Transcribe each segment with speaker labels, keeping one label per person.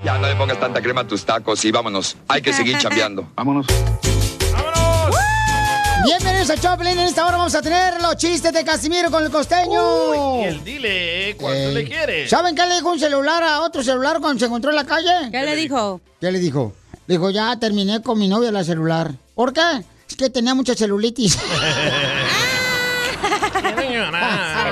Speaker 1: Ya no le pongas tanta crema a tus tacos y vámonos. Hay que seguir chambeando.
Speaker 2: Vámonos.
Speaker 3: Bienvenidos a Choplin. En esta hora vamos a tener los chistes de Casimiro con el costeño.
Speaker 4: Y el dile eh, cuánto
Speaker 3: Ey.
Speaker 4: le quieres.
Speaker 3: ¿Saben qué le dijo un celular a otro celular cuando se encontró en la calle? ¿Qué le dijo? ¿Qué le dijo? Le dijo, ya terminé con mi novia la celular. ¿Por qué? Es que tenía mucha celulitis. Ah.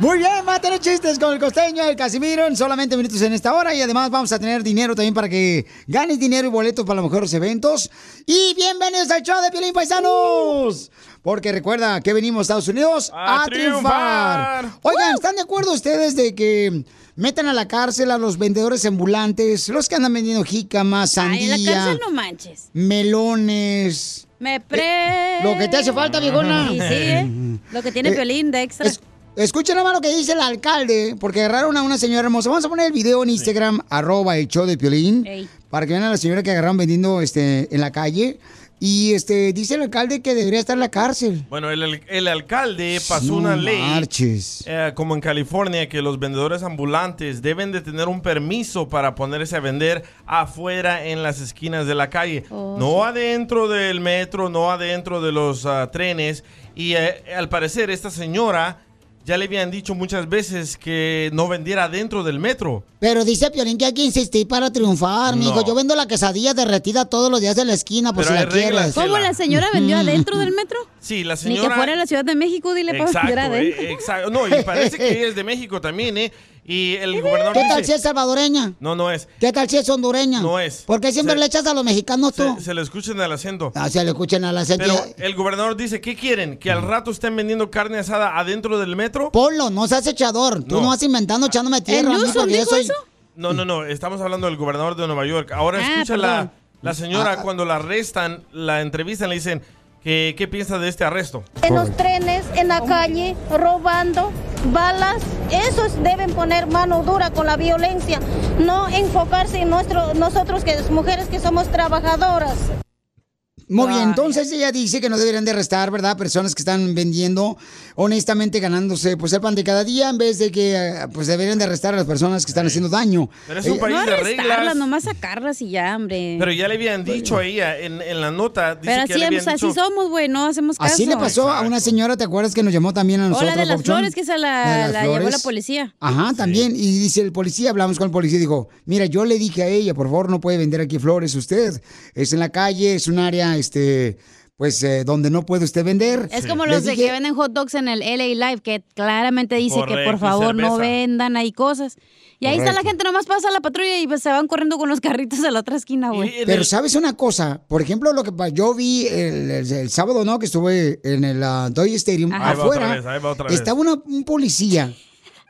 Speaker 3: Muy bien, va a tener chistes con el costeño, el Casimiro, en solamente minutos en esta hora. Y además vamos a tener dinero también para que ganes dinero y boletos para los mejores eventos. Y bienvenidos al show de Piolín Paisanos.
Speaker 5: Uh.
Speaker 3: Porque recuerda que venimos a Estados Unidos
Speaker 6: A
Speaker 3: a, triunfar.
Speaker 6: triunfar.
Speaker 5: Uh.
Speaker 3: Oigan, ¿están de acuerdo ustedes de que metan a la cárcel a los vendedores ambulantes, los que andan vendiendo jícamas,
Speaker 5: Ay, en la
Speaker 3: sandía,
Speaker 5: cárcel no manches.
Speaker 3: melones?
Speaker 5: Me pre.
Speaker 3: Eh, Lo que te hace falta, viejona.
Speaker 5: Y sí, ¿eh? Lo que tiene
Speaker 3: Eh,
Speaker 5: Piolín de extra.
Speaker 3: Escuchen nada más lo que dice el alcalde, porque agarraron a una señora hermosa. Vamos a poner el video en Instagram, arroba el show de Piolín,
Speaker 5: Ey.
Speaker 3: para que vean a la señora que agarraron vendiendo este, en la calle. Y este dice el alcalde que debería estar en la cárcel.
Speaker 4: Bueno, el, al- el alcalde pasó
Speaker 3: No
Speaker 4: una ley
Speaker 3: marches.
Speaker 4: eh, como en California que los vendedores ambulantes deben de tener un permiso para ponerse a vender afuera en las esquinas de la calle.
Speaker 7: Oh,
Speaker 4: no adentro del metro, no adentro de los ah, trenes. Y eh, al parecer esta señora ya le habían dicho muchas veces que no vendiera adentro del metro.
Speaker 3: Pero dice Piolín que hay que insistir para triunfar,
Speaker 4: No.
Speaker 3: mijo. Yo vendo la quesadilla derretida todos los días de la esquina, por
Speaker 4: Pero
Speaker 3: Ah, pues si
Speaker 4: hay
Speaker 3: la
Speaker 4: reglas,
Speaker 3: quieres.
Speaker 4: Chela. ¿Cómo
Speaker 5: ¿La señora vendió adentro del metro?
Speaker 4: Sí, la
Speaker 5: Ni que
Speaker 4: señora...
Speaker 5: fuera a la Ciudad de México, dile para vender
Speaker 4: Exacto,
Speaker 5: adentro.
Speaker 4: eh, exacto. No, y parece que ella es de México también, ¿eh? Y el gobernador
Speaker 3: ¿Qué tal si
Speaker 4: dice...
Speaker 3: es salvadoreña?
Speaker 4: No, no es.
Speaker 3: ¿Qué tal si es hondureña?
Speaker 4: No es.
Speaker 3: ¿Por qué siempre
Speaker 4: Se-
Speaker 3: le echas a los mexicanos tú?
Speaker 4: Se lo escuchan al acento.
Speaker 3: Ah, se le escuchan a la
Speaker 4: Pero
Speaker 3: señora.
Speaker 4: el gobernador dice, ¿qué quieren? ¿Que al rato estén vendiendo carne asada adentro del metro?
Speaker 3: Ponlo, no seas echador. Tú
Speaker 4: No. Ah.
Speaker 3: no vas inventando echándome tierra. a mí, porque yo soy-
Speaker 4: No, no, no. Estamos hablando del gobernador de Nueva York. Ahora
Speaker 3: Ah,
Speaker 4: escucha
Speaker 3: perdón.
Speaker 4: la, la señora
Speaker 3: Ah.
Speaker 4: cuando la arrestan, la entrevistan, le dicen, que, ¿qué piensa de este arresto?
Speaker 8: en los trenes, en la calle, robando balas. Esos deben poner mano dura con la violencia, no enfocarse en nuestro, nosotros que las mujeres que somos trabajadoras.
Speaker 3: Muy bien, entonces ella dice que no deberían de arrestar, ¿verdad? Personas que están vendiendo, honestamente ganándose pues el pan de cada día, en vez de que eh, pues deberían de arrestar a las personas que están haciendo daño.
Speaker 4: Pero es un
Speaker 3: Eh,
Speaker 4: país
Speaker 5: No
Speaker 4: de
Speaker 5: arrestarlas,
Speaker 4: reglas.
Speaker 5: nomás sacarlas y ya, hombre.
Speaker 4: Pero ya le habían dicho a ella en, en la nota. Dice
Speaker 5: Pero
Speaker 4: que
Speaker 5: así,
Speaker 4: le habían
Speaker 5: así
Speaker 4: dicho,
Speaker 5: somos, güey, no hacemos caso.
Speaker 3: Así le pasó a una señora, ¿te acuerdas que nos llamó también a
Speaker 5: O
Speaker 3: nosotros?
Speaker 5: la de las
Speaker 3: Papuchón?
Speaker 5: flores, que
Speaker 3: La
Speaker 5: esa
Speaker 3: de
Speaker 5: la,
Speaker 3: las
Speaker 5: la llevó la
Speaker 3: flores.
Speaker 5: policía.
Speaker 3: Ajá, también. Y dice el policía, hablamos con el policía y dijo, mira, yo le dije a ella, por favor, no puede vender aquí flores usted. Es en la calle, es un área, este, pues, eh, donde no puede usted vender.
Speaker 5: Es como
Speaker 3: Le
Speaker 5: los de
Speaker 3: dije-
Speaker 5: que venden hot dogs en el LA Live, que claramente dice que
Speaker 3: Correcto,
Speaker 5: por
Speaker 3: y
Speaker 5: favor no
Speaker 3: cerveza.
Speaker 5: vendan ahí cosas. Y ahí está
Speaker 3: Correcto.
Speaker 5: la gente, nomás pasa la patrulla y pues, se van corriendo con los carritos a la otra esquina, güey.
Speaker 3: Pero sabes una cosa, por ejemplo, lo que pa- yo vi el, el- el sábado, ¿no? Que estuve en el ah, Dodger Stadium,
Speaker 4: Ahí va
Speaker 3: afuera,
Speaker 4: otra vez, ahí va otra vez.
Speaker 3: estaba una- un policía,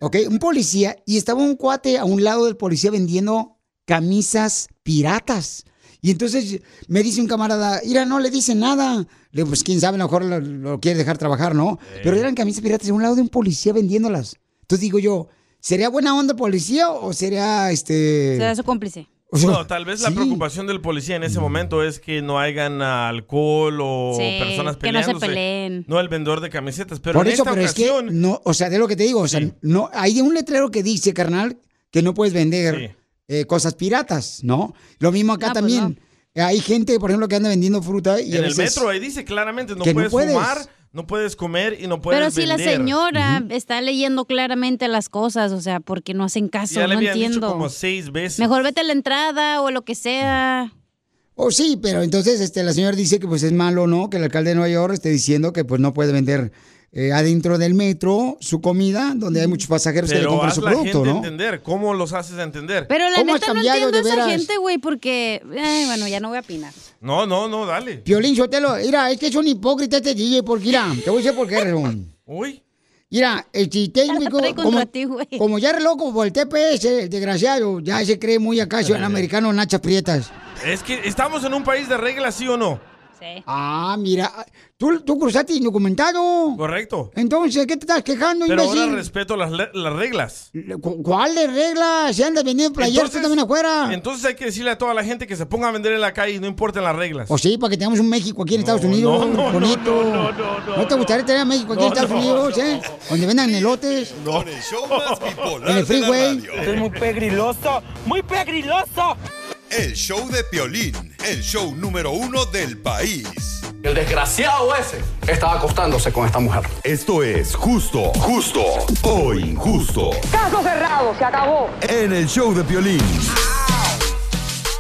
Speaker 3: ¿ok? Un policía y estaba un cuate a un lado del policía vendiendo camisas piratas. Y entonces me dice un camarada, mira, no le dice nada. Le digo, pues quién sabe, a lo mejor lo, lo quiere dejar trabajar, ¿no? Pero eran camisas piratas a un lado de un policía vendiéndolas. Entonces digo yo, ¿sería buena onda el policía o sería este...
Speaker 5: Será su cómplice.
Speaker 4: No, tal vez la preocupación del policía en ese momento es que no hayan ah, alcohol o
Speaker 5: Sí,
Speaker 4: personas
Speaker 5: que no se
Speaker 4: peleándose.
Speaker 5: peleen.
Speaker 4: No el vendedor de camisetas, pero
Speaker 3: Por
Speaker 4: en
Speaker 3: eso,
Speaker 4: esta
Speaker 3: pero
Speaker 4: ocasión...
Speaker 3: es que no, o sea, de lo que te digo, o sea, no, hay un letrero que dice, carnal, que no puedes vender eh, cosas piratas, ¿no? Lo mismo acá también. Hay gente, por ejemplo, que anda vendiendo fruta y a
Speaker 4: en el
Speaker 3: veces-
Speaker 4: metro ahí dice claramente no
Speaker 3: que no
Speaker 4: puedes,
Speaker 3: puedes.
Speaker 4: fumar, no puedes comer y no puedes
Speaker 5: Pero si la
Speaker 4: vender.
Speaker 5: señora está leyendo claramente las cosas, o sea, porque no hacen caso,
Speaker 4: ya le
Speaker 5: no
Speaker 4: habían dicho
Speaker 5: entiendo.
Speaker 4: como seis veces.
Speaker 5: Mejor vete a la entrada o lo que sea.
Speaker 3: Oh, sí, pero entonces este, la señora dice que pues es malo, ¿no? Que el alcalde de Nueva York esté diciendo que pues no puede vender eh, adentro del metro su comida, donde hay muchos pasajeros que le
Speaker 4: Pero
Speaker 3: compran
Speaker 4: haz
Speaker 3: su
Speaker 4: la
Speaker 3: producto,
Speaker 4: gente
Speaker 3: ¿no?
Speaker 4: entender. ¿Cómo los haces entender?
Speaker 5: Pero la
Speaker 3: ¿Cómo has
Speaker 5: neta no
Speaker 3: cambiado,
Speaker 5: entiendo a
Speaker 3: de
Speaker 5: esa
Speaker 3: veras?
Speaker 5: gente, güey, porque... Ay, bueno, ya no voy a opinar.
Speaker 4: No, no, no, dale.
Speaker 3: Piolín, Sotelo, mira, es que es un hipócrita este DJ, porque mira, te voy a decir por qué, Rebón.
Speaker 4: Uy.
Speaker 3: Mira, el
Speaker 5: Ya
Speaker 3: técnico,
Speaker 5: la trae
Speaker 3: como,
Speaker 5: contra ti, güey.
Speaker 3: como ya loco por el TPS, el desgraciado, ya se cree muy acá ciudadano americano, nachas prietas.
Speaker 4: Es que estamos en un país de reglas, ¿sí o no?
Speaker 5: Sí.
Speaker 3: Ah, mira, tú, tú cruzaste indocumentado.
Speaker 4: Correcto.
Speaker 3: Entonces, ¿qué te estás quejando,
Speaker 4: Pero ahora
Speaker 3: imbécil?
Speaker 4: respeto las, le- las reglas.
Speaker 3: ¿Cu- ¿Cuál de reglas? Se andas vendiendo playeras tú también afuera.
Speaker 4: entonces hay que decirle a toda la gente que se ponga a vender en la calle y no importan las reglas.
Speaker 3: O sí, para que tengamos un México aquí en Estados Unidos.
Speaker 4: no, no,
Speaker 3: bonito.
Speaker 4: no, no, no, no,
Speaker 3: te gustaría tener a México aquí en
Speaker 4: No,
Speaker 3: Estados
Speaker 4: no,
Speaker 3: Unidos, eh? Donde vendan elotes.
Speaker 1: Con el show más bipolar
Speaker 3: En el
Speaker 1: de la
Speaker 3: freeway.
Speaker 1: radio.
Speaker 9: Esto es muy pegriloso, muy pegriloso.
Speaker 1: El show de Piolín, el show número uno del país.
Speaker 10: El desgraciado ese estaba acostándose con esta mujer.
Speaker 1: Esto es justo, justo o injusto.
Speaker 11: Caso cerrado, se acabó.
Speaker 1: En el show de Piolín.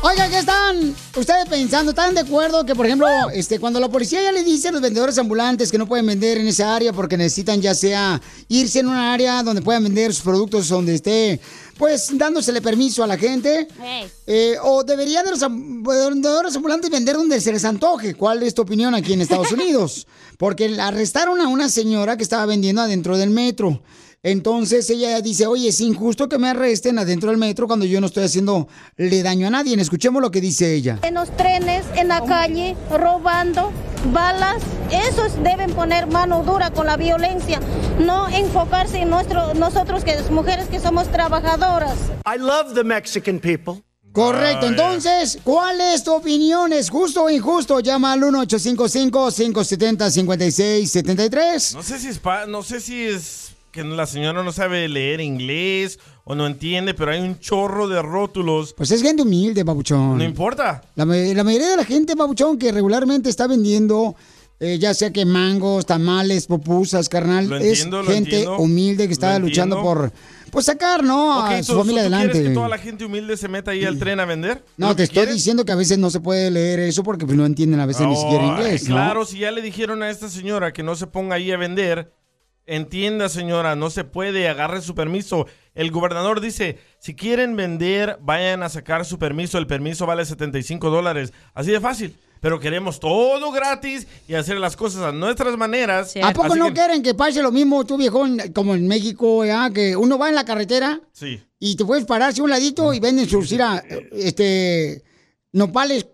Speaker 3: Oiga, ¿qué están ustedes pensando? ¿Están de acuerdo que, por ejemplo, este, cuando la policía ya le dice a los vendedores ambulantes que no pueden vender en esa área porque necesitan ya sea irse en una área donde puedan vender sus productos, donde esté, pues, dándosele permiso a la gente?
Speaker 5: Ey.
Speaker 3: Eh, ¿O deberían de los am- vendedores ambulantes vender donde se les antoje? ¿Cuál es tu opinión aquí en Estados Unidos? Porque la arrestaron a una señora que estaba vendiendo adentro del metro. Entonces ella dice, oye, es injusto que me arresten adentro del metro cuando yo no estoy haciendo le daño a nadie. Escuchemos lo que dice ella.
Speaker 12: en los trenes, en la calle, robando, balas. Esos deben poner mano dura con la violencia, no enfocarse en nuestro, nosotros que las mujeres que somos trabajadoras.
Speaker 9: I love the Mexican people.
Speaker 4: Ah,
Speaker 3: Correcto, entonces, ¿cuál es tu opinión? ¿Es justo o injusto? Llama al 1-855-570-5673.
Speaker 4: No sé si es pa- no sé si es que la señora no sabe leer inglés o no entiende, pero hay un chorro de rótulos.
Speaker 3: Pues es gente humilde, babuchón.
Speaker 4: No importa.
Speaker 3: La, ma- la mayoría de la gente, babuchón, que regularmente está vendiendo, eh, ya sea que mangos, tamales, pupusas, carnal,
Speaker 4: Lo entiendo,
Speaker 3: es
Speaker 4: lo
Speaker 3: gente
Speaker 4: entiendo.
Speaker 3: humilde que está
Speaker 4: Lo
Speaker 3: luchando por
Speaker 4: entiendo.
Speaker 3: pues sacar, ¿no?
Speaker 4: Ok,
Speaker 3: a su
Speaker 4: ¿tú-
Speaker 3: familia
Speaker 4: tú quieres
Speaker 3: adelante.
Speaker 4: que toda la gente humilde se meta ahí al tren a vender?
Speaker 3: No,
Speaker 4: ¿Lo
Speaker 3: te
Speaker 4: que
Speaker 3: estoy
Speaker 4: quieres?
Speaker 3: diciendo que a veces no se puede leer eso porque pues, no entienden a veces ni siquiera
Speaker 4: Ay,
Speaker 3: inglés, ¿no?
Speaker 4: Claro, si ya le dijeron a esta señora que no se ponga ahí a vender, entienda señora, no se puede, agarre su permiso. El gobernador dice, si quieren vender, vayan a sacar su permiso, el permiso vale 75 dólares, así de fácil. Pero queremos todo gratis y hacer las cosas a nuestras maneras.
Speaker 5: Sí.
Speaker 3: ¿A poco
Speaker 4: Así
Speaker 3: no
Speaker 4: que-
Speaker 3: quieren que pase lo mismo tú, viejón, como en México, ya que uno va en la carretera
Speaker 4: Sí.
Speaker 3: y te puedes pararse a un ladito y venden sus mira, este nopales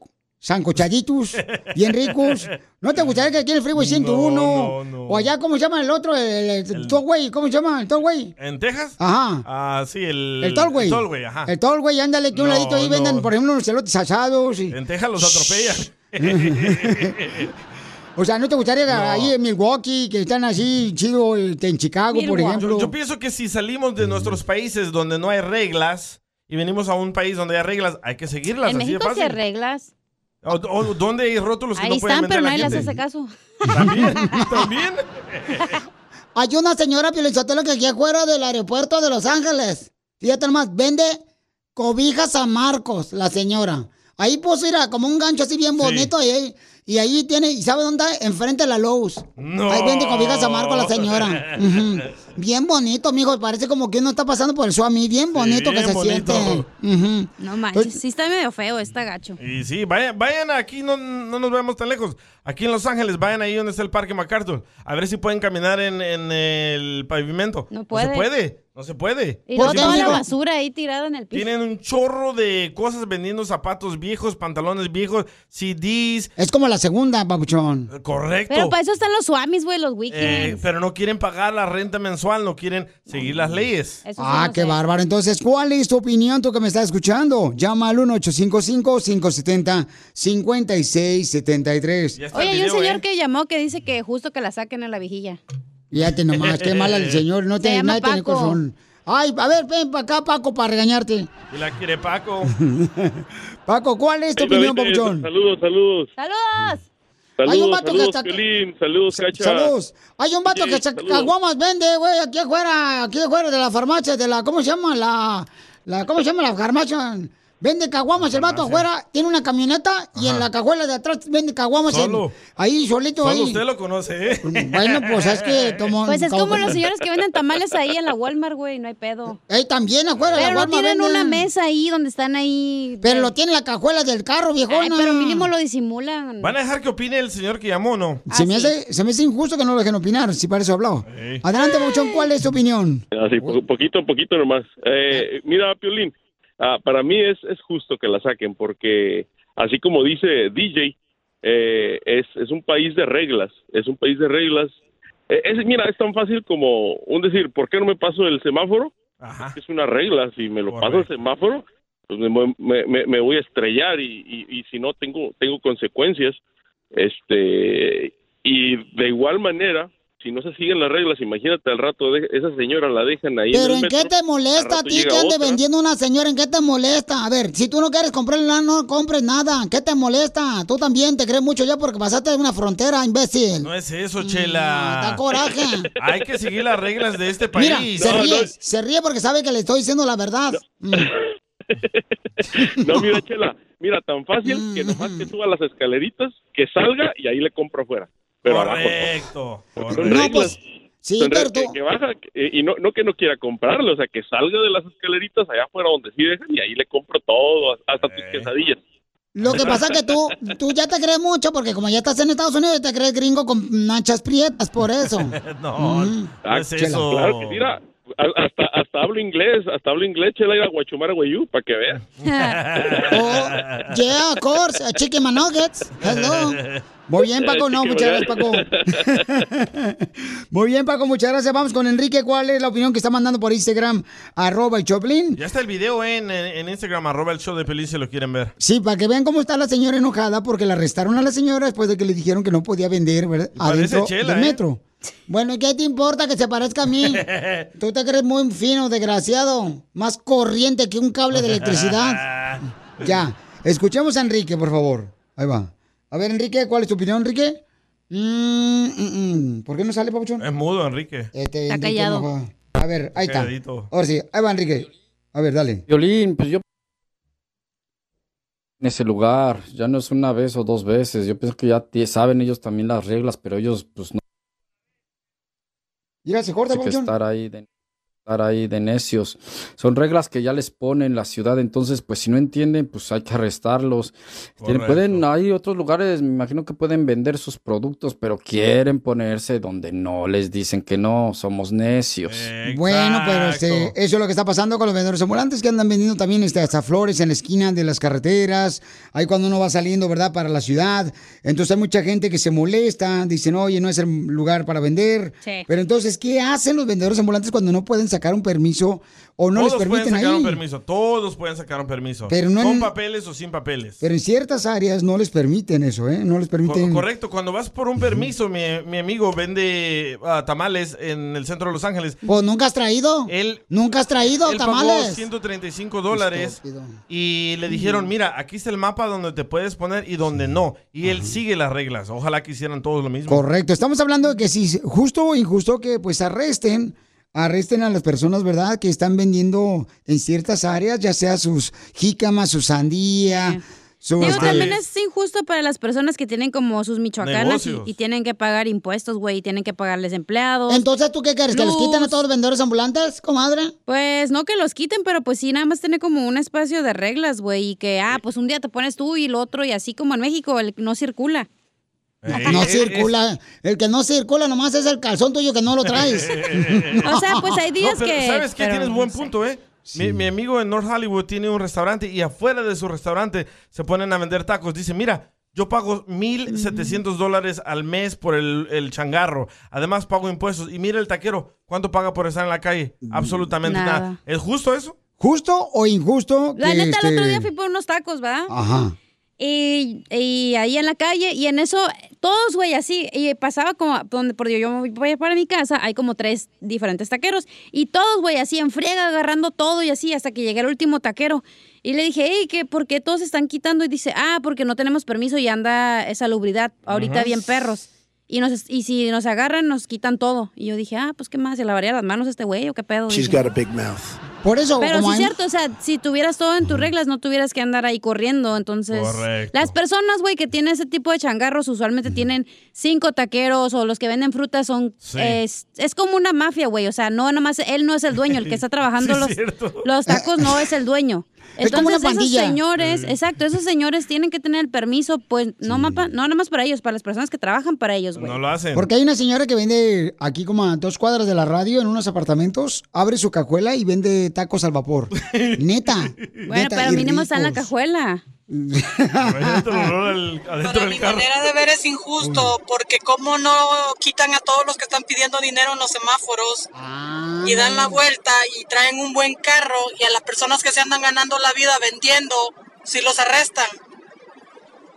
Speaker 3: sancochaditos bien ricos. ¿No te gustaría que aquí en el Freeway 101
Speaker 4: No, no, no.
Speaker 3: o allá cómo se llama el otro, el, el- Tollway, ¿cómo se llama? El Tollway.
Speaker 4: ¿En Texas?
Speaker 3: Ajá.
Speaker 4: Ah, sí, el...
Speaker 3: El Tollway.
Speaker 4: El Tollway, ajá.
Speaker 3: El Tollway, ándale que a un
Speaker 4: No,
Speaker 3: ladito ahí
Speaker 4: no.
Speaker 3: venden, por ejemplo, unos celotes asados y-
Speaker 4: En Texas los atropellan.
Speaker 3: o sea, ¿no te gustaría
Speaker 4: No.
Speaker 3: ahí en Milwaukee que están así chido este, en Chicago, por
Speaker 5: Milwaukee.
Speaker 3: ejemplo? Eh.
Speaker 4: Yo, yo pienso que si salimos de nuestros países donde no hay reglas y venimos a un país donde hay reglas, hay que seguirlas.
Speaker 5: En
Speaker 4: así de
Speaker 5: México sí hay
Speaker 4: fácil.
Speaker 5: reglas.
Speaker 4: O- o- ¿Dónde hay rótulos que
Speaker 5: Ahí
Speaker 4: no pueden
Speaker 5: están,
Speaker 4: vender
Speaker 5: pero
Speaker 4: la
Speaker 5: nadie les
Speaker 4: gente?
Speaker 5: hace caso.
Speaker 4: También, también.
Speaker 3: Hay una señora Piolizotelo que aquí afuera del aeropuerto de Los Ángeles. Fíjate nomás, vende cobijas a Marcos, la señora. Ahí puso, mira, como un gancho así bien bonito y ahí, y ahí tiene, ¿y sabe dónde? está? Enfrente de la Lowe's.
Speaker 4: No.
Speaker 3: Ahí vende cobijas a Marcos, la señora. Ujú. Bien bonito, mijo, parece como que uno está pasando por el suami. Bien bonito
Speaker 4: bien
Speaker 3: que se
Speaker 4: bonito.
Speaker 3: siente. Ujú. Pues Eh,
Speaker 5: No manches, sí está medio feo, está gacho.
Speaker 4: Y sí, vayan, vayan aquí, no, no nos vayamos tan lejos. Aquí en Los Ángeles, vayan ahí donde está el Parque MacArthur. A ver si pueden caminar en, en el pavimento.
Speaker 5: No
Speaker 4: se
Speaker 5: puede.
Speaker 4: puede, no se puede.
Speaker 5: Y
Speaker 3: ¿Por
Speaker 5: luego
Speaker 3: qué,
Speaker 5: toda la
Speaker 3: amigo?
Speaker 5: basura ahí tirada en el piso.
Speaker 4: Tienen un chorro de cosas vendiendo zapatos viejos, pantalones viejos, CDs.
Speaker 3: Es como la segunda, papuchón.
Speaker 4: Correcto.
Speaker 5: Pero para eso están los swamis, güey, los
Speaker 4: Eh,
Speaker 5: weekends.
Speaker 4: pero no quieren pagar la renta mensual, no quieren seguir las leyes.
Speaker 5: Eso sí
Speaker 3: Ah,
Speaker 5: no
Speaker 3: qué
Speaker 5: sé.
Speaker 3: bárbaro. Entonces, ¿cuál es tu opinión tú que me estás escuchando? Llama al 1-855-570-5673.
Speaker 4: Ya está el
Speaker 5: Oye, hay un
Speaker 4: video,
Speaker 5: señor
Speaker 4: ¿eh?
Speaker 5: que llamó que dice que justo que la saquen a la vejilla.
Speaker 3: Fíjate nomás, qué mala el señor. No
Speaker 5: Se
Speaker 3: tiene
Speaker 5: llama
Speaker 3: nada tiene
Speaker 5: Paco.
Speaker 3: corazón. Ay, a ver, ven para acá, Paco, para regañarte.
Speaker 4: Y la quiere Paco.
Speaker 3: Paco, ¿cuál es tu opinión, papuchón?
Speaker 9: Saludos, saludos.
Speaker 5: ¡Saludos!
Speaker 3: Hay un vato que
Speaker 9: saludos,
Speaker 3: está-
Speaker 9: Piolín, saludos, Cacha.
Speaker 3: Saludos. Hay un vato
Speaker 9: Sí,
Speaker 3: que se
Speaker 9: saludos.
Speaker 3: caguamas vende, güey, aquí afuera, aquí afuera de la farmacia, de la, ¿cómo se llama? La, la ¿cómo se llama la farmacia? Vende caguamas el vato afuera, tiene una camioneta y en la cajuela de atrás vende caguamas. en-
Speaker 4: Solo.
Speaker 3: ahí, solito,
Speaker 4: Solo
Speaker 3: ahí.
Speaker 4: usted lo conoce, ¿eh?
Speaker 3: Bueno, pues es que tomó...
Speaker 5: Pues es como
Speaker 3: señores
Speaker 5: los señores que venden tamales ahí en la Walmart, güey, no hay pedo.
Speaker 3: Ahí también, afuera de la
Speaker 5: Pero no
Speaker 3: Walmart
Speaker 5: tienen
Speaker 3: venden.
Speaker 5: una mesa ahí donde están ahí.
Speaker 3: Pero lo tiene en la cajuela del carro, viejona.
Speaker 5: Ay, pero mínimo lo disimulan.
Speaker 4: ¿Van a dejar que opine el señor que llamó o no?
Speaker 3: Se me, hace, se me hace injusto que no lo dejen opinar, si para eso he hablado.
Speaker 4: Sí.
Speaker 3: Adelante, Bouchón, ¿cuál es tu opinión?
Speaker 9: Así, po- poquito a poquito nomás. Eh, mira, Piolín, ah, para mí es, es justo que la saquen porque, así como dice DJ, eh, es, es un país de reglas, es un país de reglas. Eh, es, mira, es tan fácil como un decir, ¿por qué no me paso el semáforo? Es una regla, si me lo paso el semáforo, pues me, me- me- me voy a estrellar y, y- y si no tengo, tengo consecuencias. Este, y de igual manera, si no se siguen las reglas, imagínate al rato, de, esa señora la dejan ahí.
Speaker 3: ¿Pero
Speaker 9: el
Speaker 3: en qué
Speaker 9: metro,
Speaker 3: te
Speaker 9: al
Speaker 3: molesta a
Speaker 9: rato
Speaker 3: ti
Speaker 9: llega
Speaker 3: que ande
Speaker 9: otra.
Speaker 3: vendiendo una señora? ¿En qué te molesta? A ver, si tú no quieres comprar nada, no compres nada. ¿Qué te molesta? Tú también te crees mucho ya porque pasaste de una frontera, imbécil.
Speaker 4: No es eso, Chela.
Speaker 3: Mm, da coraje.
Speaker 4: Hay que seguir las reglas de este país.
Speaker 3: Mira, se ríe, se ríe porque sabe que le estoy diciendo la verdad.
Speaker 9: No, mira, Chela, mira, tan fácil que
Speaker 3: Mm.
Speaker 9: nomás que suba las escaleritas, que salga y ahí le compro afuera. Pero abajo.
Speaker 4: Correcto.
Speaker 9: no. Son
Speaker 4: correcto.
Speaker 9: reglas.
Speaker 3: pues, sí,
Speaker 9: Son
Speaker 3: pero
Speaker 9: reglas que, que baja, eh, y no, no que no quiera comprarle, o sea, que salga de las escaleritas allá afuera donde sí dejan y ahí le compro todo, hasta
Speaker 4: Eh,
Speaker 9: tus quesadillas.
Speaker 3: Lo que pasa que tú, tú ya te crees mucho porque como ya estás en Estados Unidos, te crees gringo con manchas prietas, por eso.
Speaker 4: No, no Mm. es
Speaker 9: Ah, Chela,
Speaker 4: eso.
Speaker 9: Claro que mira, a- hasta, hasta hablo inglés, hasta hablo inglés, Chela, ir a Guachumara, Guayú, para que veas.
Speaker 4: Ah.
Speaker 3: Yeah, of course, uh, chicken and nuggets. Hello. Muy bien, Paco. No, muchas gracias, Paco. Muy bien, Paco, muchas gracias. Vamos con Enrique. ¿Cuál es la opinión que está mandando por Instagram? Arroba el Choplin.
Speaker 4: Ya está el video en, en- en Instagram, arroba el show de Pelín si lo quieren ver.
Speaker 3: Sí, para que vean cómo está la señora enojada porque la arrestaron a la señora después de que le dijeron que no podía vender, ¿verdad?
Speaker 4: parece
Speaker 3: Adentro
Speaker 4: Chela,
Speaker 3: del
Speaker 4: ¿eh?
Speaker 3: metro. Bueno, ¿y qué te importa que se parezca a mí? Tú te crees muy fino, desgraciado. Más corriente que un cable de electricidad. Ya. Escuchemos a Enrique, por favor. Ahí va. A ver, Enrique, ¿cuál es tu opinión, Enrique? Mm, mm, mm. ¿Por qué no sale, Papuchón?
Speaker 4: Es mudo, Enrique.
Speaker 3: Este, Enrique enojado. A ver, ahí está.
Speaker 4: Calladito.
Speaker 3: Ahora sí, ahí va, Enrique. A ver, dale.
Speaker 13: Violín, pues yo... En ese lugar, ya no es una vez o dos veces. Yo pienso que ya tie- saben ellos también las reglas, pero ellos pues no
Speaker 3: Mira, se corta,
Speaker 13: Así que
Speaker 3: Papuchón.
Speaker 13: estar ahí de estar ahí de necios. Son reglas que ya les pone la ciudad, entonces pues si no entienden, pues hay que arrestarlos. Tienen-
Speaker 14: Correcto.
Speaker 13: pueden, hay otros lugares, me imagino que pueden vender sus productos, pero quieren ponerse donde no les dicen que no, somos necios.
Speaker 3: Bueno, pero este, eso es lo que está pasando con los vendedores ambulantes que andan vendiendo también este, hasta flores en la esquina de las carreteras. Ahí cuando uno va saliendo, ¿verdad? Para la ciudad. Entonces hay mucha gente que se molesta, dicen, oye, no es el lugar para vender.
Speaker 4: Sí.
Speaker 3: Pero entonces, ¿qué hacen los vendedores ambulantes cuando no pueden sacar un permiso o no
Speaker 4: Todos
Speaker 3: les
Speaker 4: pueden
Speaker 3: permiten
Speaker 4: sacar
Speaker 3: ahí?
Speaker 4: un permiso. Todos pueden sacar un permiso.
Speaker 3: Pero no
Speaker 4: Con
Speaker 3: en-
Speaker 4: papeles o sin papeles.
Speaker 3: Pero en ciertas áreas no les permiten eso, ¿eh? No les permiten.
Speaker 4: Co- Correcto, cuando vas por un permiso, mi, mi amigo vende ah, tamales en el centro de Los Ángeles.
Speaker 3: Pues nunca has traído. nunca has traído
Speaker 4: Él pagó
Speaker 3: tamales.
Speaker 4: 135 dólares y le dijeron,
Speaker 3: Mm.
Speaker 4: mira, aquí está el mapa donde te puedes poner y donde no. Y él sigue las reglas. Ojalá que hicieran todos lo mismo.
Speaker 3: Correcto, estamos hablando de que si es justo o injusto que pues arresten, arresten a las personas, ¿verdad? Que están vendiendo en ciertas áreas, ya sea sus jícamas, su sandía, sus...
Speaker 5: Digo,
Speaker 3: este,
Speaker 5: también es injusto para las personas que tienen como sus michoacanas y,
Speaker 3: Negocios.
Speaker 5: y tienen que pagar impuestos, güey, y tienen que pagarles empleados.
Speaker 3: Entonces, ¿tú qué quieres? ¿Que los quiten a todos los vendedores ambulantes, comadre?
Speaker 5: Pues no que los quiten, pero pues sí, nada más tiene como un espacio de reglas, güey, y que, ah, pues un día te pones tú y el otro, y así como en México, el no circula.
Speaker 4: Eh,
Speaker 3: No circula, el que no circula nomás es el calzón tuyo que no lo traes.
Speaker 5: O sea, pues hay días
Speaker 4: pero
Speaker 5: que-
Speaker 4: ¿Sabes qué?
Speaker 5: pero
Speaker 4: Tienes
Speaker 5: no
Speaker 4: buen
Speaker 5: sé.
Speaker 4: punto, ¿eh? Mi, mi amigo en North Hollywood tiene un restaurante y afuera de su restaurante se ponen a vender tacos. Dice, mira, yo pago 1.700 dólares al mes por el, el changarro. Además pago impuestos. Y mira el taquero, ¿cuánto paga por estar en la calle? Absolutamente nada.
Speaker 5: Nada.
Speaker 4: ¿Es justo eso?
Speaker 3: ¿Justo o injusto?
Speaker 5: La
Speaker 3: que,
Speaker 5: neta, el otro
Speaker 3: este,
Speaker 5: día fui por unos tacos, ¿verdad?
Speaker 3: Ajá.
Speaker 5: Y, y ahí en la calle, y en eso, todos, güey, así, y pasaba como, donde, por Dios, yo me voy para mi casa, hay como tres diferentes taqueros, y todos, güey, así, en friega, agarrando todo y así, hasta que llegué al último taquero. Y le dije, hey, ¿qué, ¿por qué todos se están quitando? Y dice, ah, porque no tenemos permiso y anda esa salubridad, ahorita
Speaker 15: Ajá.
Speaker 5: bien perros. Y, nos, y si nos agarran, nos quitan todo. Y yo dije, ah, pues qué más, se lavaría las manos este güey o qué pedo.
Speaker 15: She's
Speaker 5: Dije.
Speaker 15: got a big mouth. Por eso,
Speaker 5: Pero sí
Speaker 15: como
Speaker 5: es
Speaker 15: hay-
Speaker 5: cierto, o sea, si tuvieras todo en tus reglas, no tuvieras que andar ahí corriendo. Entonces,
Speaker 15: Correcto.
Speaker 5: las personas, güey, que tienen ese tipo de changarros usualmente tienen cinco taqueros o los que venden frutas son.
Speaker 8: Sí.
Speaker 5: Es, es como una mafia, güey. O sea, no, nomás él no es el dueño. El que está trabajando
Speaker 8: Sí, es
Speaker 5: los, los tacos no es el dueño.
Speaker 8: Es como una
Speaker 5: Entonces, esos
Speaker 8: pandilla.
Speaker 5: señores,
Speaker 8: Sí.
Speaker 5: exacto, esos señores tienen que tener el permiso, pues, no, mapa, no nomás para ellos, para las personas que trabajan para ellos, güey.
Speaker 4: No lo hacen.
Speaker 15: Porque hay una señora que vende aquí como a dos cuadras de la radio en unos apartamentos, abre su cajuela y vende tacos al vapor. Neta.
Speaker 5: Bueno, pero mínimo está en la cajuela.
Speaker 4: Adentro del carro.
Speaker 16: manera de ver es injusto, porque cómo no quitan a todos los que están pidiendo dinero en los semáforos y dan
Speaker 3: Ah.
Speaker 16: la vuelta y traen un buen carro y a las personas que se andan ganando la vida vendiendo, si los arrestan.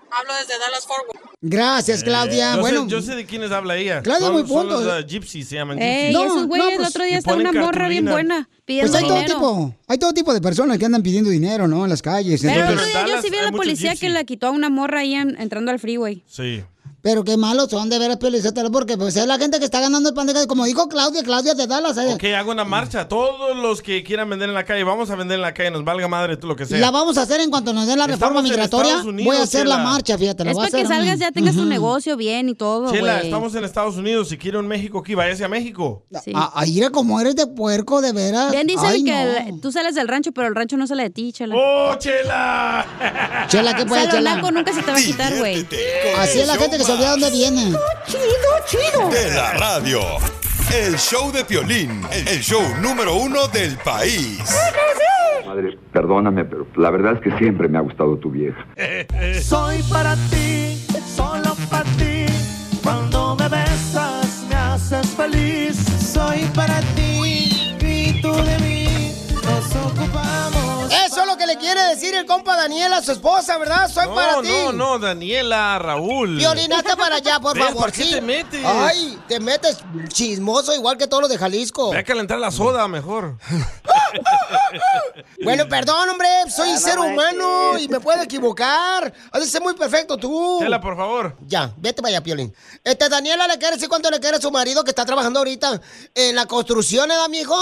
Speaker 16: Hablo desde Dallas Forward.
Speaker 15: Gracias, Claudia.
Speaker 4: Eh, yo
Speaker 15: bueno,
Speaker 4: sé, yo sé de quiénes habla ella.
Speaker 15: Claudia,
Speaker 4: Son-
Speaker 15: muy pues,
Speaker 4: son
Speaker 15: punto.
Speaker 4: los, ah, gypsies, se llaman
Speaker 5: Ey,
Speaker 4: gypsies.
Speaker 5: esos güeyes, el otro día
Speaker 4: Y
Speaker 5: estaba
Speaker 4: ponen
Speaker 5: una morra bien
Speaker 4: cartulina.
Speaker 5: buena pidiendo
Speaker 15: pues hay todo
Speaker 5: dinero.
Speaker 15: tipo, hay todo tipo de personas que andan pidiendo dinero, ¿no? En las calles.
Speaker 5: Pero pues el
Speaker 15: Entonces-
Speaker 5: otro día yo sí vi a la policía que la quitó a una morra ahí en- entrando al freeway.
Speaker 4: Sí.
Speaker 15: Pero qué malos son de veras, Pio Lizotelo, porque pues es la gente que está ganando el pan de cada- Como dijo Claudia, Claudia de Dallas. ¿eh?
Speaker 4: Ok, hago una marcha. Todos los que quieran vender en la calle, vamos a vender en la calle, nos valga madre tú lo que sea.
Speaker 15: La vamos a hacer en cuanto nos den la reforma
Speaker 4: Estamos en
Speaker 15: migratoria.
Speaker 4: Estados Unidos,
Speaker 15: voy a hacer la
Speaker 4: Chela.
Speaker 15: marcha, fíjate. La
Speaker 5: Es
Speaker 15: voy a
Speaker 5: para que
Speaker 15: hacer,
Speaker 5: salgas
Speaker 15: mm.
Speaker 5: ya tengas tu
Speaker 15: Ujú.
Speaker 5: negocio bien y todo,
Speaker 4: Chela,
Speaker 5: güey.
Speaker 4: estamos en Estados Unidos. Si quiere un México aquí, váyase a México.
Speaker 15: A, a ir a como eres de puerco, de veras.
Speaker 5: Bien dicen
Speaker 15: Ay,
Speaker 5: que
Speaker 15: no.
Speaker 5: el- tú sales del rancho, pero el rancho no sale de ti, Chela.
Speaker 4: ¡Oh, Chela!
Speaker 15: Chela, ¿qué puede,
Speaker 5: O sea, lo
Speaker 15: Chela?
Speaker 5: naco nunca se te va a quitar, güey.
Speaker 15: Así es la gente que se olvida de dónde viene. Chido, chido.
Speaker 1: De la radio. El show de Piolín, el show número uno del país.
Speaker 17: Madre, perdóname, pero la verdad es que siempre me ha gustado tu vieja.
Speaker 6: Soy para ti, solo para ti. Cuando me besas me haces feliz. Soy para ti y tú de mí. Nos ocupamos.
Speaker 3: Eso es lo que le quiere decir el compa Daniel a su esposa, ¿verdad? Soy
Speaker 4: No,
Speaker 3: para ti.
Speaker 4: no, no, Daniela, Raúl.
Speaker 3: Violín, hazte para allá, por
Speaker 4: Ven,
Speaker 3: favor.
Speaker 4: ¿por qué
Speaker 3: sí.
Speaker 4: te metes?
Speaker 3: Ay, te metes chismoso igual que todos los de Jalisco.
Speaker 4: Ve a calentar la soda mejor.
Speaker 3: Bueno, perdón, hombre, soy
Speaker 4: no
Speaker 3: ser humano y me puedo equivocar. Has de ser muy perfecto tú.
Speaker 4: Chela, por favor.
Speaker 3: Ya, vete para allá, Piolín. Este, Daniela, ¿le quiere decir cuánto le quiere a su marido que está trabajando ahorita en la construcción, ¿eh, mijo?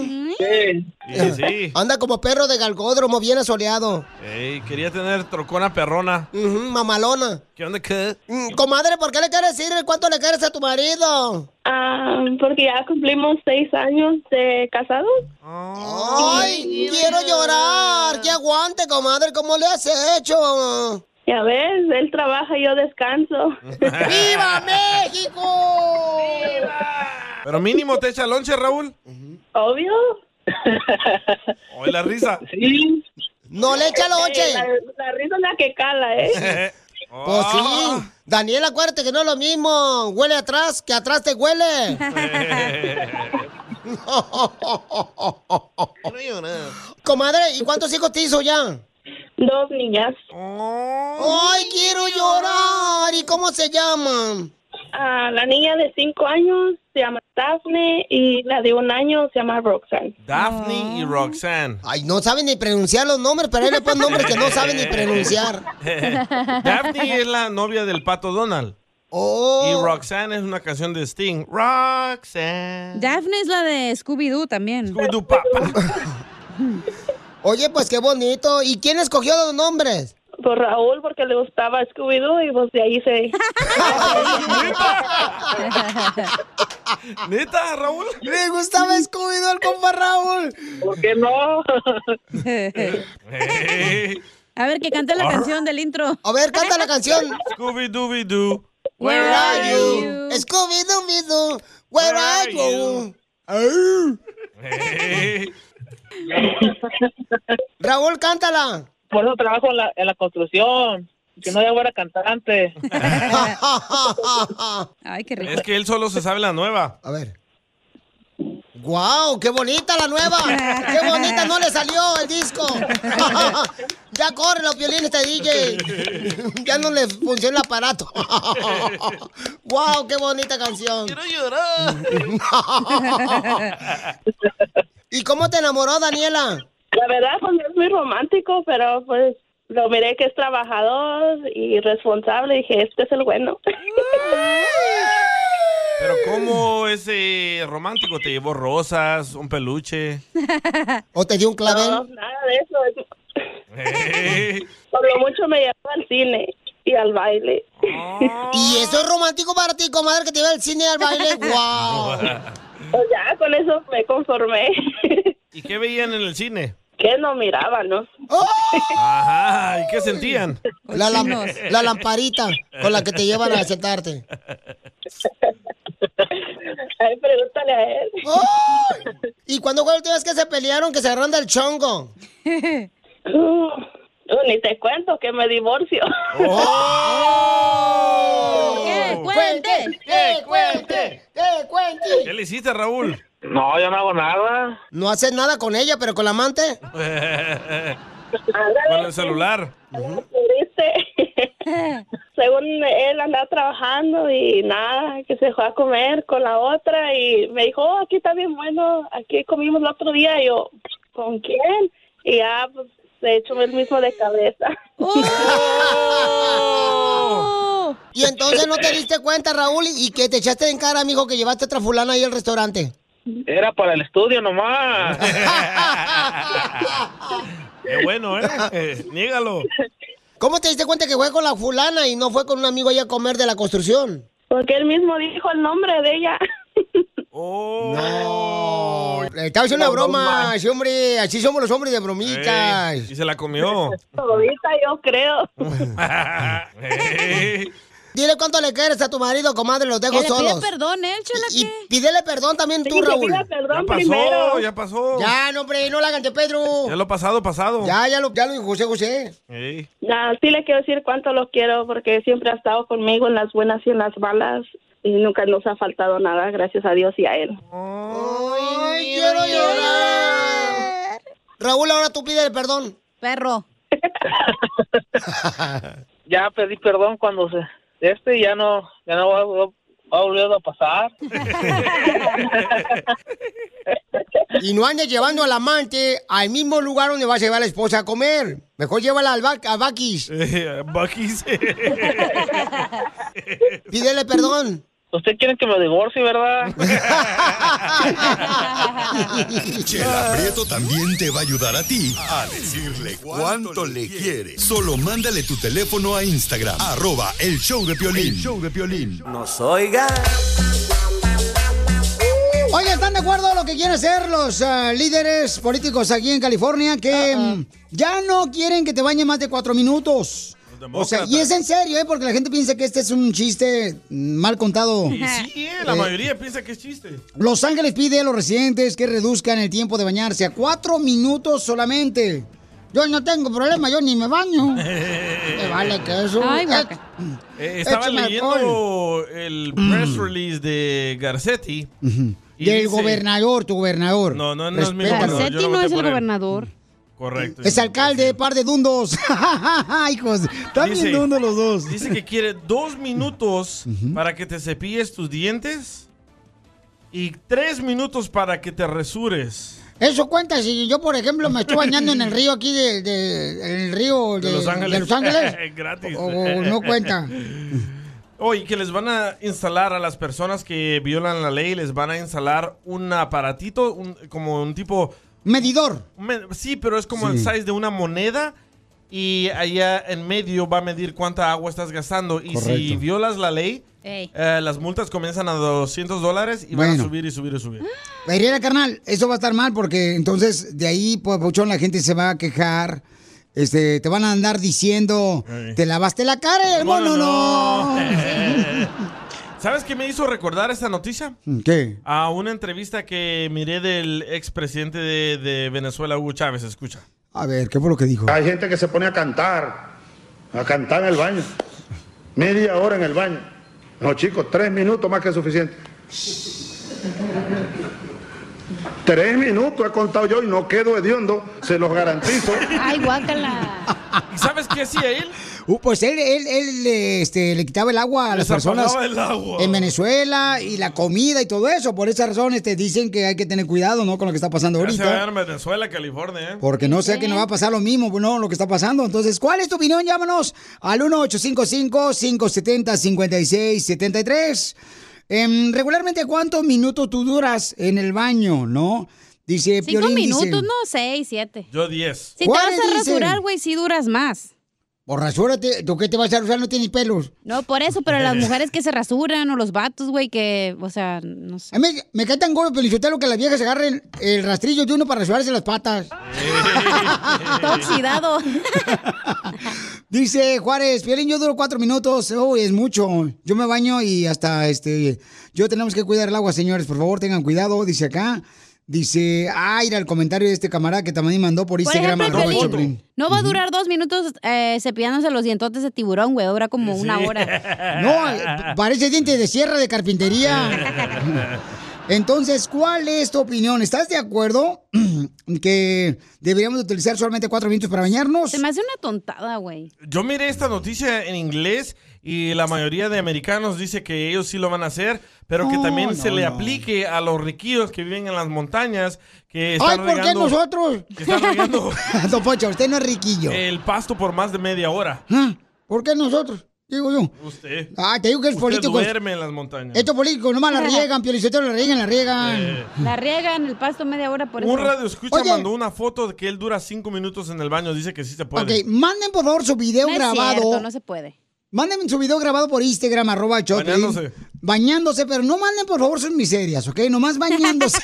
Speaker 3: Mm.
Speaker 4: Sí, sí.
Speaker 3: Anda como perro de galgódromo, bien asoleado.
Speaker 4: Ey, quería tener trocona perrona.
Speaker 3: Ujú, mamalona.
Speaker 4: ¿Qué onda qué?
Speaker 3: Mm, Comadre, ¿por qué le quieres decir cuánto le quieres a tu marido?
Speaker 18: Ah, porque ya cumplimos seis años de casados.
Speaker 3: ¡Ay, quiero llorar! ¡Que aguante, comadre! ¿Cómo le has hecho?
Speaker 18: Ya ves, él trabaja y yo descanso.
Speaker 3: ¡Viva México!
Speaker 4: Pero mínimo te echa lonche, Raúl.
Speaker 18: Obvio.
Speaker 4: Oye, la risa.
Speaker 18: Sí.
Speaker 3: ¡No le echa lonche!
Speaker 18: Eh, la, la risa es la que cala, ¿eh?
Speaker 3: Pues
Speaker 4: Oh,
Speaker 3: sí. Daniel, acuérdate que no es lo mismo. Huele atrás, que atrás te huele. Comadre, ¿y cuántos hijos te hizo ya?
Speaker 18: Dos niñas.
Speaker 3: ¡Ay, quiero llorar! ¿Y cómo se llaman?
Speaker 18: Ah, la niña de cinco años se llama Daphne y la de un año se llama Roxanne.
Speaker 4: Daphne y Roxanne.
Speaker 3: Ay, no saben ni pronunciar los nombres, pero ahí le ponen nombres que Pues, no saben ni pronunciar.
Speaker 4: Daphne es la novia del pato Donald.
Speaker 3: Oh.
Speaker 4: Y Roxanne es una canción de Sting. Roxanne.
Speaker 5: Daphne es la de Scooby-Doo también.
Speaker 4: Scooby-Doo, papá.
Speaker 3: Oye, pues qué bonito. ¿Y quién escogió los nombres?
Speaker 18: Pues Raúl, porque le gustaba Scooby-Doo y pues de ahí se...
Speaker 4: ¿Neta, Raúl?
Speaker 3: Le gustaba Scooby-Doo al compa Raúl.
Speaker 18: ¿Por qué no?
Speaker 5: A ver, que cante la
Speaker 4: Arr.
Speaker 5: canción del intro.
Speaker 3: A ver, canta la canción.
Speaker 4: Scooby-Dooby-Doo.
Speaker 3: Where are you? Scooby-Doo, Where are you? Raúl, cántala.
Speaker 19: Por eso trabajo en la, en la construcción. Que no ya fuera cantante.
Speaker 5: Ay, qué
Speaker 4: Es que él solo se sabe la nueva.
Speaker 3: A ver. ¡Guau! ¡Qué bonita la nueva! ¡Qué bonita! No le salió el disco. ya corre los violines este DJ. ya no le funciona el aparato. ¡Guau! ¡Qué bonita canción! ¡Quiero llorar! ¿Y cómo te enamoró, Daniela?
Speaker 18: La verdad, pues no es muy romántico, pero pues lo miré que es trabajador y responsable. y dije, este es el bueno.
Speaker 4: Pero ¿cómo ese romántico te llevó rosas, un peluche?
Speaker 8: ¿O te dio un
Speaker 18: No, nada de eso. es- Por lo mucho me llevaba al cine y al baile.
Speaker 8: ¿Y eso es romántico para ti, comadre, que te va al cine y al baile? ¡Wow!
Speaker 18: Pues ya, con eso me conformé.
Speaker 4: ¿Y qué veían en el cine?
Speaker 18: Que no miraba, ¿no?
Speaker 4: Ajá, ¿y qué sentían?
Speaker 8: ¡Oh! La, lam- la lamparita con la que te llevan a sentarte.
Speaker 18: Ay, pregúntale a él.
Speaker 8: ¿Y cuándo fue la última vez que se pelearon, que se agarraron del chongo?
Speaker 18: Uh, ni te cuento que me divorcio.
Speaker 8: ¡Oh! ¡Que
Speaker 9: cuente!
Speaker 8: ¡Que cuente! ¡Que cuente!
Speaker 4: ¿Qué le hiciste, Raúl?
Speaker 8: No, yo no hago nada. No haces nada con ella, pero con la amante.
Speaker 4: Con el celular.
Speaker 18: Triste. Según él andaba trabajando y nada, que se fue a comer con la otra y me dijo, "Oh, aquí está bien bueno, aquí comimos el otro día. Y yo, ¿con quién? Y ya, pues, de hecho, él mismo de cabeza.
Speaker 8: Y entonces no te diste cuenta, Raúl, y que te echaste en cara, amigo, que llevaste a otra fulana ahí al restaurante.
Speaker 20: Era para el estudio nomás.
Speaker 4: Qué bueno, ¿eh? Eh, Niégalo.
Speaker 8: ¿Cómo te diste cuenta que fue con la fulana y no fue con un amigo allá a comer de la construcción?
Speaker 18: Porque él mismo dijo el nombre de ella.
Speaker 8: ¡Oh! No. Le Estaba haciendo una
Speaker 18: No,
Speaker 8: broma,
Speaker 18: broma.
Speaker 8: sí, hombre. Así somos los hombres de bromitas.
Speaker 4: Ey, y se la comió.
Speaker 18: Ahorita yo creo.
Speaker 4: Ey.
Speaker 8: Dile cuánto le quieres a tu marido, comadre, los dejo
Speaker 5: Que le pida
Speaker 8: solos.
Speaker 5: perdón, eh, chela,
Speaker 8: Y pídele perdón también tú,
Speaker 5: que
Speaker 8: Raúl.
Speaker 5: pida
Speaker 4: Ya pasó, primero. ya pasó.
Speaker 8: Ya, no, hombre, no la hagan de Pedro.
Speaker 4: Ya lo pasado, pasado.
Speaker 8: Ya, ya lo, ya lo dijo José José.
Speaker 4: Ey.
Speaker 18: Nada, Ah, sí le quiero decir cuánto los quiero porque siempre ha estado conmigo en las buenas y en las malas y nunca nos ha faltado nada, gracias a Dios y a él.
Speaker 8: ¡Ay, quiero llorar! Raúl, ahora tú pídele perdón.
Speaker 5: Perro.
Speaker 20: ya pedí perdón cuando se este ya no ya no va, a vol- va a volver a pasar.
Speaker 8: Y no andes llevando al amante al mismo lugar donde vas a llevar a la esposa a comer. Mejor llévala al ba a Bakis.
Speaker 4: Eh, Bucky's.
Speaker 8: Pídele perdón.
Speaker 20: Usted quiere que me divorcie, ¿verdad?
Speaker 1: Chela Prieto también te va a ayudar a ti a decirle cuánto le quiere. Solo mándale tu teléfono a Instagram, arroba el show de Piolín. show de Piolín. Nos oiga.
Speaker 3: Oiga, ¿están de acuerdo a lo que quieren hacer los ah, líderes políticos aquí en California?
Speaker 4: Ah,
Speaker 3: Que mm, ya no quieren que te bañe más de cuatro minutos. O sea, y es en serio, ¿eh? Porque la gente piensa que este es un chiste mm, mal contado.
Speaker 4: Y sí, eh, la
Speaker 3: Eh,
Speaker 4: mayoría piensa que es chiste. Eh,
Speaker 3: Los Ángeles pide a los residentes que reduzcan el tiempo de bañarse a cuatro minutos solamente. Yo no tengo problema, yo ni me baño. Me vale que eso.
Speaker 9: Ay,
Speaker 3: Eh,
Speaker 4: Eh, estaba
Speaker 3: Échame
Speaker 4: leyendo el press release de Garcetti. y
Speaker 3: del
Speaker 4: dice-
Speaker 3: gobernador, tu gobernador.
Speaker 4: No, no, no es mi
Speaker 3: Respeta.
Speaker 4: gobernador. yo
Speaker 5: Garcetti no
Speaker 4: voté
Speaker 5: es el
Speaker 4: por él.
Speaker 5: gobernador.
Speaker 4: Correcto.
Speaker 3: Es alcalde, par de dundos. Hijos, están
Speaker 4: Dice-
Speaker 3: bien dundos los dos.
Speaker 4: Dice que quiere dos minutos para que te cepilles tus dientes y tres minutos para que te resures.
Speaker 3: Eso cuenta si yo, por ejemplo, me estoy bañando en el río aquí de, de- el río de,
Speaker 4: De Los Ángeles.
Speaker 3: de Los Ángeles.
Speaker 4: Gratis.
Speaker 3: O- o no cuenta.
Speaker 4: Oye, que les van a instalar a las personas que violan la ley, les van a instalar un aparatito, un- como un tipo...
Speaker 3: Medidor.
Speaker 4: sí, pero es como el
Speaker 3: Sí.
Speaker 4: size de una moneda y allá en medio va a medir cuánta agua estás gastando. Y si
Speaker 3: Correcto.
Speaker 4: violas la ley,
Speaker 5: Ey.
Speaker 4: eh, las multas comienzan a 200 dólares y van a
Speaker 3: Bueno. ¡Ah!
Speaker 4: subir y subir y subir.
Speaker 3: Mariela, carnal, eso va a estar mal porque entonces de ahí, pues, Papuchón, la gente se va a quejar. Este, te van a andar diciendo,
Speaker 4: Ey.
Speaker 3: te lavaste la cara, el mono, ¡Oh, no.
Speaker 4: ¿Sabes qué me hizo recordar esta noticia?
Speaker 3: ¿Qué?
Speaker 4: A una entrevista que miré del expresidente de, de Venezuela, Hugo Chávez, escucha.
Speaker 3: A ver, ¿qué fue lo que dijo?
Speaker 21: Hay gente que se pone a cantar, a cantar en el baño. Media hora en el baño. No, chicos, tres minutos más que suficiente. Tres minutos he contado yo y no quedo hediondo, se los garantizo.
Speaker 5: Ay, guácala.
Speaker 4: ¿Y sabes qué hacía él?
Speaker 3: Uh, pues él, él, él, eh, este, le quitaba el agua a las
Speaker 4: Les
Speaker 3: personas
Speaker 4: apagaba el agua.
Speaker 3: en Venezuela y la comida y todo eso. Por esa razón este, dicen que hay que tener cuidado ¿no? con lo que está pasando
Speaker 4: Ya se va
Speaker 3: ahorita.
Speaker 4: a Venezuela, California, ¿eh?
Speaker 3: Porque no sea que nos va a pasar lo mismo, no, lo que está pasando. Entonces, ¿cuál es tu opinión? Llámanos al 1855-570-5673. em, regularmente, ¿cuántos minutos tú duras en el baño, no? Dice
Speaker 5: Cinco
Speaker 3: Piolín, dice,
Speaker 5: minutos, no, seis, siete.
Speaker 4: Yo 10.
Speaker 5: Si te vas
Speaker 3: ¿Cuáles
Speaker 5: a
Speaker 3: dicen?
Speaker 5: rasurar, güey, si duras más.
Speaker 3: Pues rasúrate, ¿tú qué te vas a rasar? No tienes pelos.
Speaker 5: No, por eso, pero las mujeres que se rasuran o los vatos, güey, que, o sea, no sé.
Speaker 3: A mí me cae tan gordo, Pelichotelo, que las viejas se agarren el rastrillo de uno para rasurarse las patas.
Speaker 5: Está oxidado.
Speaker 3: Dice Juárez, Piolín, yo duro cuatro minutos. Oh, es mucho. Yo me baño y hasta este. Yo tenemos que cuidar el agua, señores. Por favor, tengan cuidado. Dice acá. Dice, ah, ir al comentario de este camarada que también mandó por
Speaker 5: Por
Speaker 3: Instagram.
Speaker 5: ejemplo, el
Speaker 3: arroba
Speaker 5: Piolín
Speaker 3: Choplin.
Speaker 5: no va a durar dos minutos eh, cepillándose los dientotes de tiburón, güey. Dura como una hora.
Speaker 3: No, eh, parece diente de sierra de carpintería. Entonces, ¿cuál es tu opinión? ¿Estás de acuerdo que deberíamos de utilizar solamente cuatro minutos para bañarnos?
Speaker 5: Se me hace una tontada, güey.
Speaker 4: Yo miré esta noticia en inglés y la mayoría de americanos dice que ellos sí lo van a hacer, pero que
Speaker 3: No,
Speaker 4: también se
Speaker 3: no,
Speaker 4: le
Speaker 3: no.
Speaker 4: aplique a los riquillos que viven en las montañas, que
Speaker 3: Ay,
Speaker 4: están
Speaker 3: ¿por qué
Speaker 4: regando
Speaker 3: nosotros? Don Pocho, usted no es riquillo.
Speaker 4: el pasto por más de media hora.
Speaker 3: Ah, ¿Por qué nosotros? Digo yo.
Speaker 4: Usted.
Speaker 3: Ah, te digo que es
Speaker 4: Usted
Speaker 3: político.
Speaker 4: duerme en las montañas.
Speaker 3: Estos políticos nomás la riegan, Piolicetero, la riegan, la riegan.
Speaker 4: Eh.
Speaker 5: La riegan el pasto media hora por eso.
Speaker 4: Un radio escucha
Speaker 5: Oye.
Speaker 4: mandó una foto de que él dura cinco minutos en el baño, dice que sí se puede.
Speaker 3: Ok, manden por favor su video
Speaker 5: No es
Speaker 3: grabado.
Speaker 5: cierto, no se puede.
Speaker 3: Mándenme su video grabado por Instagram, arroba el Choplin.
Speaker 4: Bañándose.
Speaker 3: Bañándose, pero no manden por favor sus miserias, ¿ok? Nomás bañándose.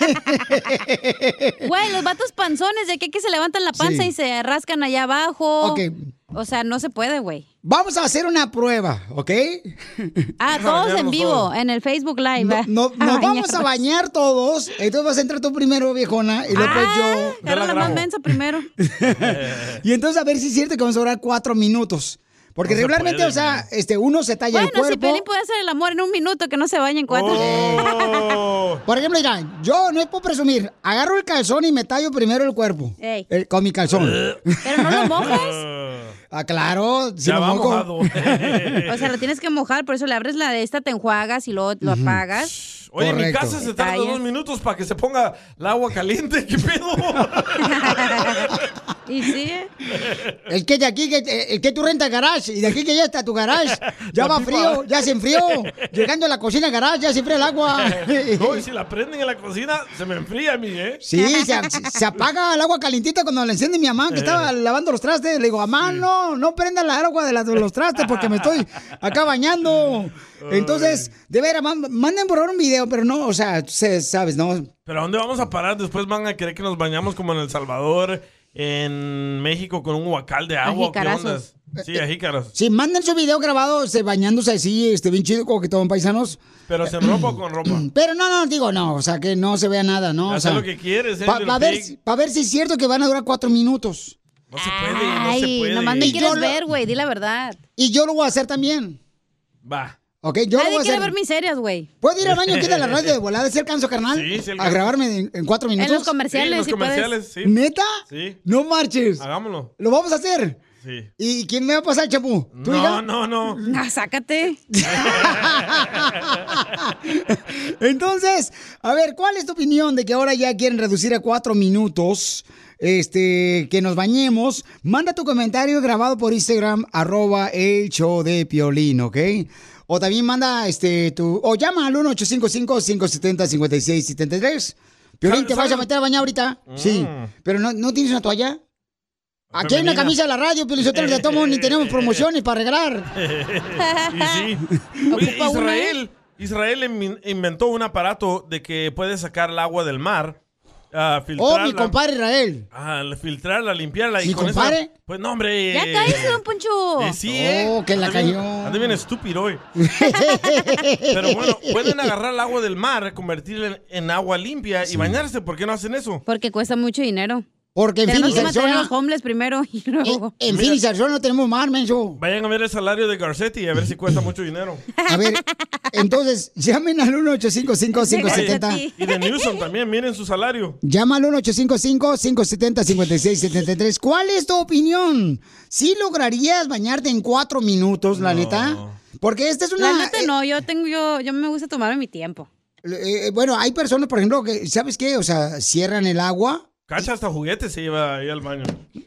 Speaker 5: Güey, los vatos panzones de que, que se levantan la panza
Speaker 3: Sí.
Speaker 5: y se rascan allá abajo.
Speaker 3: Ok.
Speaker 5: O sea, no se puede, güey.
Speaker 3: Vamos a hacer una prueba, ¿ok?
Speaker 5: Ah, todos en vivo, en el Facebook Live.
Speaker 3: No-
Speaker 5: ¿eh?
Speaker 3: no-
Speaker 5: A
Speaker 3: nos vamos
Speaker 5: bañarnos.
Speaker 3: a bañar todos. Entonces vas a entrar tú primero, viejona, y después yo.
Speaker 5: Era Ah, la más mensa primero.
Speaker 3: Y entonces a ver si es cierto que vamos a durar cuatro minutos. Porque
Speaker 5: No se
Speaker 3: regularmente,
Speaker 5: puede,
Speaker 3: o sea, este, uno se talla el
Speaker 5: Bueno, si
Speaker 3: cuerpo.
Speaker 5: Pelín puede hacer el amor en un minuto, que no se bañen cuatro. pues.
Speaker 3: Por ejemplo, dirán, yo no es por presumir, agarro el calzón y me tallo primero el cuerpo.
Speaker 5: Ey.
Speaker 3: Eh, con mi calzón.
Speaker 5: Pero no lo mojas.
Speaker 3: Ah, claro, si lo
Speaker 5: va
Speaker 3: mojo.
Speaker 5: mojado. O sea, lo tienes que mojar, por eso le abres la de esta, te enjuagas y luego lo apagas.
Speaker 4: Oye, mi casa se tarda
Speaker 5: Detalles.
Speaker 4: dos minutos para que se ponga el agua caliente. ¿Qué pedo?
Speaker 5: Y sí. ¿eh?
Speaker 3: Es que de aquí, que, eh, es que tú rentas garage y de aquí que ya está tu garage, ya
Speaker 4: La
Speaker 3: va
Speaker 4: pipa.
Speaker 3: frío, ya se enfrió. Llegando a la cocina garage, ya se enfría el agua.
Speaker 4: No, y si la prenden en la cocina, se me enfría a mí, ¿eh?
Speaker 3: Sí, se, se apaga el agua calentita cuando la enciende mi mamá, que
Speaker 4: Eh.
Speaker 3: estaba lavando los trastes. Le digo, mamá, no, no prenda el agua de, la- de los trastes porque me estoy acá bañando. Entonces, de veras, man- manden por ahora un video, pero no, o sea, se- sabes, ¿no?
Speaker 4: Pero ¿a dónde vamos a parar? Después van a querer que nos bañamos como en El Salvador, en México, con un huacal de agua. ¿Qué
Speaker 3: Ajicarazos.
Speaker 4: ondas? Sí, ajícaros.
Speaker 3: Sí, manden su video grabado se bañándose así, este, bien chido, coquetón, paisanos.
Speaker 4: Pero sin ropa o con ropa.
Speaker 3: Pero no, no, digo, no, o sea, que no se vea nada, ¿no? O
Speaker 4: Haz
Speaker 3: sea,
Speaker 4: lo que quieres, ¿eh?
Speaker 3: Para
Speaker 4: Little
Speaker 3: ver,
Speaker 4: Pig?
Speaker 3: si- pa' ver si es cierto que van a durar cuatro minutos.
Speaker 5: Ay,
Speaker 3: puede.
Speaker 5: nomás me
Speaker 3: Y yo
Speaker 5: quieres
Speaker 3: lo-
Speaker 5: ver, güey, di la verdad.
Speaker 3: Y yo lo voy a hacer también,
Speaker 4: Va.
Speaker 3: ¿ok? Yo lo
Speaker 5: Nadie
Speaker 3: voy a
Speaker 5: quiere
Speaker 3: hacer.
Speaker 5: ver miserias, güey.
Speaker 3: ¿Puedo ir al baño aquí de la radio de volada? ¿Sí alcanzo, carnal?
Speaker 5: Sí, sí alcanzo.
Speaker 3: ¿A grabarme en, en cuatro minutos?
Speaker 5: En los comerciales, Sí, en los si
Speaker 4: comerciales, puedes. sí.
Speaker 3: ¿Neta?
Speaker 4: Sí.
Speaker 3: No marches.
Speaker 4: Hagámoslo.
Speaker 3: ¿Lo vamos a hacer?
Speaker 4: Sí.
Speaker 3: ¿Y quién me va a pasar el champú? ¿Tú,
Speaker 4: No,
Speaker 3: hija?
Speaker 4: no, no.
Speaker 5: Ah, sácate.
Speaker 3: Entonces, a ver, ¿cuál es tu opinión de que ahora ya quieren reducir a cuatro minutos? Este, que nos bañemos. Manda tu comentario grabado por Instagram, arroba el show de Piolín, ¿ok? O también manda, este, tu, o llama al 1-855-570-5673. Piolín, ¿te vas a meter a bañar ahorita? Sí. ¿Pero no, no tienes una toalla? Aquí hay una
Speaker 9: Femenina.
Speaker 3: camisa de la radio, Piolín, nosotros la tomo, ni tenemos promociones para regalar.
Speaker 4: y sí. Oye,
Speaker 3: Ocupa una,
Speaker 4: Israel, Israel in- inventó un aparato de que puede sacar el agua del mar, ah,
Speaker 3: Oh, mi
Speaker 4: filtrarla,
Speaker 3: compadre Israel.
Speaker 4: ah, filtrarla, limpiarla. y
Speaker 3: ¿Mi
Speaker 4: con esa-
Speaker 3: compadre?
Speaker 4: pues no, hombre.
Speaker 5: Ya caíste, don Poncho.
Speaker 4: Eh, sí, ¿eh?
Speaker 3: Oh, que la
Speaker 4: Ando bien-
Speaker 3: cayó.
Speaker 4: ando bien estúpido hoy. Pero bueno, pueden agarrar el agua del mar, convertirla en, en agua limpia y bañarse. ¿Por qué no hacen eso?
Speaker 5: Porque cuesta mucho dinero.
Speaker 3: Porque en
Speaker 5: Tenemos
Speaker 3: Phoenix,
Speaker 5: que mantener a
Speaker 3: Arizona-
Speaker 5: los homeless primero y luego.
Speaker 3: Eh, En Phoenix, Arizona no tenemos mar, menso.
Speaker 4: Vayan a ver el salario de Garcetti y a ver si cuesta mucho dinero.
Speaker 3: A ver, entonces, llamen al 1-855-570.
Speaker 4: Y de Newsom también, miren su salario.
Speaker 3: Llama al 1-855-570-5673. ¿Cuál es tu opinión? ¿Sí lograrías bañarte en cuatro minutos, la neta? Porque esta es una...
Speaker 5: La neta no, yo tengo, yo, yo me gusta tomarme mi tiempo.
Speaker 3: eh, eh, bueno, hay personas, por ejemplo, que, ¿sabes qué? O sea, cierran el agua.
Speaker 4: Cacha hasta juguetes se lleva ahí al baño.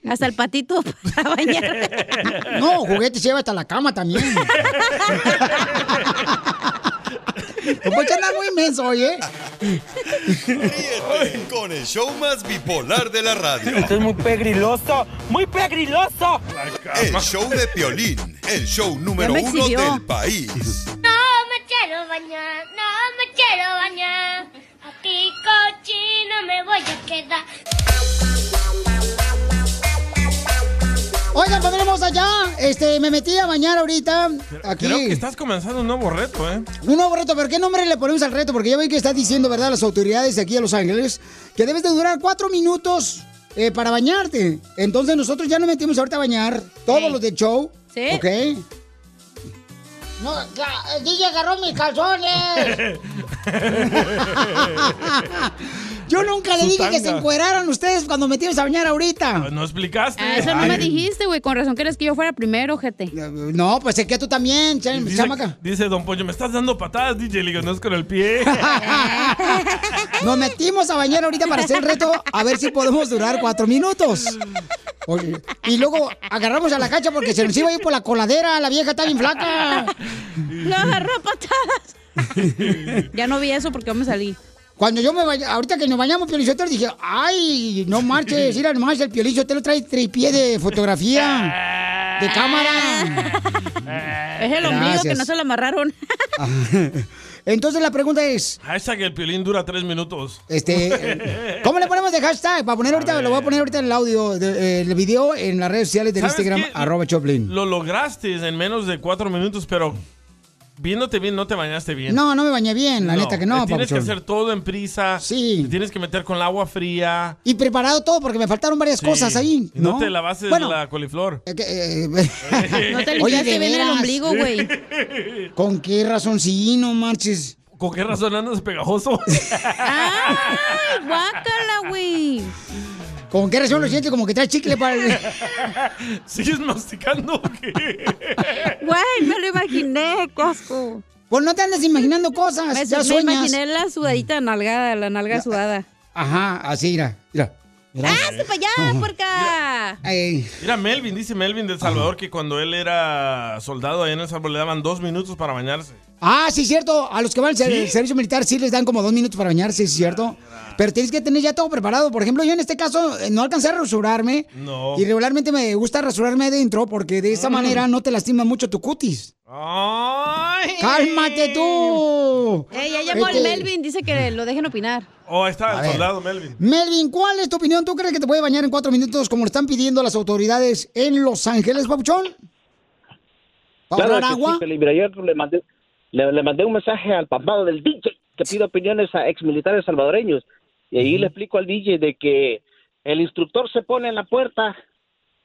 Speaker 5: Hasta el patito para bañar.
Speaker 3: No, juguete se lleva hasta la cama también. Don Poncho anda Pues muy inmenso hoy, ¿eh?
Speaker 1: Ríete con el show más bipolar de la radio.
Speaker 9: Esto es muy pegriloso, muy pegriloso.
Speaker 1: El show de Piolín, el show número
Speaker 9: me
Speaker 1: uno
Speaker 9: exhibió.
Speaker 1: del país.
Speaker 22: No me quiero bañar, no me quiero bañar. Aquí cochina me voy a quedar.
Speaker 3: Oigan, pondremos allá. Este, me metí a bañar ahorita. Aquí.
Speaker 4: Creo que estás comenzando un nuevo reto, ¿eh?
Speaker 3: Un nuevo reto, pero ¿qué nombre le ponemos al reto? Porque ya ven que está diciendo, ¿verdad?, las autoridades de aquí a Los Ángeles que debes de durar cuatro minutos eh, para bañarte. Entonces nosotros ya nos metimos ahorita a bañar, todos los del show.
Speaker 8: Sí.
Speaker 3: ¿Ok?
Speaker 8: No, ya, el DJ agarró mis calzones.
Speaker 3: Yo nunca le
Speaker 4: Su
Speaker 3: dije que se
Speaker 4: tanga.
Speaker 3: encueraran ustedes cuando metimos a bañar ahorita.
Speaker 4: No explicaste.
Speaker 5: Ah, eso no me
Speaker 4: Ay.
Speaker 5: dijiste, güey. Con razón quieres que yo fuera primero, gente.
Speaker 3: No, pues es que tú también,
Speaker 4: Dice, dice Don Pollo, me estás dando patadas, DJ. Le digo, no es con el pie.
Speaker 3: Nos metimos a bañar ahorita para hacer el reto, a ver si podemos durar cuatro minutos. Oye, y luego agarramos a la cacha porque se nos iba a ir por la coladera, la vieja está bien flaca.
Speaker 5: Lo agarró a patadas. ya no vi eso porque yo me salí.
Speaker 3: Cuando yo me bañé, ahorita que nos bañamos, Piolichotero, dije, ay, no marches, mira nomás, el Piolichotero trae tripié de fotografía, de cámara.
Speaker 5: Es el ombligo que
Speaker 3: Gracias.
Speaker 5: no se lo amarraron.
Speaker 3: Entonces la pregunta es,
Speaker 4: Hashtag el piolín dura tres minutos.
Speaker 3: este, ¿cómo le ponemos de hashtag? Para poner ahorita, lo voy a poner ahorita en el audio, de- eh, el video en las redes sociales del
Speaker 4: ¿Sabes
Speaker 3: Instagram,
Speaker 4: qué?
Speaker 3: arroba Choplin.
Speaker 4: Lo lograste en menos de cuatro minutos, pero viéndote bien, no te bañaste bien.
Speaker 3: No, no me bañé bien, la neta que no,
Speaker 4: le eh, Tienes
Speaker 3: papuchón.
Speaker 4: que hacer todo en prisa.
Speaker 3: Sí.
Speaker 4: Tienes que meter con el agua fría.
Speaker 3: Y preparado todo porque me faltaron varias
Speaker 4: Sí.
Speaker 3: cosas ahí.
Speaker 4: Y No,
Speaker 3: ¿no?
Speaker 4: te lavaste
Speaker 3: Bueno, eh,
Speaker 4: la coliflor.
Speaker 3: no
Speaker 4: te limpiaste bien el ombligo, güey.
Speaker 3: ¿Con qué razón sí, no marches?
Speaker 4: ¿Con qué razón andas pegajoso?
Speaker 5: ¡Ay, guácala, güey!
Speaker 3: ¿Con qué razón lo sientes como que trae chicle para el...
Speaker 4: ¿Sigues masticando o qué?
Speaker 5: Güey, me lo imaginé, qué asco.
Speaker 3: Pues no te andes imaginando cosas,
Speaker 5: Me,
Speaker 3: ya
Speaker 5: me
Speaker 3: sueñas.
Speaker 5: imaginé la sudadita nalgada, la nalga sudada.
Speaker 3: Ajá, así, mira, mira. mira.
Speaker 5: ¡Hazte para allá, puerca!
Speaker 3: Ey.
Speaker 4: Mira, Melvin, dice Melvin del Salvador que cuando él era soldado ahí en El Salvador le daban dos minutos para bañarse.
Speaker 3: Ah, sí, cierto. A los que van al ser-
Speaker 4: ¿Sí? Ah,
Speaker 3: servicio militar sí les dan como dos minutos para bañarse, es cierto. Pero tienes que tener ya todo preparado. Por ejemplo, yo en este caso eh, no alcancé a rasurarme.
Speaker 4: No. Ah.
Speaker 3: Y regularmente me gusta rasurarme adentro porque de esa manera no te lastima mucho tu cutis.
Speaker 4: Eh.
Speaker 3: ¡Cálmate tú!
Speaker 5: Ey, Eh, ya llamó el
Speaker 3: Este,
Speaker 5: Melvin, dice que lo dejen opinar.
Speaker 4: Oh, ahí está
Speaker 3: A
Speaker 4: el
Speaker 3: ver.
Speaker 4: soldado Melvin.
Speaker 3: Melvin, ¿cuál es tu opinión? ¿Tú crees que te puede bañar en cuatro minutos como lo están pidiendo las autoridades en Los Ángeles, Papuchón? ¿Para
Speaker 23: Claro
Speaker 3: ahorrar
Speaker 23: que sí,
Speaker 3: agua?
Speaker 23: Piolín. Mira, ayer le mandé, le, le mandé un mensaje al papado del DJ que pide opiniones a ex militares salvadoreños. Y ahí le explico al DJ de que el instructor se pone en la puerta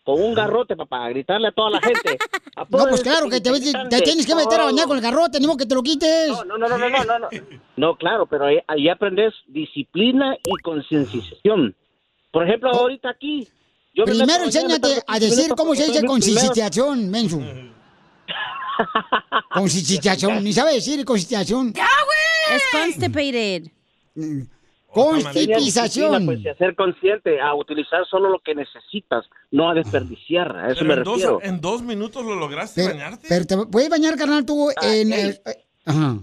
Speaker 23: con un garrote, papá, a gritarle a toda la gente.
Speaker 3: No, pues claro que te, te tienes que meter a bañar con el garrote, ni modo que te lo quites.
Speaker 23: No, no, no, no, no, no, no. No, claro, pero ahí, ahí aprendes disciplina y concienciación. Por ejemplo,
Speaker 3: Oh.
Speaker 23: ahorita aquí. yo me meto
Speaker 3: Primero
Speaker 23: a bañar, me
Speaker 3: enséñate
Speaker 23: tardo
Speaker 3: a
Speaker 23: 15
Speaker 3: decir
Speaker 23: minutos
Speaker 3: cómo se dice
Speaker 23: porque soy el primero.
Speaker 3: conciliación, menso. Conciliación, ni sabe decir conciliación.
Speaker 5: ¡Ya, güey! Es constipated.
Speaker 3: Constipización.
Speaker 23: Pues, y a ser consciente, a utilizar solo lo que necesitas, no a desperdiciar. A eso
Speaker 4: Pero
Speaker 23: me
Speaker 4: en dos,
Speaker 23: refiero.
Speaker 4: en dos minutos lo lograste
Speaker 3: Pero,
Speaker 4: bañarte.
Speaker 3: pero te puedes bañar, carnal, tú
Speaker 23: Ah,
Speaker 3: en el... eh, Ajá.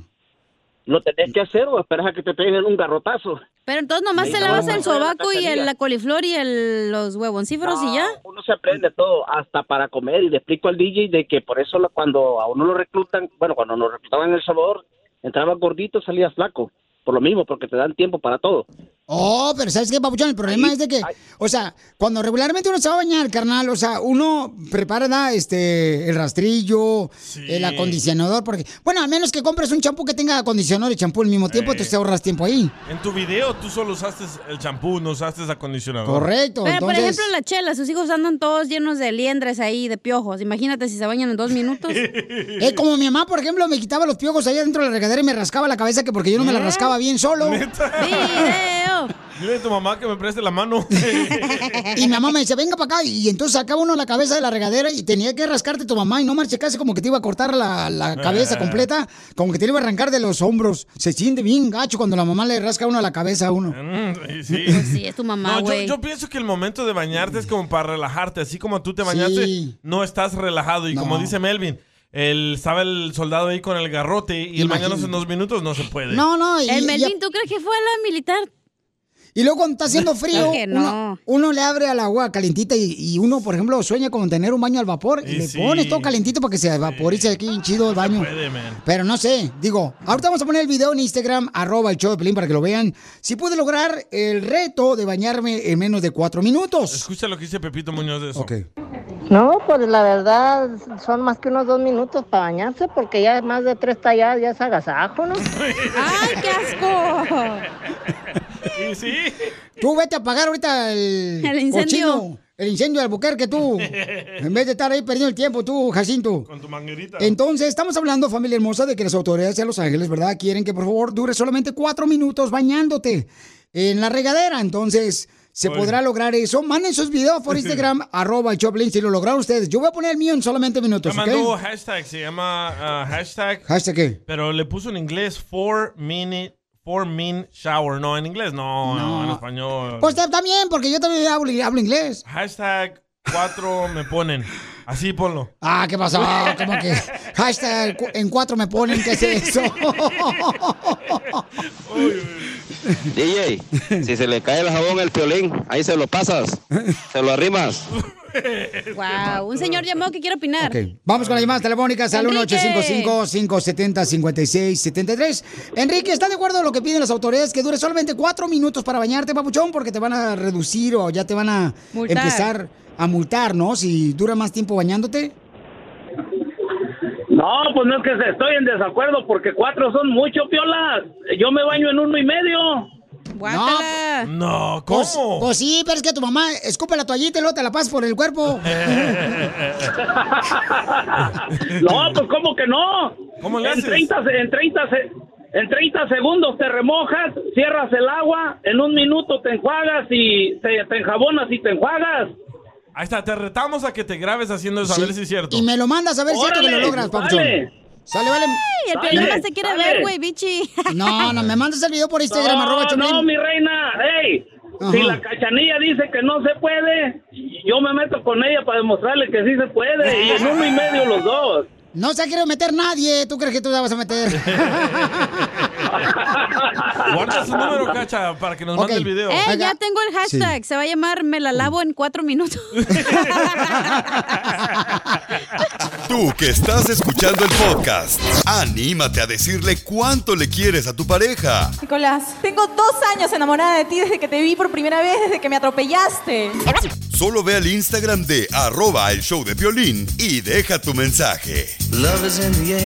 Speaker 23: Lo tenés que hacer o esperas a que te peguen un garrotazo.
Speaker 5: Pero entonces nomás
Speaker 23: Sí,
Speaker 5: te
Speaker 23: no,
Speaker 5: lavas
Speaker 23: no,
Speaker 5: el
Speaker 23: no, no,
Speaker 5: sobaco y el-
Speaker 23: tacaría.
Speaker 5: la coliflor y el, los huevoncíferos y ya.
Speaker 23: Ah, Uno se aprende todo, hasta para comer. Y le explico al DJ de que por eso lo- cuando a uno lo reclutan, bueno, cuando nos reclutaban en El Salvador, entraba gordito, salía flaco. Por lo mismo, porque te dan tiempo para todo.
Speaker 3: Oh, pero ¿sabes qué, Papuchón? El problema es de que, o sea, cuando regularmente uno se va a bañar, carnal, o sea, uno prepara ¿da? este, el rastrillo, el acondicionador, porque, bueno, a menos que compres un champú que tenga acondicionador y champú al mismo tiempo,
Speaker 4: Eh.
Speaker 3: tú te ahorras tiempo ahí.
Speaker 4: En tu video tú solo usaste el champú, no usaste acondicionador.
Speaker 3: Correcto,
Speaker 5: Pero, por ejemplo, en la chela, sus hijos andan todos llenos de liendres ahí, de piojos. Imagínate si se bañan en dos minutos.
Speaker 3: Es Eh, como mi mamá, por ejemplo, me quitaba los piojos allá dentro de la regadera y me rascaba la cabeza que porque yo no me la rascaba bien solo.
Speaker 5: eh.
Speaker 4: Dile a tu mamá que me preste la mano.
Speaker 3: Y mi mamá me decía, venga para acá. Y entonces sacaba uno la cabeza de la regadera y tenía que rascarte tu mamá y no marche casi como que te iba a cortar la, la cabeza
Speaker 8: Ah.
Speaker 3: completa, como que te la iba a arrancar de los hombros. Se siente bien gacho cuando la mamá le rasca a uno la cabeza a uno.
Speaker 4: Mm, sí.
Speaker 5: Pues sí, es tu mamá,
Speaker 4: No, yo,
Speaker 5: güey.
Speaker 4: yo pienso que el momento de bañarte es como para relajarte. Así como tú te bañaste, no estás relajado. Y como dice Melvin, el, estaba el soldado ahí con el garrote y el mañana en dos minutos no se puede.
Speaker 3: No, no. y-
Speaker 5: El
Speaker 3: y-
Speaker 5: Melvin, ¿tú crees que fue a la militar?
Speaker 3: Y luego cuando está haciendo frío,
Speaker 5: Claro que no.
Speaker 3: uno, uno le abre al agua calentita y, y uno, por ejemplo, sueña con tener un baño al vapor y,
Speaker 4: Y
Speaker 3: le
Speaker 4: sí.
Speaker 3: pones todo calentito para que se vaporice aquí bien chido el baño.
Speaker 4: Puede, man.
Speaker 3: Pero no sé, digo, ahorita vamos a poner el video en Instagram, arroba el show de Pelín para que lo vean. Si pude lograr el reto de bañarme en menos de cuatro minutos.
Speaker 4: Escucha lo que dice Pepito Muñoz de eso.
Speaker 24: No, pues la verdad son más que unos dos minutos para bañarse porque ya más de tres talladas ya es agasajo, ¿no?
Speaker 5: ¡Ay, qué asco!
Speaker 4: ¿Y sí?
Speaker 3: Tú vete a apagar ahorita el,
Speaker 5: El incendio.
Speaker 3: cochino, el incendio de Albuquerque, tú. En vez de estar ahí perdiendo el tiempo, tú, Jacinto.
Speaker 4: Con tu manguerita.
Speaker 3: Entonces, estamos hablando, familia hermosa, de que las autoridades de Los Ángeles, ¿verdad? Quieren que por favor dure solamente cuatro minutos bañándote en la regadera. Entonces, ¿se
Speaker 7: Oye.
Speaker 3: podrá lograr eso? Manden sus videos por Instagram, arroba el Choplin, si lo lograron ustedes. Yo voy a poner el mío en solamente minutos,
Speaker 4: Me mandó
Speaker 3: ¿ok?
Speaker 4: hashtag, se llama ah, hashtag.
Speaker 3: ¿Hashtag qué?
Speaker 4: Pero le puso en inglés four minute, four min shower. No, en inglés no, no, en español.
Speaker 3: Pues usted también, porque yo también hablo, hablo inglés.
Speaker 4: Hashtag 4 me ponen. Así ponlo.
Speaker 3: Ah, ¿qué pasó? ¿Cómo que? Hashtag cu- en cuatro me ponen, ¿qué es eso?
Speaker 25: DJ, si se le cae el jabón al piolín, ahí se lo pasas, se lo arrimas.
Speaker 5: Wow, un señor llamó que quiere opinar.
Speaker 3: Ok, Vamos con las llamadas telefónicas al
Speaker 5: Enrique.
Speaker 3: 1-855-570-5673. Enrique, ¿estás de acuerdo con lo que piden las autoridades? Que dure solamente cuatro minutos para bañarte, papuchón, porque te van a reducir o ya te van a
Speaker 5: Multar.
Speaker 3: empezar a multar, ¿no? Si dura más tiempo bañándote.
Speaker 6: No, pues no es que se- estoy en desacuerdo porque cuatro son mucho, piolas. Yo me baño en uno y medio.
Speaker 4: No,
Speaker 3: Pues, pues sí, pero es que tu mamá escupe la toallita y luego te la pasas por el cuerpo.
Speaker 6: No, pues ¿cómo que no?
Speaker 4: ¿Cómo le
Speaker 6: en
Speaker 4: haces?
Speaker 6: 30, se- en, 30 se- en 30 segundos te remojas, cierras el agua, en un minuto te enjuagas y te, te enjabonas y te enjuagas.
Speaker 4: Ahí está, te retamos a que te grabes haciendo eso, a ver si es cierto.
Speaker 3: Y me lo mandas a ver si es que lo
Speaker 4: Órale,
Speaker 3: logras, papuchón.
Speaker 4: vale.
Speaker 3: Sale, vale.
Speaker 5: Ay, el Piolín nomás te quiere
Speaker 3: Dale.
Speaker 5: ver, güey, bichi.
Speaker 3: No, no, me mandas el video por Instagram, arroba
Speaker 6: no,
Speaker 3: Choplin.
Speaker 6: no, mi reina, hey, si
Speaker 3: Ajá.
Speaker 6: la cachanilla dice que no se puede, yo me meto con ella para demostrarle que sí se puede y en uno y medio los dos.
Speaker 3: No se ha querido meter nadie. ¿Tú crees que tú la vas a meter?
Speaker 4: Guarda su número, cacha, para que nos mande el video.
Speaker 5: Eh, ya tengo el hashtag. Se va a llamar Me la lavo en cuatro minutos.
Speaker 1: Tú que estás escuchando el podcast, anímate a decirle cuánto le quieres a tu pareja.
Speaker 26: Nicolás, tengo dos años enamorada de ti desde que te vi por primera vez, desde que me atropellaste.
Speaker 1: Solo ve al Instagram de arroba el show de violín y deja tu mensaje.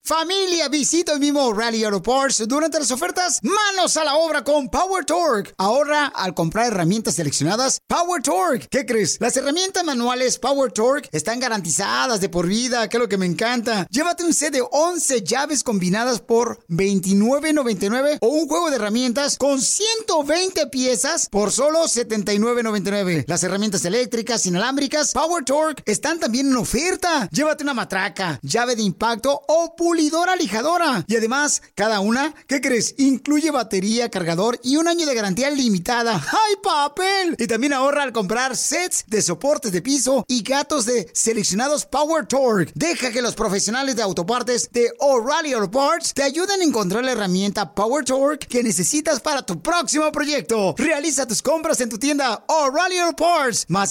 Speaker 3: Familia, visita el mismo Rally Auto Parts durante las ofertas. Manos a la obra con Power Torque. Ahora, al comprar herramientas seleccionadas, Power Torque. ¿Qué crees? Las herramientas manuales Power Torque están garantizadas de por vida, que es lo que me encanta. Llévate un set de 11 llaves combinadas por $29.99 o un juego de herramientas con 120 piezas por solo $79.99. Las herramientas eléctricas, inalámbricas, Power Torque están también en oferta. Llévate una matraca, llave de impacto o pulidora lijadora. Y además, cada una, ¿qué crees? Incluye batería, cargador y un año de garantía limitada. ¡Ay, papel! Y también ahorra al comprar sets de soportes de piso y gatos de seleccionados Power Torque. Deja que los profesionales de autopartes de O'Reilly Auto Parts te ayuden a encontrar la herramienta Power Torque que necesitas para tu próximo proyecto. Realiza tus compras en tu tienda O'Reilly Auto Parts más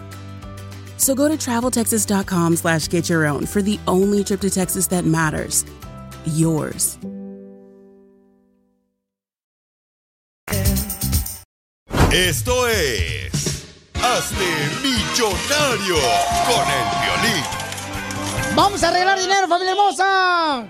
Speaker 27: So go to traveltexas.com slash get your own for the only trip to Texas that matters. Yours.
Speaker 1: Esto es. Hazte millonario con el violín.
Speaker 3: Vamos a arreglar dinero, familia hermosa.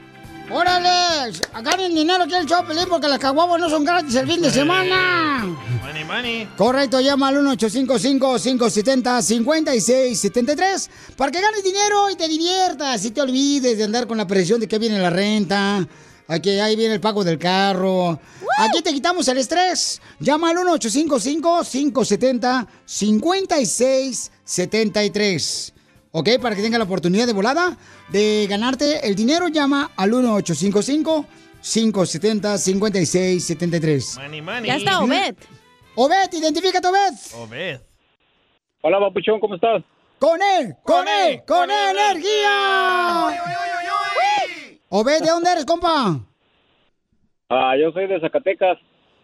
Speaker 3: Órale, ganen dinero aquí en el show, Pelín, porque las caguamas no son gratis el fin de semana.
Speaker 4: Money, money.
Speaker 3: Correcto, llama al 1-855-570-5673 para que ganes dinero y te diviertas y te olvides de andar con la presión de que viene la renta. Aquí, ahí viene el pago del carro. Aquí te quitamos el estrés. Llama al 1-855-570-5673. ¿Ok? Para que tenga la oportunidad de volada de ganarte el dinero, llama al 1-855-570-5673.
Speaker 4: Money, money.
Speaker 3: Obed, identifícate, Obed.
Speaker 4: Obed.
Speaker 14: Hola, papuchón, ¿cómo estás?
Speaker 3: Con él, con él, con energía. Obed, ¿de dónde eres, compa?
Speaker 14: Ah, yo soy de Zacatecas.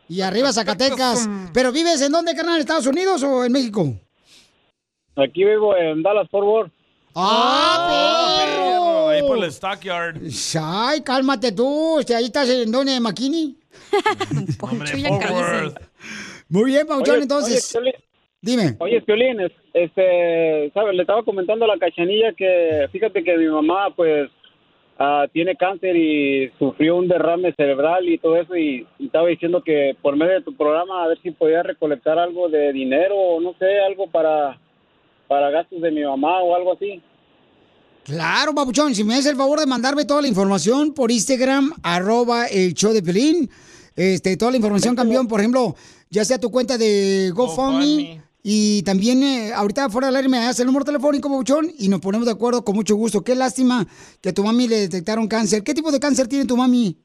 Speaker 3: Y arriba Zacatecas. ¿Pero vives en dónde, carnal? ¿Estados Unidos o en México?
Speaker 14: Aquí vivo en Dallas, Fort Worth.
Speaker 12: Oh,
Speaker 3: ¡Ah,
Speaker 4: perro! Ahí por el stockyard.
Speaker 3: Ay, cálmate tú. este, Ahí estás en donde, Maquini. Muy bien, Pauchón,
Speaker 14: Oye,
Speaker 3: entonces.
Speaker 14: oye, Piolín.
Speaker 3: Dime.
Speaker 14: Oye, Piolín, es- este, ¿sabes? Le estaba comentando a la cachanilla que, fíjate que mi mamá, pues, ah, tiene cáncer y sufrió un derrame cerebral y todo eso, y, y estaba diciendo que por medio de tu programa, a ver si podía recolectar algo de dinero o no sé, algo para, para gastos de mi mamá o algo así.
Speaker 3: Claro, Papuchón, si me haces el favor de mandarme toda la información por Instagram, arroba el show de Pelín, este, toda la información, campeón, por ejemplo, ya sea tu cuenta de GoFundMe, y también eh, ahorita fuera del aire me das el número telefónico, Papuchón, y nos ponemos de acuerdo con mucho gusto. Qué lástima que a tu mami le detectaron cáncer. ¿Qué tipo de cáncer tiene tu mami?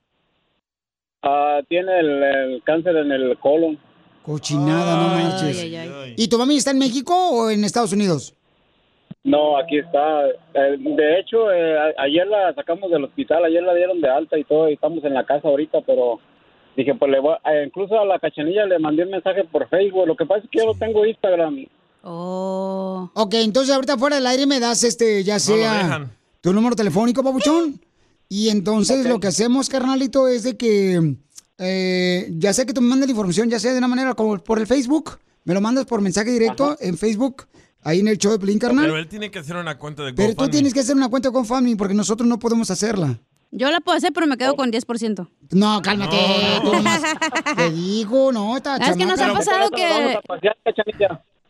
Speaker 14: Ah, tiene el, el cáncer en el colon.
Speaker 3: Cochinada, no marches. ¿Y tu mami está en México o en Estados Unidos?
Speaker 14: No, aquí está. Eh, de hecho, eh, a- ayer la sacamos del hospital, ayer la dieron de alta y todo, y estamos en la casa ahorita, pero dije, pues le voy a- eh, incluso a la cachanilla le mandé un mensaje por Facebook. Lo que pasa es que yo no tengo Instagram.
Speaker 3: Oh. Ok, entonces ahorita fuera del aire me das este, ya
Speaker 14: lo
Speaker 3: sea
Speaker 14: dejan.
Speaker 3: tu número telefónico, papuchón. Y entonces lo que hacemos, carnalito, es de que eh, ya sea que tú me mandes la información, ya sea de una manera como por el Facebook, me lo mandas por mensaje directo en Facebook, ahí en el show de Pelín, carnal.
Speaker 4: Pero
Speaker 3: Pero,
Speaker 4: él tiene que hacer una cuenta de
Speaker 3: tú tienes que hacer una cuenta con Family porque nosotros no podemos hacerla.
Speaker 5: Yo la puedo hacer, pero me quedo con 10%.
Speaker 3: Oh. No, cálmate. tú nomás. Te digo, no, esta
Speaker 5: Es que nos ha
Speaker 3: chamaca-
Speaker 5: pasado que...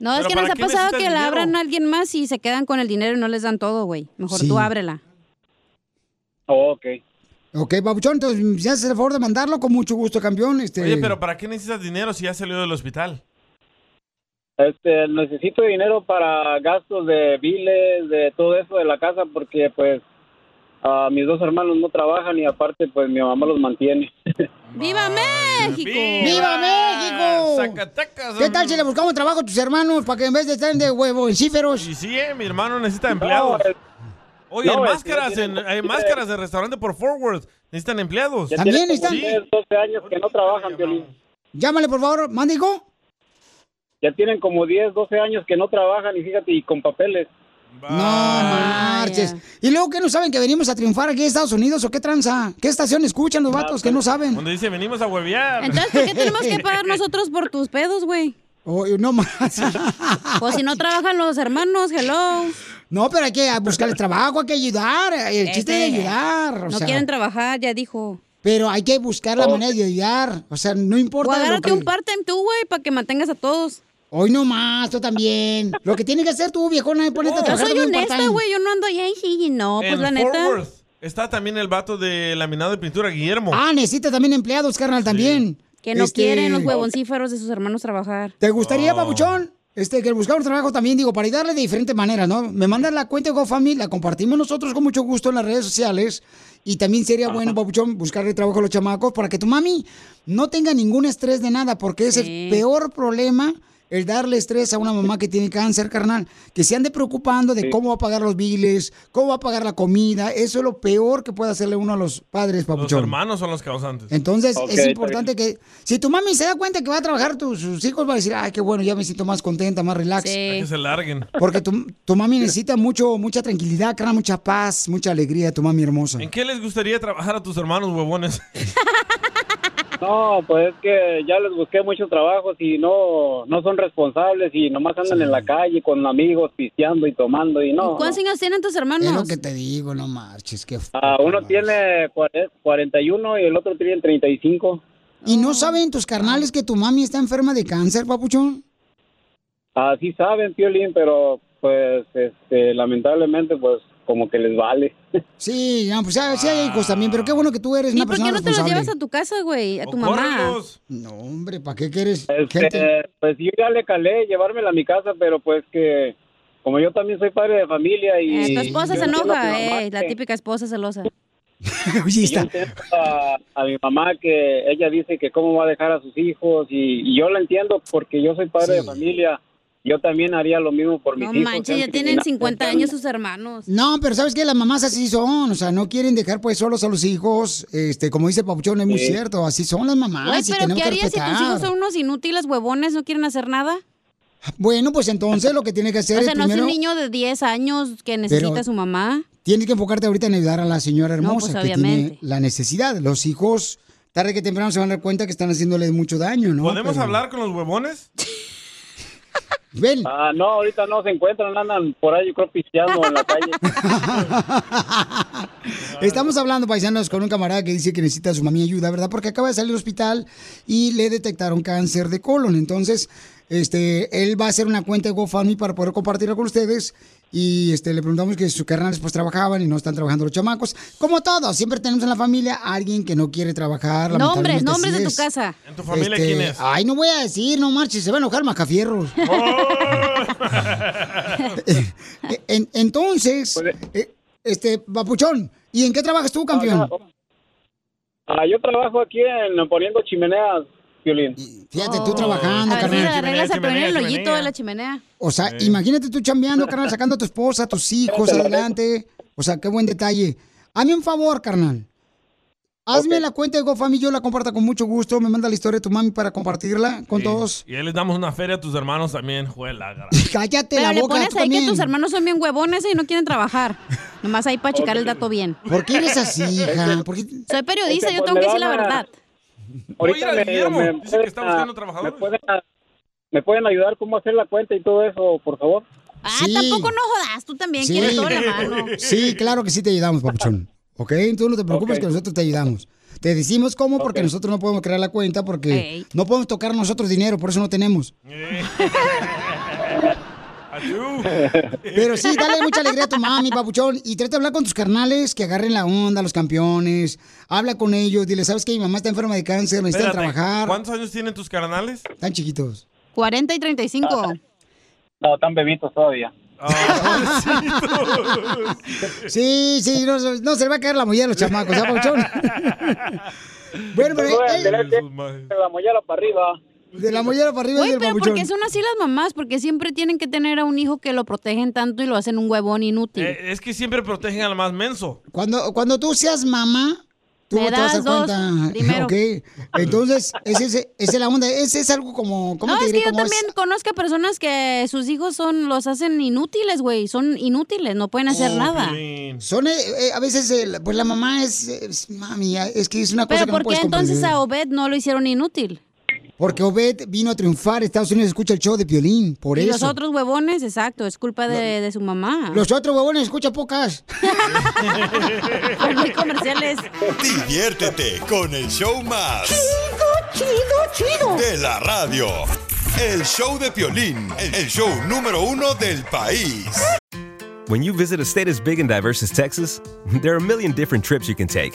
Speaker 5: No, es
Speaker 3: Pero
Speaker 5: que
Speaker 3: ¿para
Speaker 5: nos ha
Speaker 3: qué
Speaker 5: pasado
Speaker 3: necesitas
Speaker 5: que la
Speaker 3: dinero?
Speaker 5: abran a alguien más y se quedan con el dinero y no les dan todo, güey. Mejor
Speaker 3: Sí.
Speaker 5: tú ábrela.
Speaker 14: Ok.
Speaker 3: Ok, papuchón, entonces ya haces el favor de mandarlo con mucho gusto, campeón. Este...
Speaker 4: Oye, pero ¿para qué necesitas dinero si ya salió del hospital?
Speaker 14: Este, necesito dinero para gastos de biles, de todo eso de la casa, porque pues ah, mis dos hermanos no trabajan y aparte pues mi mamá los mantiene.
Speaker 5: ¡Viva México!
Speaker 3: ¡Viva México! ¿Qué tal si le buscamos trabajo a tus hermanos para que en vez de estar de huevo en cíferos?
Speaker 4: Y sí, eh, mi hermano necesita empleados. Oye,
Speaker 3: no,
Speaker 4: en
Speaker 3: el que
Speaker 4: máscaras,
Speaker 3: tiene-
Speaker 4: en- hay máscaras de restaurante por Forward. Necesitan empleados.
Speaker 3: Ya También tiene como necesitan-
Speaker 14: 12 años que no trabajan, Piolín.
Speaker 3: Llámale, por favor, mándigo.
Speaker 14: Ya tienen como 10, 12 años que no trabajan y fíjate, y con papeles.
Speaker 3: No
Speaker 4: Ah,
Speaker 3: marches. ¿Y luego qué no saben que venimos a triunfar aquí en Estados Unidos o qué tranza? ¿Qué estación escuchan los vatos que no saben?
Speaker 4: Donde dice, venimos a huevear.
Speaker 5: Entonces, ¿por qué tenemos que pagar nosotros por tus pedos, güey?
Speaker 3: Oh, eh, no más.
Speaker 5: Pues si no trabajan los hermanos, hello.
Speaker 3: No, pero hay que buscarles trabajo, hay que ayudar. eh, El chiste es
Speaker 5: Este,
Speaker 3: ayudar. o
Speaker 5: No
Speaker 3: sea.
Speaker 5: quieren trabajar, ya dijo.
Speaker 3: Pero hay que buscar la
Speaker 5: Oh.
Speaker 3: manera de ayudar. O sea, no importa.
Speaker 5: O
Speaker 3: lo
Speaker 5: agárrate
Speaker 3: que-
Speaker 5: un part-time tú, güey, para que mantengas a todos.
Speaker 3: Hoy no más, tú también. Lo que tienes que hacer tú, viejona, es ponerte a
Speaker 5: Yo
Speaker 3: trabajar
Speaker 5: soy
Speaker 3: también
Speaker 5: honesta,
Speaker 3: part-time.
Speaker 5: güey, yo no ando ahí, ay, jiji, no, pues
Speaker 4: en
Speaker 5: la
Speaker 4: Fort
Speaker 5: neta.
Speaker 4: Worth está también el vato de laminado de pintura, Guillermo.
Speaker 3: Ah, necesita también empleados, carnal, también.
Speaker 5: Que no
Speaker 3: Este,
Speaker 5: quieren los huevoncíferos de sus hermanos trabajar.
Speaker 3: ¿Te gustaría,
Speaker 5: Oh.
Speaker 3: papuchón? Este, que buscamos trabajo también, digo, para ayudarle de diferentes maneras, ¿no? Me mandas la cuenta de GoFamily, la compartimos nosotros con mucho gusto en las redes sociales. Y también sería bueno, papuchón, buscarle trabajo a los chamacos para que tu mami no tenga ningún estrés de nada, porque es el peor problema el darle estrés a una mamá que tiene cáncer, carnal. Que se ande preocupando de cómo va a pagar los biles, cómo va a pagar la comida. Eso es lo peor que puede hacerle uno a los padres,
Speaker 4: Los
Speaker 3: papuchón.
Speaker 4: hermanos son los causantes.
Speaker 3: Entonces, es importante que si tu mami se da cuenta que va a trabajar, tus, sus hijos van a decir, ay, qué bueno, ya me siento más contenta, más relax.
Speaker 4: Que se larguen.
Speaker 3: Porque tu, tu mami necesita mucho, mucha tranquilidad, carnal, mucha paz, mucha alegría, tu mami hermosa.
Speaker 4: ¿En qué les gustaría trabajar a tus hermanos huevones?
Speaker 14: No, pues es que ya les busqué muchos trabajos y no, no son responsables y nomás andan en la calle con amigos pisteando y tomando y no.
Speaker 5: ¿Cuántos años tienen tus hermanos?
Speaker 3: Es lo que te digo, no marches, que...
Speaker 14: Ah, uno tiene cuare- 41 y el otro tiene 35.
Speaker 3: ¿Y no saben tus carnales que tu mami está enferma de cáncer, papuchón?
Speaker 14: Así saben, Piolín, pero pues este, lamentablemente pues como que les vale.
Speaker 3: Sí, no, pues sí hay hijos también, pero qué bueno que tú eres
Speaker 5: ¿Y
Speaker 3: una
Speaker 5: por
Speaker 3: persona
Speaker 5: qué no te los
Speaker 3: responsable.
Speaker 5: llevas a tu casa, güey? A tu mamá.
Speaker 3: No, hombre, ¿para qué quieres?
Speaker 14: Este,
Speaker 3: gente?
Speaker 14: pues yo ya le calé llevármela a mi casa, pero pues que como yo también soy padre de familia y...
Speaker 5: Eh, tu esposa
Speaker 14: yo
Speaker 5: se
Speaker 14: entiendo a mi
Speaker 5: enoja,
Speaker 14: mamá
Speaker 5: eh, la
Speaker 14: que-
Speaker 5: típica esposa celosa.
Speaker 3: Oye,
Speaker 14: yo entiendo a, a mi mamá que ella dice que cómo va a dejar a sus hijos y, y yo la entiendo porque yo soy padre de familia. Yo también haría lo mismo por mis
Speaker 5: No
Speaker 14: hijos.
Speaker 5: manches, ya
Speaker 14: aunque
Speaker 5: tienen
Speaker 14: nada,
Speaker 5: 50 años sus hermanos.
Speaker 3: No, pero sabes que las mamás así son, o sea, no quieren dejar pues solos a los hijos, este, como dice Papuchón, es muy
Speaker 14: Sí.
Speaker 3: cierto, así son las mamás
Speaker 5: Güey,
Speaker 3: y
Speaker 5: pero
Speaker 3: Ah, tenemos
Speaker 5: ¿qué
Speaker 3: que
Speaker 5: harías si
Speaker 3: respetar.
Speaker 5: tus hijos son unos inútiles, huevones, no quieren hacer nada?
Speaker 3: Bueno, pues entonces lo que tiene que
Speaker 5: O
Speaker 3: hacer
Speaker 5: sea,
Speaker 3: es
Speaker 5: no es
Speaker 3: primero
Speaker 5: un niño de 10 años que necesita
Speaker 3: Pero-
Speaker 5: a su mamá.
Speaker 3: tienes que enfocarte ahorita en ayudar a la señora
Speaker 5: No,
Speaker 3: hermosa
Speaker 5: pues,
Speaker 3: que tiene
Speaker 5: obviamente.
Speaker 3: la necesidad. Los hijos tarde que temprano se van a dar cuenta que están haciéndole mucho daño, ¿no?
Speaker 4: ¿Podemos
Speaker 3: Pero-
Speaker 4: hablar con los huevones?
Speaker 3: Ven.
Speaker 14: Ah, no, ahorita no se encuentran, andan por ahí, yo creo, pisteando en la calle.
Speaker 3: Estamos hablando, paisanos, con un camarada que dice que necesita a su mami ayuda, ¿verdad? Porque acaba de salir del hospital y le detectaron cáncer de colon. Entonces, este, él va a hacer una cuenta de GoFundMe para poder compartirla con ustedes. Y este, le preguntamos que sus carnales pues trabajaban y no están trabajando los chamacos. Como todos, siempre tenemos en la familia a alguien que no quiere trabajar. lamentablemente
Speaker 5: Nombres, nombres
Speaker 3: así
Speaker 5: de tu
Speaker 3: es.
Speaker 5: casa.
Speaker 4: ¿En tu familia
Speaker 3: Este,
Speaker 4: quién es?
Speaker 3: Ay, no voy a decir, no marches, se va a enojar Macafierros.
Speaker 4: Oh.
Speaker 3: Eh, En- entonces, eh, este, Papuchón, ¿y en qué trabajas tú, campeón?
Speaker 14: Ah, yo trabajo aquí en poniendo chimeneas, Violín.
Speaker 3: Fíjate, tú trabajando,
Speaker 5: Oh, A ver si
Speaker 3: carnal.
Speaker 5: le arreglas a poner el hoyito de la chimenea.
Speaker 3: O sea, imagínate tú chambeando, carnal, sacando a tu esposa, a tus hijos adelante. O sea, qué buen detalle. Hazme un favor, carnal. Hazme la cuenta de GoFami, yo la comparto con mucho gusto. Me manda la historia de tu mami para compartirla con
Speaker 4: Sí.
Speaker 3: todos.
Speaker 4: Y ahí les damos una feria a tus hermanos también, juela. gra-
Speaker 3: Cállate
Speaker 5: Pero
Speaker 3: la
Speaker 5: le
Speaker 3: boca.
Speaker 5: pones
Speaker 3: tú
Speaker 5: ahí que
Speaker 3: también.
Speaker 5: tus hermanos son bien huevones ¿eh? y no quieren trabajar. Nomás ahí para checar el dato bien.
Speaker 3: ¿Por qué eres así, hija? ¿Por qué-
Speaker 5: Soy periodista,
Speaker 3: Este,
Speaker 5: yo
Speaker 3: pues,
Speaker 5: tengo
Speaker 3: me
Speaker 5: que decir la
Speaker 3: van a-
Speaker 5: verdad.
Speaker 14: Ahorita me, me pueden, ah, me pueden, ah, me pueden ayudar cómo hacer la cuenta y todo eso, por favor.
Speaker 5: Ah, tampoco no jodas, tú también
Speaker 3: Sí.
Speaker 5: quieres todo en la mano.
Speaker 3: Sí, claro que sí te ayudamos, papuchón. ¿Ok? Tú no te preocupes que nosotros te ayudamos. Te decimos cómo porque nosotros no podemos crear la cuenta porque
Speaker 4: Ey.
Speaker 3: no podemos tocar nosotros dinero, por eso no tenemos.
Speaker 4: Ayú.
Speaker 3: Pero sí, dale mucha alegría a tu mami, papuchón. Y trata de hablar con tus carnales que agarren la onda, los campeones. Habla con ellos, dile, ¿sabes que mi mamá está enferma de cáncer, necesitan
Speaker 4: Espérate,
Speaker 3: trabajar?
Speaker 4: ¿Cuántos años tienen tus carnales?
Speaker 3: Están chiquitos.
Speaker 5: 40 y
Speaker 3: Ah,
Speaker 5: 35.
Speaker 14: No, están bebitos todavía.
Speaker 3: Sí, sí, no, se- no se le va a caer la mollera a los chamacos, ¿ah, papuchón? Bueno, pero... eh,
Speaker 14: De la mollera para arriba.
Speaker 3: de la mollera para arriba y
Speaker 5: Güey,
Speaker 3: del
Speaker 5: pero
Speaker 3: papuchón.
Speaker 5: porque son así las mamás, porque siempre tienen que tener a un hijo que lo protegen tanto y lo hacen un huevón inútil.
Speaker 4: Eh, es que siempre protegen al más menso.
Speaker 3: Cuando, cuando tú seas mamá, tú
Speaker 5: Me
Speaker 3: te vas a dar
Speaker 5: das dos
Speaker 3: cuenta.
Speaker 5: primero.
Speaker 3: Ok. Entonces, ese, ese- esa es la onda. Ese es algo como. ¿Cómo
Speaker 5: no,
Speaker 3: te
Speaker 5: es
Speaker 3: diré?
Speaker 5: que yo
Speaker 3: Como es-
Speaker 5: también conozco a personas que sus hijos son los hacen inútiles, güey. Son inútiles, no pueden hacer nada.
Speaker 3: Son, eh, eh, a veces, eh, la- pues la mamá es, es- Mami, es que es una cosa
Speaker 5: Pero
Speaker 3: que
Speaker 5: ¿por
Speaker 3: no
Speaker 5: qué
Speaker 3: puedes
Speaker 5: entonces
Speaker 3: comprender.
Speaker 5: a Obed no lo hicieron inútil?
Speaker 3: Porque Obed vino a triunfar. Estados Unidos escucha el show de violín. Por
Speaker 5: y
Speaker 3: eso.
Speaker 5: los otros huevones, exacto, es culpa de, de su mamá.
Speaker 3: Los otros huevones escucha pocas.
Speaker 5: Hay comerciales.
Speaker 1: Diviértete con el show más. Chido, chido, chido. De la radio. El show de Piolín, el show número uno del país.
Speaker 28: When you visit a state as big and diverse as Texas, there are a million different trips you can take.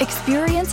Speaker 10: Experience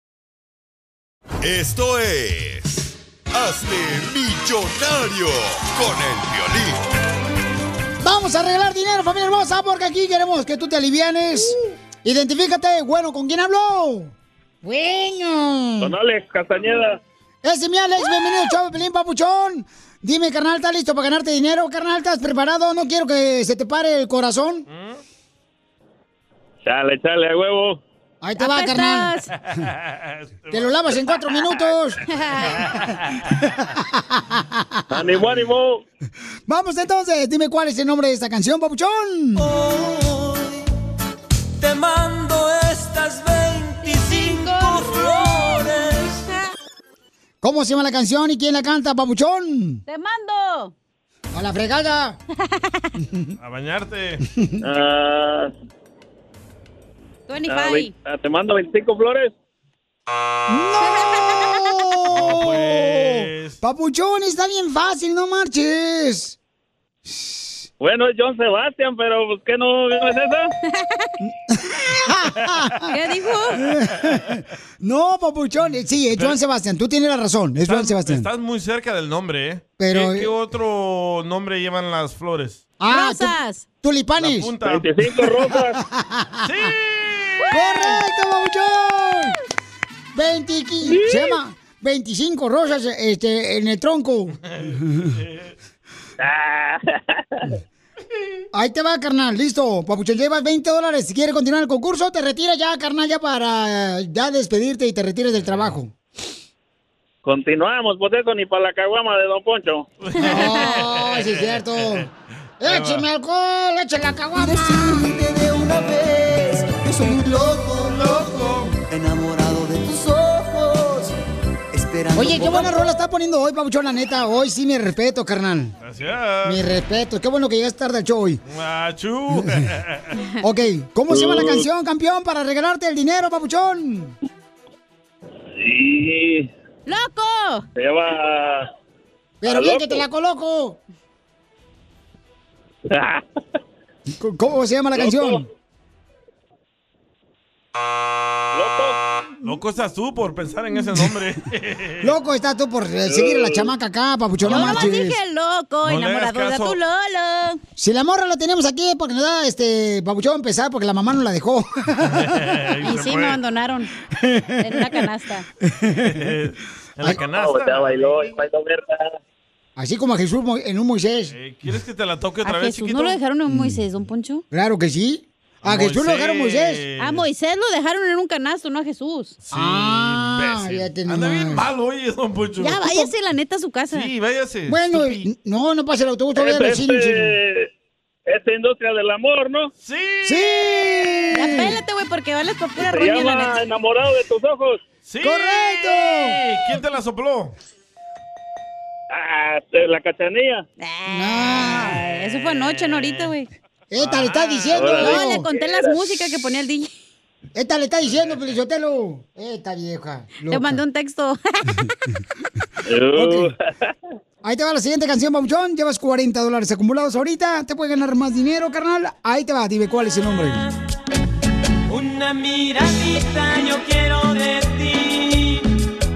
Speaker 1: Esto es. Hazte millonario con el violín.
Speaker 3: Vamos a arreglar dinero, familia hermosa, porque aquí queremos que tú te alivianes.
Speaker 5: Uh.
Speaker 3: Identifícate, bueno, ¿con quién habló? Bueno.
Speaker 6: Don Alex Castañeda.
Speaker 3: Ese es mi Alex,
Speaker 5: Uh.
Speaker 3: bienvenido, chavo, pelín, papuchón. Dime, carnal, ¿estás listo para ganarte dinero? Carnal, ¿estás preparado? No quiero que se te pare el corazón.
Speaker 6: Chale, chale, a huevo.
Speaker 3: Ahí te va, carnal. Te lo lavas en cuatro minutos.
Speaker 6: Ánimo, ánimo.
Speaker 3: Vamos entonces, dime cuál es el nombre de esta canción, papuchón.
Speaker 9: Te mando estas 25 flores.
Speaker 3: ¿Cómo se llama la canción y quién la canta, papuchón?
Speaker 5: ¡Te mando!
Speaker 3: ¡A la fregada!
Speaker 4: A bañarte.
Speaker 6: Ah, ah, ve- ah, te mando 25 flores.
Speaker 4: Ah,
Speaker 3: ¡Oh! Papuchón, está bien fácil, no marches.
Speaker 6: Bueno, es John Sebastian, pero pues que no, ¿no es esa?
Speaker 3: ¿Qué dijo? no, papuchón, eh, sí, es Joan Sebastián, tú tienes la razón, es Joan Sebastián.
Speaker 4: Estás muy cerca del nombre, ¿eh?
Speaker 3: Pero-
Speaker 4: ¿Qué, qué otro nombre llevan las flores?
Speaker 3: Ah, tu- tulipanes.
Speaker 4: La punta. 25 rosas.
Speaker 3: ¡Correcto, babuchón! 25, se llama 25 rosas este, en el tronco.
Speaker 6: Ah,
Speaker 3: Ahí te va, carnal, listo. Papuchón, llevas 20 dólares. Si quieres continuar el concurso, te retiras ya, carnal, ya para eh, ya despedirte y te retires del trabajo.
Speaker 6: Continuamos, poteto, ni para la caguama de Don Poncho.
Speaker 3: No, sí es cierto. ¡Écheme alcohol! ¡Écheme la caguama!
Speaker 9: de una vez que soy un loco, loco, enamorado de tus ojos, esperando.
Speaker 3: Oye, qué
Speaker 9: por
Speaker 3: buena
Speaker 9: amor.
Speaker 3: rola está poniendo hoy, papuchón, la neta. Hoy sí me respeto, carnal.
Speaker 4: Gracias.
Speaker 3: Mi respeto. Qué bueno que llegaste tarde al show hoy.
Speaker 4: Machu.
Speaker 3: Ok, ¿cómo se llama
Speaker 6: Uh,
Speaker 3: la canción, campeón, para regalarte el dinero, papuchón?
Speaker 6: Sí,
Speaker 3: ¡Loco!
Speaker 6: se llama...
Speaker 3: Pero
Speaker 6: Ah,
Speaker 3: bien
Speaker 6: loco.
Speaker 3: que te la coloco. C- ¿Cómo se llama la canción?
Speaker 4: Loco estás tú por pensar en ese nombre.
Speaker 3: Loco, está tú por eh, seguir a la chamaca acá, papuchón.
Speaker 5: Yo
Speaker 3: No
Speaker 5: nomás
Speaker 3: marches.
Speaker 5: dije loco,
Speaker 3: No le hagas
Speaker 5: enamorado de
Speaker 3: caso.
Speaker 5: tu lolo.
Speaker 3: Si la morra la tenemos aquí es porque nos da este papuchón empezar porque la mamá no la dejó.
Speaker 5: Y sí, me abandonaron en una canasta.
Speaker 6: en la canasta. ya bailó, ya bailó Berta.
Speaker 3: Así como a Jesús mo- en un Moisés.
Speaker 4: Eh, ¿Quieres que te la toque
Speaker 5: ¿A
Speaker 4: otra vez,
Speaker 5: Jesús
Speaker 4: chiquito?
Speaker 5: no lo dejaron en Moisés, don Poncho?
Speaker 3: Claro que sí. Mm. A, Jesús lo dejaron Moisés.
Speaker 5: A Moisés lo dejaron en un canasto, no a Jesús.
Speaker 3: Ah, ya te
Speaker 4: Anda bien mal, oye, don Poncho.
Speaker 5: Ya váyase la neta a su casa.
Speaker 4: Sí, váyase.
Speaker 3: Bueno, n- no, no pasa el autobús todavía
Speaker 6: Este,
Speaker 3: vecino.
Speaker 6: este- esta industria del amor, ¿no?
Speaker 4: Sí.
Speaker 3: ¡Sí!
Speaker 5: Ya pélate, güey, porque vales por pura
Speaker 6: Se
Speaker 5: roña, la neta.
Speaker 6: llama Enamorado de tus ojos.
Speaker 4: ¡Sí!
Speaker 6: ¡Correcto!
Speaker 4: ¿Quién te la sopló?
Speaker 6: Ah, de la cachanilla.
Speaker 5: Ah, eso fue anoche, no ahorita, güey.
Speaker 3: Esta le
Speaker 4: Ah,
Speaker 3: está diciendo,
Speaker 5: No,
Speaker 3: no.
Speaker 5: le conté las músicas que ponía el DJ.
Speaker 3: Esta le está diciendo, Pelizotelo. Esta vieja.
Speaker 5: Le mandé un texto.
Speaker 6: Uh,
Speaker 3: Ahí te va la siguiente canción, Papuchón. Llevas 40 dólares acumulados ahorita. Te puede ganar más dinero, carnal. Ahí te va, dime cuál es el nombre.
Speaker 9: Una miradita yo quiero de ti,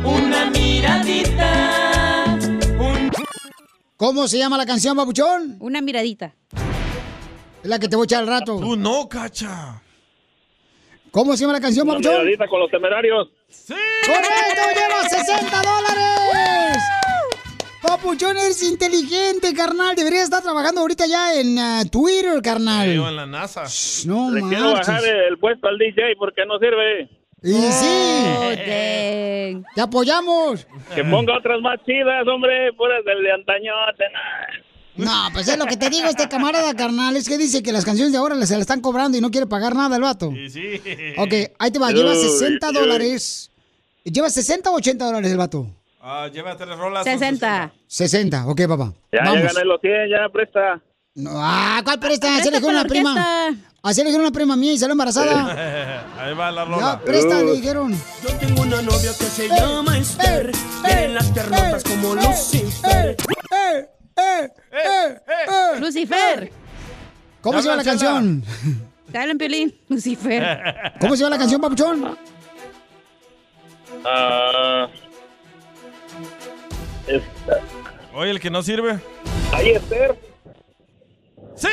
Speaker 9: una miradita. Un...
Speaker 3: ¿Cómo se llama la canción, Papuchón?
Speaker 5: Una miradita.
Speaker 3: Es la que te voy a echar al rato. Tú
Speaker 4: no, cacha.
Speaker 3: ¿Cómo se llama la canción,
Speaker 6: una
Speaker 3: Papuchón?
Speaker 6: miradita con los temerarios.
Speaker 3: ¡Correcto! ¡Llevas 60 dólares! Papuchón, eres inteligente, carnal. Deberías estar trabajando ahorita ya en ah, Twitter,
Speaker 4: Yo
Speaker 3: carnal.
Speaker 4: en la NASA.
Speaker 3: No
Speaker 6: Le quiero
Speaker 3: marches.
Speaker 6: bajar el puesto al DJ porque no sirve.
Speaker 3: Y
Speaker 4: Oh,
Speaker 3: sí. Te apoyamos.
Speaker 6: Que ponga otras más chidas, hombre, puras del de antañote.
Speaker 3: No, pues es lo que te digo este camarada, carnal. Es que dice que las canciones de ahora se las están cobrando y no quiere pagar nada el vato.
Speaker 4: Sí.
Speaker 3: Ok, ahí te va. Lleva
Speaker 4: Uy,
Speaker 3: 60
Speaker 4: uy.
Speaker 3: dólares. ¿Lleva 60 o 80 dólares el vato?
Speaker 4: Ah, lleva tres rolas.
Speaker 5: 60.
Speaker 3: 60, ok, papá.
Speaker 6: Ya, ya
Speaker 3: Vamos.
Speaker 6: gané los 100, ya presta.
Speaker 3: Ah, ¿cuál presta? Así le dijeron a una
Speaker 6: Presta para la
Speaker 3: prima. Así le dijeron a una prima mía y salió
Speaker 4: Eh,
Speaker 3: embarazada.
Speaker 4: Ahí va la rola.
Speaker 3: Ya, presta, le dijeron. Eh,
Speaker 9: Yo tengo una novia que se llama Esther, tiene las piernotas como
Speaker 3: eh,
Speaker 9: Lucifer.
Speaker 4: Ah. Eh,
Speaker 5: Lucifer.
Speaker 3: ¿Cómo se llama la canción?
Speaker 5: Dale en piolín. Lucifer.
Speaker 3: ¿Cómo se llama la canción, papuchón?
Speaker 6: Ah. Esta-
Speaker 4: Oye, el que no sirve.
Speaker 6: Ahí, Esther.
Speaker 4: ¡Sí!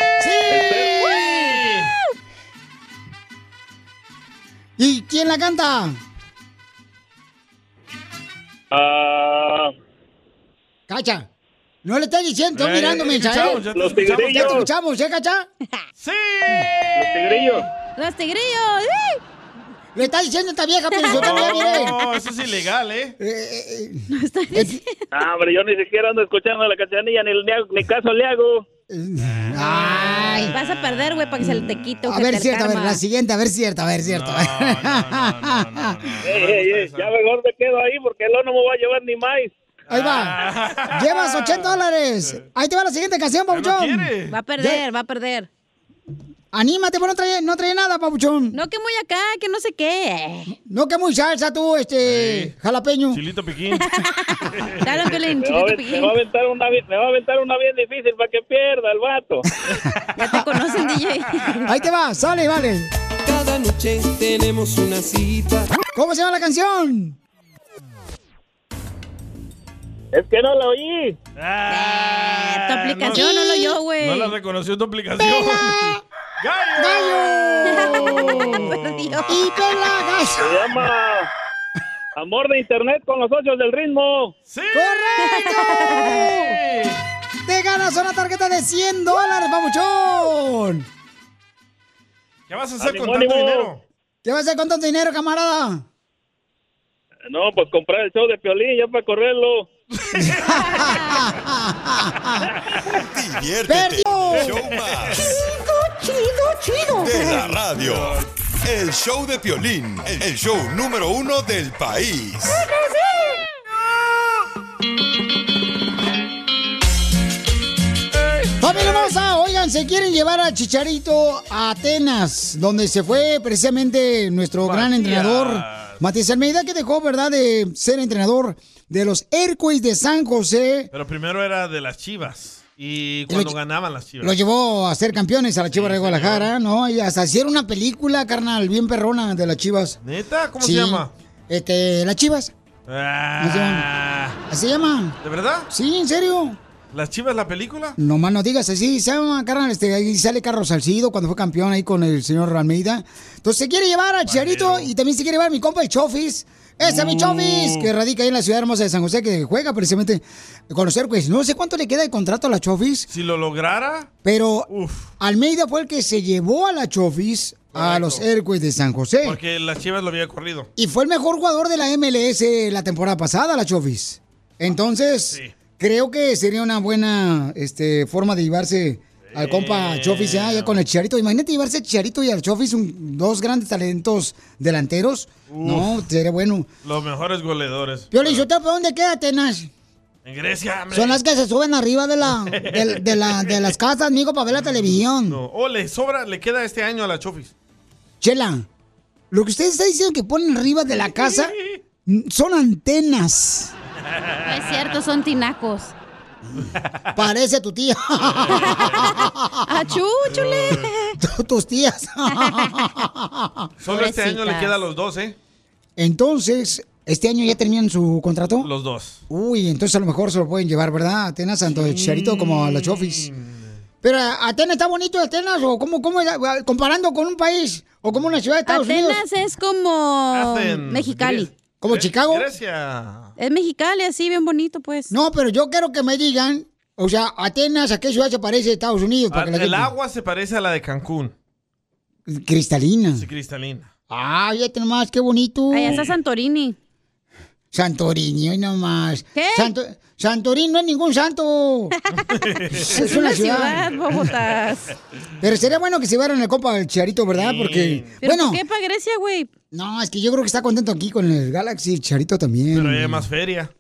Speaker 3: ¡Sí! ¿Quién la canta?
Speaker 14: Ah,
Speaker 3: Cacha. No le estás diciendo,
Speaker 14: Eh,
Speaker 3: estás mirándome,
Speaker 14: ya te escuchamos, ya te Los escuchamos.
Speaker 3: Ya te
Speaker 14: tigrillos.
Speaker 3: escuchamos, ¿eh, Cacha?
Speaker 4: ¡Sí!
Speaker 14: Los tigrillos.
Speaker 3: Los tigrillos,
Speaker 5: ¡eh!
Speaker 3: ¡sí! Le está diciendo esta vieja, pero yo también, mire.
Speaker 4: No, eso es ilegal, ¿eh?
Speaker 6: Ah, hombre, yo ni siquiera ando escuchando la cachanilla, ni, le hago- ni caso le hago.
Speaker 5: Vas a perder, güey, para que se le te quite.
Speaker 3: A
Speaker 5: ojete,
Speaker 3: ver,
Speaker 5: el
Speaker 3: cierta, a ver,
Speaker 5: karma.
Speaker 3: la siguiente, a ver, cierta, a ver, cierta.
Speaker 6: Ey, ey, ey, ya mejor me quedo ahí porque el no me va a llevar ni más.
Speaker 3: Ahí va. Llevas 80 dólares. Ahí te va la siguiente canción, Papuchón.
Speaker 5: Va a perder, va a perder.
Speaker 3: Anímate, pues no trae, no trae nada, Papuchón.
Speaker 5: No que muy acá, que no sé qué.
Speaker 3: No que muy salsa tú, este, jalapeño.
Speaker 4: Chilito piquín.
Speaker 5: Dale, Piolín,
Speaker 6: Me va, a, aven- me va
Speaker 5: chiquito
Speaker 6: a
Speaker 5: piquín.
Speaker 6: aventar una, bien- me va a aventar una bien difícil para que pierda el vato.
Speaker 5: Ya te conocen, DJ.
Speaker 3: Ahí te va, sale, vale.
Speaker 11: Cada noche tenemos una cita.
Speaker 3: ¿Cómo se llama la canción?
Speaker 6: Es que no la oí.
Speaker 5: tu aplicación no, lo yo, güey.
Speaker 4: Eh, No la reconoció tu aplicación.
Speaker 3: Y pela gallo.
Speaker 6: Se llama Amor de Internet con los socios del ritmo.
Speaker 3: ¡Correcto! Te ganas una tarjeta de 100 dólares, Papuchón.
Speaker 4: ¿Qué vas a hacer
Speaker 6: Ah, Ánimo,
Speaker 4: con tanto
Speaker 6: ánimo.
Speaker 4: dinero?
Speaker 3: ¿Qué vas a hacer con tanto dinero, camarada?
Speaker 6: No, pues comprar el show de Piolín ya para correrlo.
Speaker 1: Diviértete.
Speaker 3: Perdió.
Speaker 1: El show más
Speaker 3: Chido, chido,
Speaker 1: de la radio. El show de Piolín, el show número uno del país.
Speaker 3: Familia hermosa, oigan, se quieren llevar a Chicharito a Atenas, donde se fue precisamente nuestro gran entrenador Matías Almeida, que dejó, ¿verdad?, de ser entrenador de los Hércules de San José.
Speaker 4: Pero primero era de las chivas. Y cuando
Speaker 3: lle-
Speaker 4: ganaban las chivas.
Speaker 3: Lo llevó a ser campeones a la Chivas de Guadalajara, ¿no? Y hasta hicieron una película, carnal, bien perrona de las Chivas.
Speaker 4: ¿Neta? ¿Cómo
Speaker 3: Sí.
Speaker 4: se llama?
Speaker 3: Este, las Chivas.
Speaker 4: Ah,
Speaker 3: ¿Así se llama?
Speaker 4: ¿De verdad?
Speaker 3: Sí, en serio.
Speaker 4: ¿Las chivas la película?
Speaker 3: No más no digas así, se llama, carnal, este, ahí sale Carlos Salcido cuando fue campeón ahí con el señor Almeida. Entonces se quiere llevar a Chicharito y también se quiere llevar a mi compa el Chofis. Ese es mi Chofis, que radica ahí en la ciudad hermosa de San José, que juega precisamente con los Hércules. No sé cuánto le queda de contrato a la Chofis,
Speaker 4: Si lo lograra,
Speaker 3: pero Almeida fue el que se llevó a la Chofis a los Hércules de San José.
Speaker 4: porque las chivas lo había corrido.
Speaker 3: Y fue el mejor jugador de la MLS la temporada pasada, la Chovis. Entonces, creo que sería una buena este, forma de llevarse al compa Chovis ya, ya con el Chicharito. Imagínate llevarse al Chicharito y al Chovis, un- dos grandes talentos delanteros. No, sería bueno.
Speaker 4: Los mejores goleadores.
Speaker 3: Yo le ¿para dónde queda Atenas?
Speaker 4: En Grecia, hombre.
Speaker 3: Son las que se suben arriba de, la, de, de la- de las casas, amigo, para ver la televisión.
Speaker 4: No. O le sobra, le queda este año a la Chofis.
Speaker 3: Chela, lo que usted está diciendo que ponen arriba de la casa mm, son antenas.
Speaker 5: No es cierto, son tinacos.
Speaker 3: Parece tu tía.
Speaker 5: ¡Achú, chule!
Speaker 3: Tus tías. Ah,
Speaker 4: Solo este año le queda a los dos, ¿eh?
Speaker 3: Entonces, ¿este año ya terminan su contrato?
Speaker 4: Los dos.
Speaker 3: Uy, entonces a lo mejor se lo pueden llevar, ¿verdad? Atenas, tanto el Chicharito como a la Chofis. Pero Atenas está bonito, Atenas, o cómo, cómo, es? comparando con un país o como una ciudad de Estados Unidos.
Speaker 5: Atenas es como
Speaker 3: Athens,
Speaker 5: Mexicali.
Speaker 3: Gre- ¿Como Chicago?
Speaker 4: Grecia.
Speaker 5: Es Mexicali, así, bien bonito, pues.
Speaker 3: No, pero yo quiero que me digan, o sea, Atenas, ¿a qué ciudad se parece a Estados Unidos? Pues, Para que la
Speaker 4: el
Speaker 3: gente-
Speaker 4: agua se parece a la de Cancún.
Speaker 3: Cristalina.
Speaker 4: Sí, cristalina.
Speaker 3: Ay, ya nomás, qué bonito.
Speaker 5: Allá está Santorini.
Speaker 3: Santorini, hoy nomás.
Speaker 5: ¿Qué?
Speaker 3: Santo, Santorini no es ningún santo.
Speaker 5: Es una ciudad, bobotas.
Speaker 3: Pero sería bueno que se llevaran el compa el Charito, ¿verdad? Porque,
Speaker 5: ¿Pero
Speaker 3: bueno,
Speaker 5: por qué para Grecia, güey?
Speaker 3: no, es que yo creo que está contento aquí con el Galaxy, el Charito también.
Speaker 4: Pero hay más feria.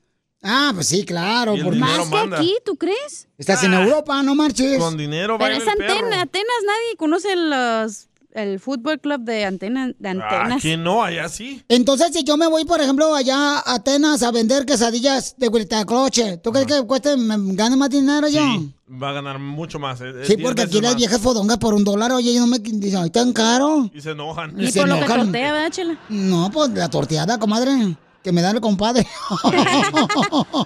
Speaker 3: Ah, pues sí, claro.
Speaker 4: Y el
Speaker 3: porque-
Speaker 4: dinero Más que manda. aquí,
Speaker 5: ¿Tú crees?
Speaker 3: Estás en Europa, no marches.
Speaker 4: Con dinero
Speaker 5: Pero
Speaker 4: baila
Speaker 5: es
Speaker 4: el perro.
Speaker 5: Antena, Atenas, nadie conoce los, el fútbol club de, antena, de
Speaker 4: Ah,
Speaker 5: Antenas.
Speaker 4: que no, allá sí.
Speaker 3: Entonces, si yo me voy, por ejemplo, allá a Atenas a vender quesadillas de Huitacloche, ¿tú crees que cueste, me gane más dinero yo?
Speaker 4: Sí, va a ganar mucho más. eh, eh,
Speaker 3: Sí,
Speaker 4: diez
Speaker 3: porque aquí
Speaker 4: veces
Speaker 3: las
Speaker 4: más.
Speaker 3: viejas fodongas por un dólar, oye, yo no me dicen, ay, tan caro.
Speaker 4: Y se enojan.
Speaker 3: Y Y se por lo que enojan. tortea,
Speaker 5: ¿verdad, Chela?
Speaker 3: No, pues la torteada, comadre. que me dan el compadre.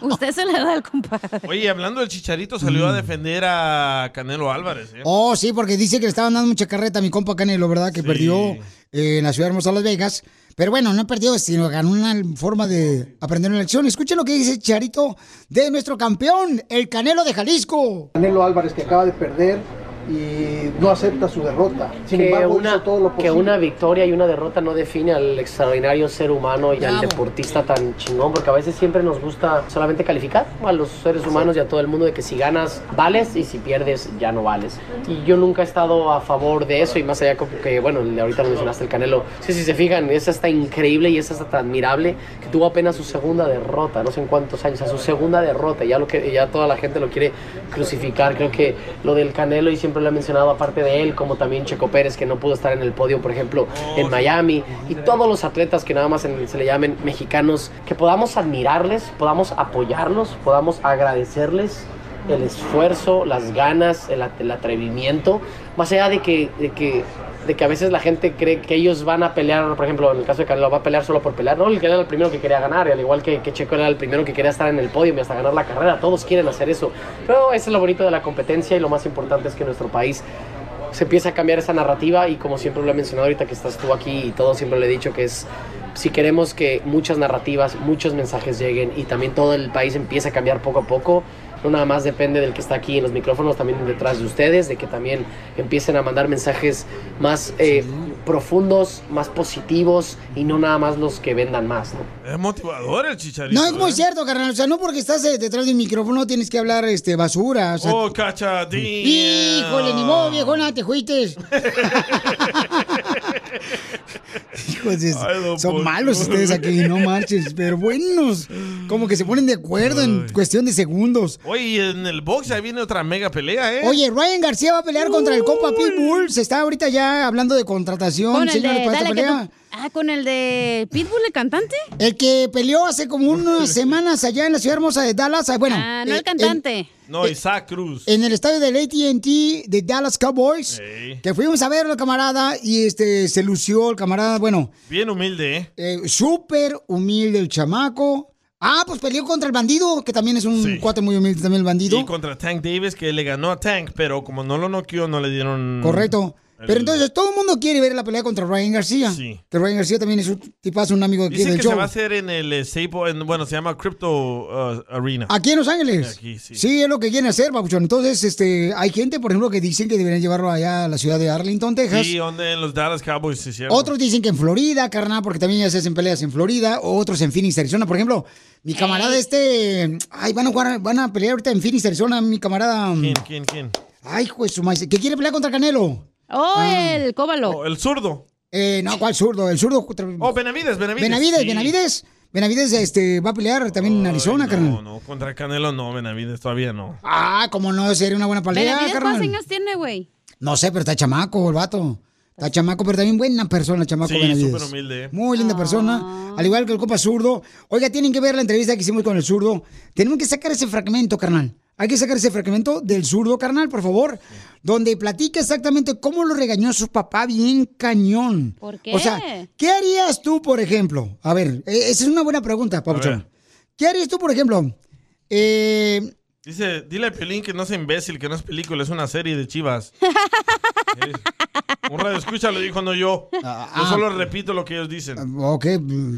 Speaker 5: Usted se le da al compadre.
Speaker 4: Oye, hablando del chicharito, salió a defender a Canelo Álvarez. ¿eh?
Speaker 3: Mm. Oh, sí, porque dice que le estaban dando mucha carreta a mi compa Canelo, ¿verdad? Que perdió eh, en la ciudad hermosa Las Vegas. Pero bueno, no perdió, sino ganó una forma de aprender una lección. Escuchen lo que dice Charito de nuestro campeón, el Canelo de Jalisco.
Speaker 29: Canelo Álvarez que acaba de perder y no acepta su derrota. Sin
Speaker 30: que,
Speaker 29: embargo,
Speaker 30: una,
Speaker 29: hizo todo lo
Speaker 30: que
Speaker 29: posible.
Speaker 30: una victoria y una derrota no define al extraordinario ser humano y al
Speaker 29: Bravo.
Speaker 30: deportista tan chingón, porque a veces siempre nos gusta solamente calificar a los seres humanos y a todo el mundo de que si ganas vales y si pierdes ya no vales. Y yo nunca he estado a favor de eso y más allá como que, bueno, ahorita lo mencionaste el Canelo, sí, si se fijan, es hasta increíble y es hasta admirable que tuvo apenas su segunda derrota, no sé en cuántos años, a su segunda derrota, ya lo que ya toda la gente lo quiere crucificar, creo que lo del Canelo y siempre lo he mencionado aparte de él, como también Checo Pérez que no pudo estar en el podio, por ejemplo, en Miami y todos los atletas que nada más en- se le llamen mexicanos, que podamos admirarles, podamos apoyarlos, podamos agradecerles el esfuerzo, las ganas, el, at- el atrevimiento, más allá de que, de que de que a veces la gente cree que ellos van a pelear, por ejemplo, en el caso de Canelo, va a pelear solo por pelear. No, el Canelo era el primero que quería ganar, y al igual que, que Checo era el primero que quería estar en el podio y hasta ganar la carrera. Todos quieren hacer eso. Pero eso es lo bonito de la competencia y lo más importante es que nuestro país se empieza a cambiar esa narrativa y como siempre lo he mencionado ahorita que estás tú aquí y todo, siempre lo he dicho que es si queremos que muchas narrativas, muchos mensajes lleguen y también todo el país empiece a cambiar poco a poco, no nada más depende del que está aquí en los micrófonos, también detrás de ustedes, de que también empiecen a mandar mensajes más eh, profundos, más positivos y no nada más los que vendan más. ¿no?
Speaker 4: Es motivador el chicharito.
Speaker 3: No, es muy
Speaker 4: ¿eh?
Speaker 3: cierto, carnal. O sea, no porque estás eh, detrás de un micrófono tienes que hablar este, basura. O sea,
Speaker 4: Oh, cachadín.
Speaker 3: Híjole, ni modo, viejona, te juites. Hijos de- son malos ustedes aquí, no marches, pero buenos. Como que se ponen de acuerdo en cuestión de segundos.
Speaker 4: Oye, y en el box ahí viene otra mega pelea, ¿eh?
Speaker 3: Oye, Ryan García va a pelear contra el compa Pitbull. Se está ahorita ya hablando de
Speaker 5: Con
Speaker 3: contratación,
Speaker 5: el
Speaker 3: señores,
Speaker 5: de,
Speaker 3: para esta
Speaker 5: dale, que
Speaker 3: pelea.
Speaker 5: tú- ah, con el de Pitbull, el cantante.
Speaker 3: El que peleó hace como unas semanas allá en la ciudad hermosa de Dallas. ah, Bueno,
Speaker 5: Ah, no
Speaker 3: eh,
Speaker 5: el cantante.
Speaker 4: No, Isaac Cruz.
Speaker 3: en el estadio del ATT de Dallas Cowboys,
Speaker 4: Ey.
Speaker 3: que fuimos a verlo, camarada, y este se lució el camarada, bueno,
Speaker 4: Bien humilde, ¿eh?
Speaker 3: eh, súper humilde el chamaco. Ah, pues peleó contra el bandido, que también es un cuate muy humilde también el bandido.
Speaker 4: Y contra Tank Davis, que le ganó a Tank, pero como no lo noqueó, no le dieron.
Speaker 3: Correcto.
Speaker 4: el-
Speaker 3: Pero entonces todo el mundo quiere ver la pelea contra Ryan García. Que Ryan García también es un tipazo, un amigo aquí
Speaker 4: Dicen
Speaker 3: del
Speaker 4: que
Speaker 3: show.
Speaker 4: se va a hacer en el eh, Sable, en- bueno, se llama Crypto uh, Arena.
Speaker 3: Aquí en Los Ángeles.
Speaker 4: Aquí, sí.
Speaker 3: es lo que quieren hacer, Papuchón. Entonces, este, hay gente, por ejemplo, que dicen que deberían llevarlo allá a la ciudad de Arlington, Texas.
Speaker 4: Sí, donde en los Dallas Cowboys se hicieron.
Speaker 3: Otros dicen que en Florida, carnal, porque también ya se hacen peleas en Florida. Otros en Phoenix, Arizona. Por ejemplo, mi camarada este. Ay, van a jugar, van a pelear ahorita en Phoenix, Arizona, mi camarada.
Speaker 4: ¿Quién, quién, quién?
Speaker 3: Ay, juez, su maíz. ¿Qué quiere pelear contra Canelo? Ah.
Speaker 5: Oh, el cóbalo.
Speaker 4: Oh, el zurdo.
Speaker 3: Eh, no, ¿cuál zurdo? El zurdo. contra-
Speaker 4: Oh, Benavides, Benavides.
Speaker 3: Benavides,
Speaker 4: sí.
Speaker 3: Benavides. Benavides, este, va a pelear también en Arizona,
Speaker 4: No,
Speaker 3: carnal.
Speaker 4: no, contra Canelo no, Benavides todavía no.
Speaker 3: Ah, como no, sería una buena pelea,
Speaker 5: Benavides,
Speaker 3: carnal.
Speaker 5: ¿cuántos años tiene, güey?
Speaker 3: No sé, pero está chamaco el vato. Está chamaco, pero también buena persona, el chamaco
Speaker 4: Sí,
Speaker 3: Benavides.
Speaker 4: súper humilde, ¿eh?
Speaker 3: Muy linda persona. Al igual que el compa zurdo. Oiga, tienen que ver la entrevista que hicimos con el zurdo. Tenemos que sacar ese fragmento, carnal. Hay que sacar ese fragmento del zurdo, carnal, por favor. Donde platica exactamente cómo lo regañó su papá bien cañón.
Speaker 5: ¿Por
Speaker 3: O sea, ¿qué harías tú, por ejemplo? A ver, eh, esa es una buena pregunta, Papuchón. ¿Qué harías tú, por ejemplo? Eh,
Speaker 4: Dice, dile a Piolín que no sea imbécil, que no es película, es una serie de chivas. Sí. Un radio escucha lo dijo, no yo.
Speaker 3: Ah,
Speaker 4: Yo solo repito lo que ellos dicen.
Speaker 3: ok,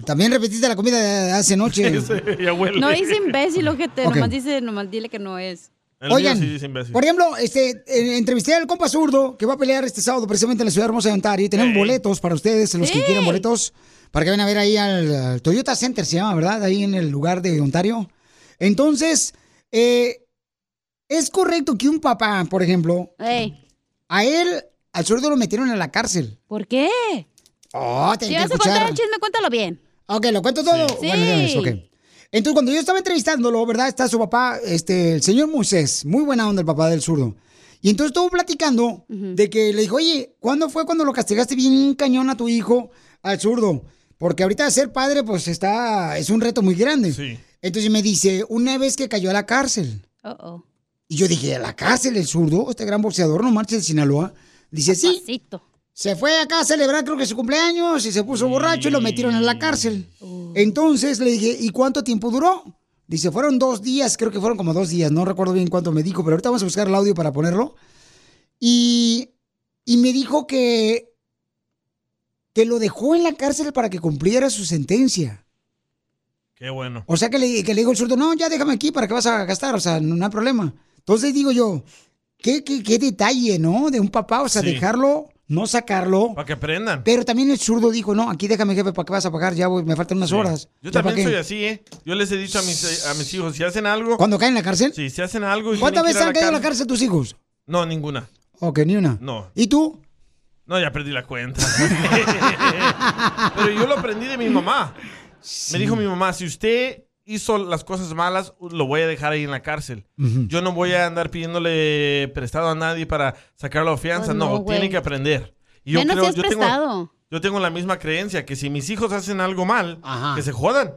Speaker 3: también repetiste la comida de hace noche.
Speaker 4: Ya huele.
Speaker 5: No dice imbécil, ojete.
Speaker 3: Ok.
Speaker 5: Nomás dice, nomás dile que no es.
Speaker 4: El
Speaker 3: Oigan,
Speaker 4: mío sí dice imbécil.
Speaker 3: por ejemplo, este, eh, entrevisté al compa zurdo que va a pelear este sábado precisamente en la ciudad hermosa de Ontario. Y tenemos boletos para ustedes, los que quieran boletos, para que vayan a ver ahí al, al Toyota Center, se llama, ¿verdad? Ahí en el lugar de Ontario. Entonces, eh, es correcto que un papá, por ejemplo, a él, al zurdo lo metieron en la cárcel.
Speaker 5: ¿Por qué?
Speaker 3: Oh, te
Speaker 5: Si
Speaker 3: que
Speaker 5: vas a contar
Speaker 3: escuchar.
Speaker 5: el chisme, cuéntalo bien.
Speaker 3: Ok, lo cuento todo.
Speaker 5: Sí.
Speaker 3: Bueno, ya ves,
Speaker 5: Sí.
Speaker 3: ok. Entonces, cuando yo estaba entrevistándolo, ¿verdad? Está su papá, este, el señor Moisés, muy buena onda el papá del zurdo. Y entonces estuvo platicando de que le dijo, oye, ¿cuándo fue cuando lo castigaste bien cañón a tu hijo, al zurdo? Porque ahorita ser padre, pues está, es un reto muy grande. Entonces me dice, una vez que cayó a la cárcel.
Speaker 5: Oh, oh.
Speaker 3: Y yo dije, ¿a la cárcel el zurdo? Este gran boxeador, no marcha de Sinaloa. Dice, sí.
Speaker 5: Pasito.
Speaker 3: Se fue acá a celebrar creo que su cumpleaños y se puso borracho y lo metieron en la cárcel. Entonces le dije, ¿y cuánto tiempo duró? Dice, fueron dos días, creo que fueron como dos días, no recuerdo bien cuánto me dijo, pero ahorita vamos a buscar el audio para ponerlo. Y, y me dijo que, que lo dejó en la cárcel para que cumpliera su sentencia.
Speaker 4: Qué bueno.
Speaker 3: O sea que le, que le dijo el surdo, no, ya déjame aquí, ¿para qué vas a gastar? O sea, no, no hay problema. Entonces digo yo, ¿qué, qué, qué detalle, ¿no? De un papá, o sea,
Speaker 4: Sí.
Speaker 3: dejarlo, no sacarlo.
Speaker 4: Para que aprendan.
Speaker 3: Pero también el zurdo dijo, no, aquí déjame, jefe, ¿para qué vas a pagar? Ya voy, me faltan unas
Speaker 4: Sí.
Speaker 3: horas.
Speaker 4: Yo
Speaker 3: ¿Ya pa'
Speaker 4: también
Speaker 3: qué?".
Speaker 4: soy así, ¿eh? Yo les he dicho a mis, a mis hijos, si hacen algo...
Speaker 3: ¿Cuándo caen en la cárcel?
Speaker 4: Sí, si hacen algo... y
Speaker 3: ¿Cuántas
Speaker 4: tienen que
Speaker 3: veces
Speaker 4: ir
Speaker 3: han caído en la cárcel tus hijos?
Speaker 4: No, ninguna.
Speaker 3: Ok, ni una.
Speaker 4: No.
Speaker 3: ¿Y tú?
Speaker 4: No, ya perdí la cuenta. Pero yo lo aprendí de mi mamá. Me dijo mi mamá, si usted hizo las cosas malas, lo voy a dejar ahí en la cárcel.
Speaker 9: Ujú.
Speaker 4: Yo no voy a andar pidiéndole prestado a nadie para sacar la fianza.
Speaker 5: Pues no,
Speaker 4: no,
Speaker 5: güey.
Speaker 4: tiene que aprender. Y yo
Speaker 5: Menos
Speaker 4: creo,
Speaker 5: si es
Speaker 4: yo
Speaker 5: prestado.
Speaker 4: tengo, yo tengo la misma creencia, que si mis hijos hacen algo mal, que se jodan.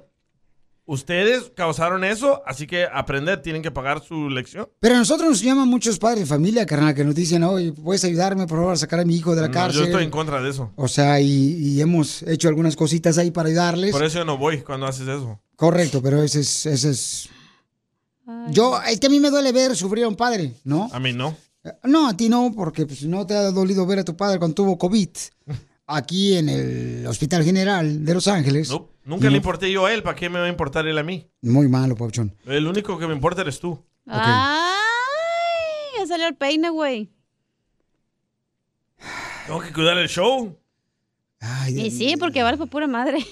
Speaker 4: Ustedes causaron eso, así que aprender, tienen que pagar su lección.
Speaker 3: Pero a nosotros nos llaman muchos padres de familia, carnal, que nos dicen, oye, ¿puedes ayudarme, por favor, a sacar a mi hijo de la
Speaker 4: No,
Speaker 3: cárcel?
Speaker 4: yo estoy en contra de eso.
Speaker 3: O sea, y, y hemos hecho algunas cositas ahí para ayudarles.
Speaker 4: Por eso yo no voy cuando haces eso.
Speaker 3: Correcto, pero ese es... Ese es... Yo, es que a mí me duele ver sufrir a un padre, ¿no? Eh,
Speaker 4: A mí no.
Speaker 3: No, a ti no, porque pues, no te ha dolido ver a tu padre cuando tuvo COVID aquí en el Hospital General de Los Ángeles.
Speaker 4: Nope. Nunca le importé yo a él, ¿para qué me va a importar él a mí?
Speaker 3: Muy malo, Pauchón.
Speaker 4: El único que me importa eres tú.
Speaker 5: Ah. ¡Ay! Ya salió el peine, güey.
Speaker 4: Tengo que cuidar el show.
Speaker 5: Y sí, porque vale por pura madre.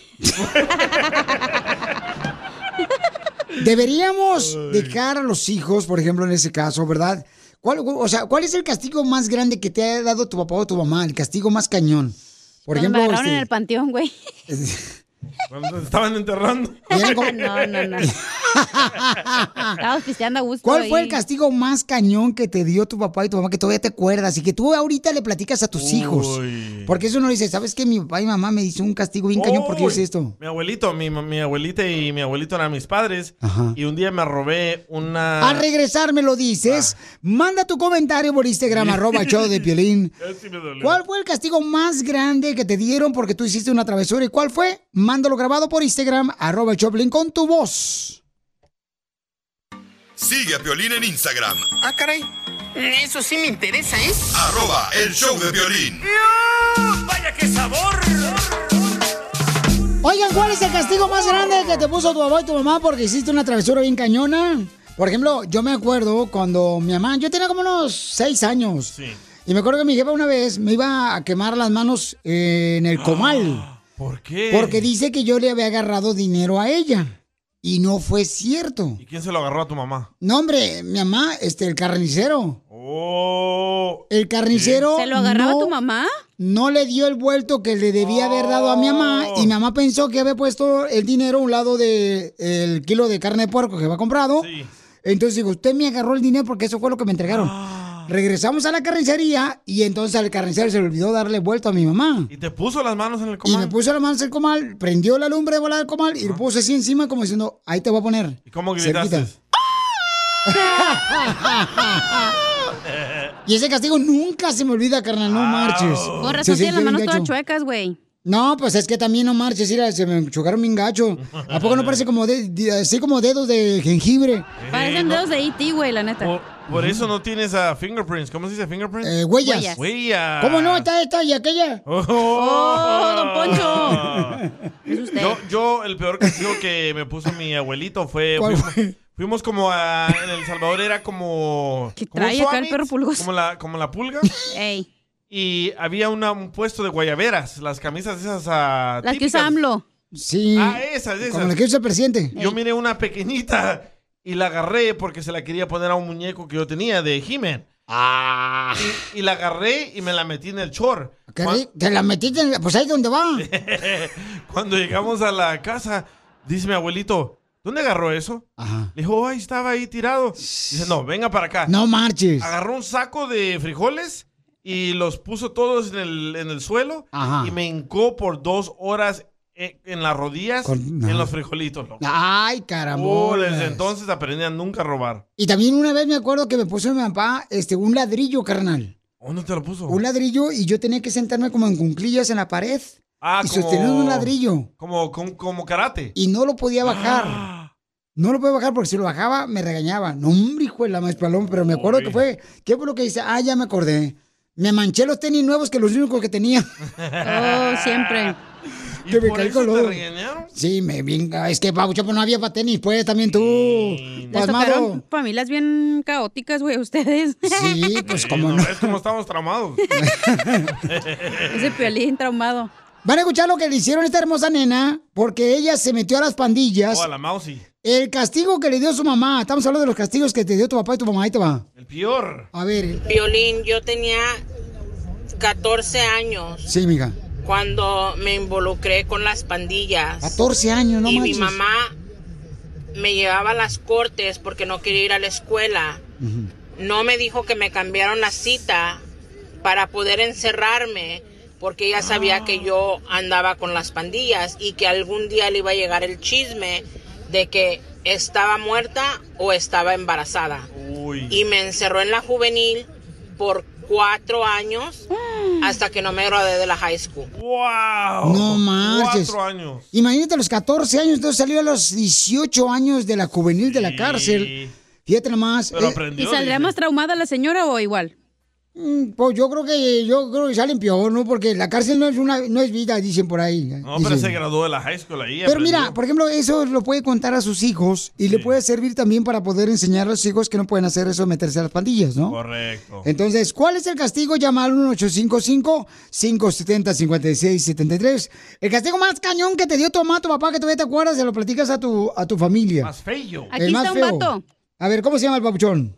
Speaker 3: Deberíamos dejar a los hijos, por ejemplo, en ese caso, ¿verdad? ¿Cuál, o sea, ¿cuál es el castigo más grande que te ha dado tu papá o tu mamá? El castigo más cañón. Por
Speaker 5: Cuando me
Speaker 3: ejemplo,
Speaker 5: agarraron en el
Speaker 3: este,
Speaker 5: panteón, güey.
Speaker 4: Cuando te estaban enterrando.
Speaker 5: No, no, no. Estábamos pisteando a gusto.
Speaker 3: ¿cuál fue
Speaker 5: ahí.
Speaker 3: el castigo más cañón que te dio tu papá y tu mamá que todavía te acuerdas y que tú ahorita le platicas a tus hijos? Porque eso no dice, ¿sabes qué? Mi papá y mamá me hizo un castigo bien cañón porque yo hice esto.
Speaker 4: Mi abuelito, mi, mi abuelita y mi abuelito eran mis padres. Y un día me robé una.
Speaker 3: Al regresar me lo dices.
Speaker 4: Ah.
Speaker 3: Manda tu comentario por Instagram, arroba el show de Piolín.
Speaker 4: Ya sí me dolió.
Speaker 3: ¿Cuál fue el castigo más grande que te dieron porque tú hiciste una travesura? ¿Y cuál fue? Mándalo grabado por Instagram, arroba el Choplin con tu voz.
Speaker 1: Sigue a Piolín en Instagram,
Speaker 21: Ah, caray. Eso sí me interesa, ¿eh?
Speaker 1: arroba el show de Piolín.
Speaker 21: ¡Vaya qué sabor!
Speaker 3: Oigan, ¿cuál es el castigo más grande que te puso tu papá y tu mamá porque hiciste una travesura bien cañona? Por ejemplo, yo me acuerdo cuando mi mamá, yo tenía como unos seis años. Y me acuerdo que mi jefa una vez me iba a quemar las manos eh, en el comal.
Speaker 4: ¿Por qué?
Speaker 3: Porque dice que yo le había agarrado dinero a ella. Y no fue cierto.
Speaker 4: ¿Y quién se lo agarró a tu mamá?
Speaker 3: No, hombre, mi mamá, este, el carnicero.
Speaker 4: Oh,
Speaker 3: El carnicero.
Speaker 5: ¿Se lo agarraba
Speaker 3: no-
Speaker 5: tu mamá?
Speaker 3: No le dio el vuelto que le debía haber dado a mi mamá. Y mi mamá pensó que había puesto el dinero a un lado del kilo de carne de puerco que había comprado. Entonces digo, usted me agarró el dinero porque eso fue lo que me entregaron.
Speaker 4: Ah.
Speaker 3: Regresamos a la carnicería y entonces al carnicero se le olvidó darle vuelto a mi mamá.
Speaker 4: Y te puso las manos en el
Speaker 3: Y
Speaker 4: comal.
Speaker 3: me puso las manos en el comal, prendió la lumbre de volada del comal y lo puso así encima como diciendo, ahí te voy a poner.
Speaker 4: ¿Y cómo gritaste?
Speaker 3: cerquita. Y ese castigo nunca se me olvida, carnal, no marches.
Speaker 5: Con
Speaker 3: Se
Speaker 5: razón tiene las
Speaker 3: sintió bien
Speaker 5: manos todas
Speaker 3: gacho.
Speaker 5: chuecas, güey.
Speaker 3: No, pues es que también no marches, mira, se me chocaron bien gacho. ¿A poco no parece como, de- de- así como dedos de jengibre?
Speaker 5: Parecen dedos de E.T., güey, la neta.
Speaker 4: Por eso no tienes a fingerprints. ¿Cómo se dice fingerprints?
Speaker 3: Eh, huellas.
Speaker 4: Huellas.
Speaker 3: ¿Cómo no? Está esta y aquella.
Speaker 4: Oh,
Speaker 5: Oh,
Speaker 3: don
Speaker 4: Poncho. Yo, yo, el peor castigo que me puso mi abuelito fue.
Speaker 3: ¿Cuál
Speaker 4: fuimos, fuimos como a. En El Salvador era como. como un
Speaker 5: trae acá el
Speaker 4: Suamit,
Speaker 5: perro pulgoso.
Speaker 4: Como la, como la pulga. Y había una- un puesto de guayaberas. Las camisas esas. ah,
Speaker 5: Las que
Speaker 4: típicas.
Speaker 5: usa AMLO.
Speaker 3: Sí.
Speaker 4: Ah, esas, esas.
Speaker 3: Como la que usa el presidente.
Speaker 4: Yo miré una pequeñita y la agarré porque se la quería poner a un muñeco que yo tenía de He-Man. Y, y la agarré y me la metí en el chor.
Speaker 3: Que di- Te la metiste en la- Pues ahí donde va.
Speaker 4: Cuando llegamos a la casa, dice mi abuelito, ¿dónde agarró eso? Le dijo, ay, estaba ahí tirado. Dice, no, venga para acá.
Speaker 3: No marches.
Speaker 4: Agarró un saco de frijoles y los puso todos en el, en el suelo
Speaker 3: Ajá.
Speaker 4: y me hincó por dos horas en, en las rodillas
Speaker 3: Con- Ah, no.
Speaker 4: en los frijolitos. loco.
Speaker 3: Ay,
Speaker 4: Oh,
Speaker 3: carambola.
Speaker 4: desde entonces aprendí a nunca robar.
Speaker 3: Y también una vez me acuerdo que me puso mi papá este, un ladrillo, carnal.
Speaker 4: ¿Dónde Oh, te lo puso?
Speaker 3: Un ladrillo y yo tenía que sentarme como en cunclillas en la pared
Speaker 4: Ah,
Speaker 3: y sostener un ladrillo.
Speaker 4: Como, como, como karate.
Speaker 3: Y no lo podía bajar. No lo podía bajar porque si lo bajaba me regañaba. No, hombre, hijo de la más paloma, pero me acuerdo que fue. ¿Qué fue lo que dice? Ah, ya me acordé. Me manché los tenis nuevos que los únicos que tenía.
Speaker 5: Oh, siempre.
Speaker 3: Que me caí con lodo. Sí, me venga. Es que Pabucho, pues no había para tenis, pues también tú.
Speaker 5: Les tocaron
Speaker 3: Pasmado.
Speaker 5: familias bien caóticas, güey, ustedes.
Speaker 3: Sí, pues como no.
Speaker 4: Es como estamos tramados.
Speaker 5: Ese piolín traumado.
Speaker 3: Van a escuchar lo que le hicieron a esta hermosa nena porque ella se metió a las pandillas.
Speaker 4: Oh, a la Mousy.
Speaker 3: El castigo que le dio su mamá. Estamos hablando de los castigos que te dio tu papá y tu mamá. Ahí te va.
Speaker 4: El peor.
Speaker 3: A ver.
Speaker 16: Violín, yo tenía 14 años
Speaker 3: Sí, mija.
Speaker 16: cuando me involucré con las pandillas.
Speaker 3: 14 años, no
Speaker 16: Y
Speaker 3: manches.
Speaker 16: mi mamá me llevaba a las cortes porque no quería ir a la escuela. No me dijo que me cambiaron la cita para poder encerrarme porque ella sabía que yo andaba con las pandillas y que algún día le iba a llegar el chisme de que estaba muerta o estaba embarazada. Y me encerró en la juvenil por cuatro años hasta que no me gradué de la high school.
Speaker 4: ¡Wow!
Speaker 3: No marches.
Speaker 4: Cuatro años.
Speaker 3: Imagínate a los 14 años, entonces salió a los 18 años de la juvenil de la cárcel. Fíjate nomás.
Speaker 4: Pero
Speaker 3: eh,
Speaker 4: aprendió,
Speaker 5: ¿Y saldrá más traumada la señora o igual?
Speaker 3: mm, Pues yo creo que yo creo que salen peor, ¿no? Porque la cárcel no es una no es vida, dicen por ahí.
Speaker 4: No, pero
Speaker 3: Dicen.
Speaker 4: se graduó de la high school ahí.
Speaker 3: Pero mira,
Speaker 4: aprendió.
Speaker 3: por ejemplo, eso lo puede contar a sus hijos y le puede servir también para poder enseñar a los hijos que no pueden hacer eso, meterse a las pandillas, ¿no?
Speaker 4: Correcto.
Speaker 3: Entonces, ¿cuál es el castigo? Llama al 1-855-570-5673. El castigo más cañón que te dio tu mamá, tu papá, que todavía te acuerdas, se lo platicas a tu, a tu familia.
Speaker 4: Más feyo.
Speaker 5: Aquí está un vato.
Speaker 3: A ver, ¿cómo se llama el papuchón?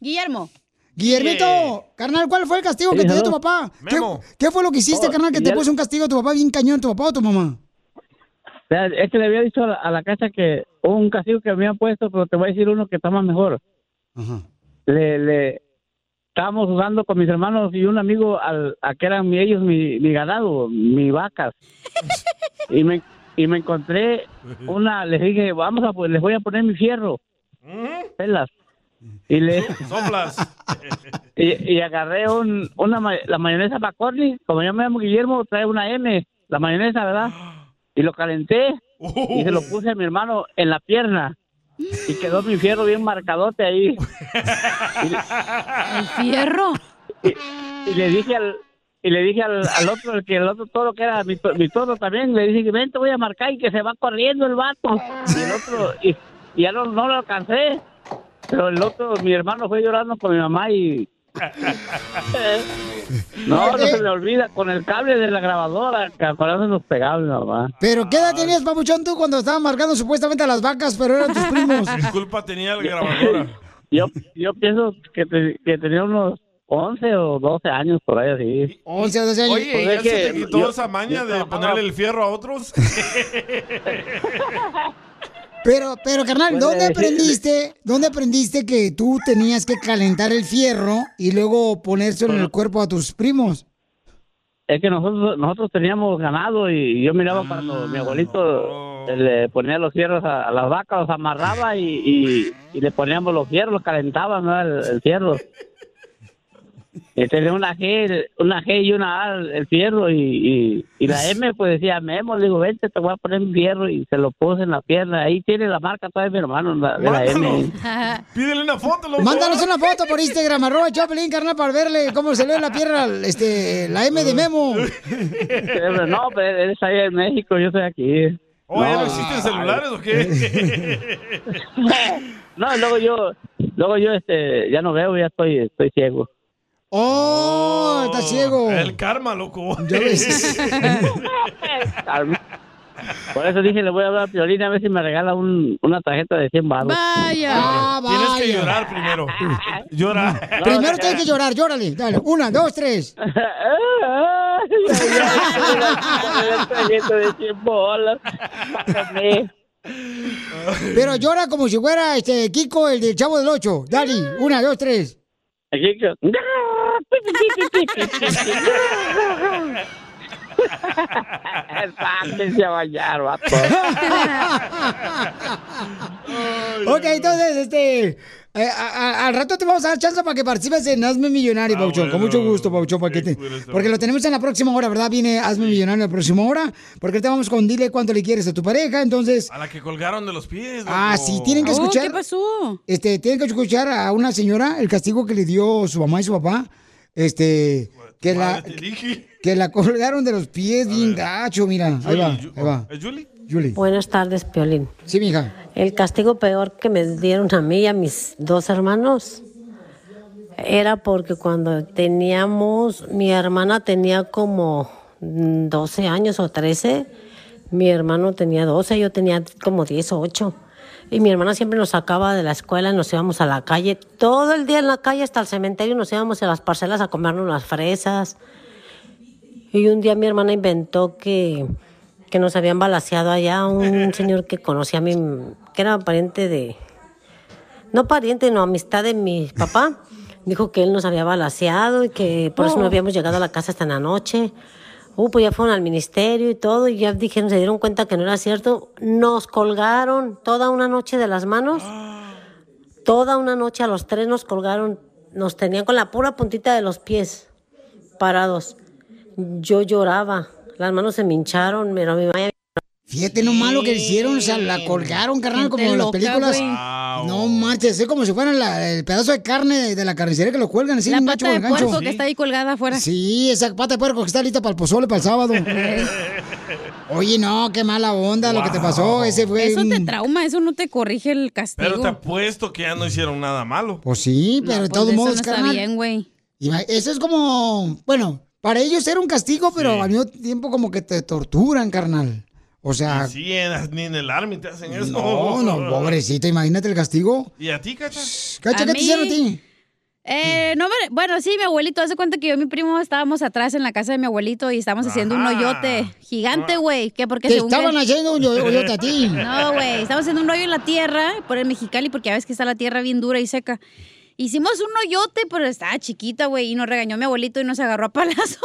Speaker 5: Guillermo.
Speaker 3: Guillermito,
Speaker 5: Yeah.
Speaker 3: carnal, ¿cuál fue el castigo que
Speaker 5: Sí,
Speaker 3: te dio tu
Speaker 5: hello.
Speaker 3: papá? ¿Qué,
Speaker 31: Memo.
Speaker 3: qué fue lo que hiciste,
Speaker 31: Oh,
Speaker 3: carnal, que te
Speaker 31: ya-
Speaker 3: puso un castigo tu papá bien cañón, tu papá o tu mamá?
Speaker 31: O sea, es que le había dicho a la, a la cacha que un castigo que me habían puesto, pero te voy a decir uno que está más mejor. Le, le- estábamos jugando con mis hermanos y un amigo al, a que eran mi- ellos mi, mi ganado, mi vacas. y me y me encontré una, les dije, vamos a pues, les voy a poner mi fierro, pelas. Y le
Speaker 4: Soplas.
Speaker 31: y, y agarré un, una ma- la mayonesa McCorley, como yo me llamo Guillermo, trae una M, la mayonesa, ¿verdad? Y lo calenté y se lo puse a mi hermano en la pierna. Y quedó mi fierro bien marcadote ahí.
Speaker 5: ¿El fierro?
Speaker 31: Y, y le dije al y le dije al, al otro, el que el otro toro que era mi, to- mi toro también, le dije, ven, te voy a marcar y que se va corriendo el vato. Y el otro, y, y ya no, no lo alcancé. Pero el otro, mi hermano fue llorando con mi mamá y no, no se me olvida, con el cable de la grabadora, que acordarse nos pegaba mi mamá.
Speaker 3: Pero ¿qué
Speaker 31: Ah.
Speaker 3: edad tenías, papuchón, tú cuando estaban marcando supuestamente a las vacas, pero eran tus primos?
Speaker 4: ¿Qué culpa tenía la grabadora?
Speaker 31: Yo, yo pienso que, te- que tenía unos 11 o 12 años por ahí así.
Speaker 3: 11 o 12 años.
Speaker 4: Oye,
Speaker 31: Pues
Speaker 4: ¿ya
Speaker 31: es
Speaker 4: se
Speaker 31: que
Speaker 4: te quitó
Speaker 31: yo-
Speaker 4: esa maña
Speaker 31: yo
Speaker 4: de
Speaker 31: trabajaba-
Speaker 4: ponerle el fierro a otros?
Speaker 3: Pero, pero carnal,
Speaker 4: Bueno,
Speaker 3: ¿dónde
Speaker 4: eh.
Speaker 3: aprendiste, dónde aprendiste que tú tenías que calentar el fierro y luego ponérselo en el cuerpo a tus primos?
Speaker 31: Es que nosotros nosotros teníamos ganado y yo miraba cuando mi abuelito eh, le ponía los fierros a, a las vacas, los amarraba y, y- y le poníamos los fierros, los calentaban ¿no? el, el fierro. Y tenía una G, una G y una A el fierro y, y, y la M pues decía, Memo, le digo, vente, te voy a poner un fierro y se lo puse en la pierna. Ahí tiene la marca todavía mi hermano la- de la M.
Speaker 4: Pídele una foto, loco.
Speaker 3: Mándanos una foto por Instagram, arroba el Choplin, carnal, para verle cómo se le ve la pierna, este, la M de Memo.
Speaker 31: Pero no, pero él está allá en México, yo estoy aquí.
Speaker 4: Oye, ¿no
Speaker 31: No,
Speaker 4: existen
Speaker 31: ay.
Speaker 4: celulares o qué?
Speaker 31: No, luego yo, luego yo este, ya no veo, ya estoy, estoy ciego.
Speaker 3: ¡Oh! Está ciego.
Speaker 4: El karma, loco.
Speaker 31: Por eso dije, le voy a hablar a Piolín a ver si me regala un, una tarjeta de 100 baros.
Speaker 5: Vaya.
Speaker 3: Ah,
Speaker 4: Tienes
Speaker 3: vaya.
Speaker 4: que llorar primero. Llora.
Speaker 3: Primero tienes que llorar, llórale. Dale, una, dos, tres.
Speaker 31: tarjeta de 100 bolas.
Speaker 3: Pero llora como si fuera este Kiko, el del Chavo del Ocho. Dale, una, dos, tres.
Speaker 31: Aquí que- Sáquense a bañar, vato.
Speaker 3: Ok, entonces, este, Eh, a- a- al rato te vamos a dar chance para que participes en Hazme Millonario,
Speaker 6: Ah,
Speaker 3: Pauchón. Con mucho gusto, Pauchón. Para que te- Porque lo tenemos en la próxima hora, ¿verdad? Viene Hazme Millonario en la próxima hora. Porque ahorita vamos con dile cuánto le quieres a tu pareja. Entonces,
Speaker 4: A la que colgaron de los pies.
Speaker 3: Ah,
Speaker 4: loco.
Speaker 3: sí, tienen que escuchar. pasó? Este, tienen que escuchar a una señora el castigo que le dio su mamá y su papá. Este, que la,
Speaker 4: Te dije.
Speaker 3: que la colgaron de los pies bien gacho, mira. Ahí va,
Speaker 4: Yuli,
Speaker 3: ahí va.
Speaker 4: ¿Es Julie?
Speaker 3: Julie.
Speaker 8: Buenas tardes, Piolín.
Speaker 3: Sí, mija.
Speaker 8: El castigo peor que me dieron a mí y a mis dos hermanos era porque cuando teníamos, mi hermana tenía como mm, 12 años o 13, mi hermano tenía 12, yo tenía como 10 o 8. Y mi hermana siempre nos sacaba de la escuela y nos íbamos a la calle, todo el día en la calle hasta el cementerio, nos íbamos a las parcelas a comernos las fresas. Y un día mi hermana inventó que, que nos habían balaseado allá un señor que conocía a mi, que era pariente de, no pariente, no amistad de mi papá. Dijo que él nos había balaseado y que por eso no
Speaker 18: Oh.
Speaker 8: habíamos llegado a la casa hasta en la noche. Uh, pues ya fueron al ministerio y todo, y ya dijeron, se dieron cuenta que no era cierto. Nos colgaron toda una noche de las manos. Toda una noche a los tres nos colgaron, nos tenían con la pura puntita de los pies parados. Yo lloraba, las manos se me hincharon, pero mi mamá...
Speaker 3: Fíjate no malo que hicieron, o sea, la colgaron, carnal, como en las películas. No marches, es como si fuera la- el pedazo de carne de la carnicería que lo cuelgan así,
Speaker 5: La
Speaker 3: un
Speaker 5: pata
Speaker 3: gancho
Speaker 5: de
Speaker 3: con gancho.
Speaker 5: puerco que está ahí colgada afuera.
Speaker 3: Sí, esa pata de puerco que está lista para el pozole, para el sábado. Oye, no, qué mala onda lo que te pasó. Ese fue.
Speaker 5: Eso te
Speaker 3: un-
Speaker 5: trauma, eso no te corrige el castigo.
Speaker 4: Pero te apuesto que ya no hicieron nada malo.
Speaker 3: Pues sí, pero de
Speaker 5: pues
Speaker 3: todos
Speaker 5: eso
Speaker 3: modos,
Speaker 5: no está
Speaker 3: carnal.
Speaker 5: bien, güey.
Speaker 3: Ima- Eso es como, bueno, para ellos era un castigo, pero al mismo tiempo como que te torturan, carnal. O sea,
Speaker 4: Sí, en- ni en el army te hacen eso.
Speaker 3: no, no, pobrecito, imagínate el castigo.
Speaker 4: ¿Y a ti, Cacha?
Speaker 3: Cacha, ¿qué
Speaker 5: A
Speaker 3: te
Speaker 5: mí-
Speaker 3: hicieron a ti?
Speaker 5: Eh, no, me- bueno, sí, mi abuelito, hace cuenta que yo y mi primo estábamos atrás en la casa de mi abuelito y estábamos haciendo un
Speaker 3: Ajá.
Speaker 5: hoyote gigante, güey. que porque
Speaker 3: Te
Speaker 5: según que-
Speaker 3: estaban haciendo un hoy- hoyote a ti.
Speaker 5: No, güey, estábamos haciendo un hoyo en la tierra, por el Mexicali, porque ya ves que está la tierra bien dura y seca. Hicimos un hoyote, pero estaba chiquita, güey, y nos regañó mi abuelito y nos agarró a palazo.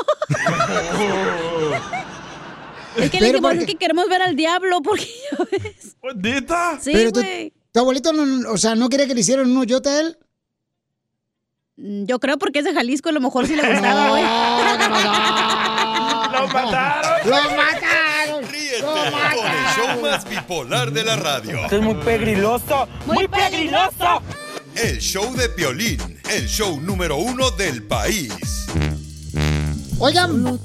Speaker 5: es que le
Speaker 3: Pero
Speaker 5: dijimos
Speaker 3: porque-
Speaker 5: "Es que queremos ver al diablo, porque... Sí,
Speaker 3: Pero tu,
Speaker 5: güey.
Speaker 3: tu abuelito, no- o sea, ¿no quería que le hicieran un hoyote a él?
Speaker 5: Mm, Yo creo porque es de Jalisco, a lo mejor sí le gustaba, güey.
Speaker 4: ¡Lo mataron!
Speaker 3: ¡Lo mataron!
Speaker 1: Con el show más bipolar de la radio.
Speaker 21: Esto es muy
Speaker 1: pegriloso,
Speaker 21: Muy muy pegriloso.
Speaker 1: El show de Piolín, el show número uno del país.
Speaker 3: Oigan,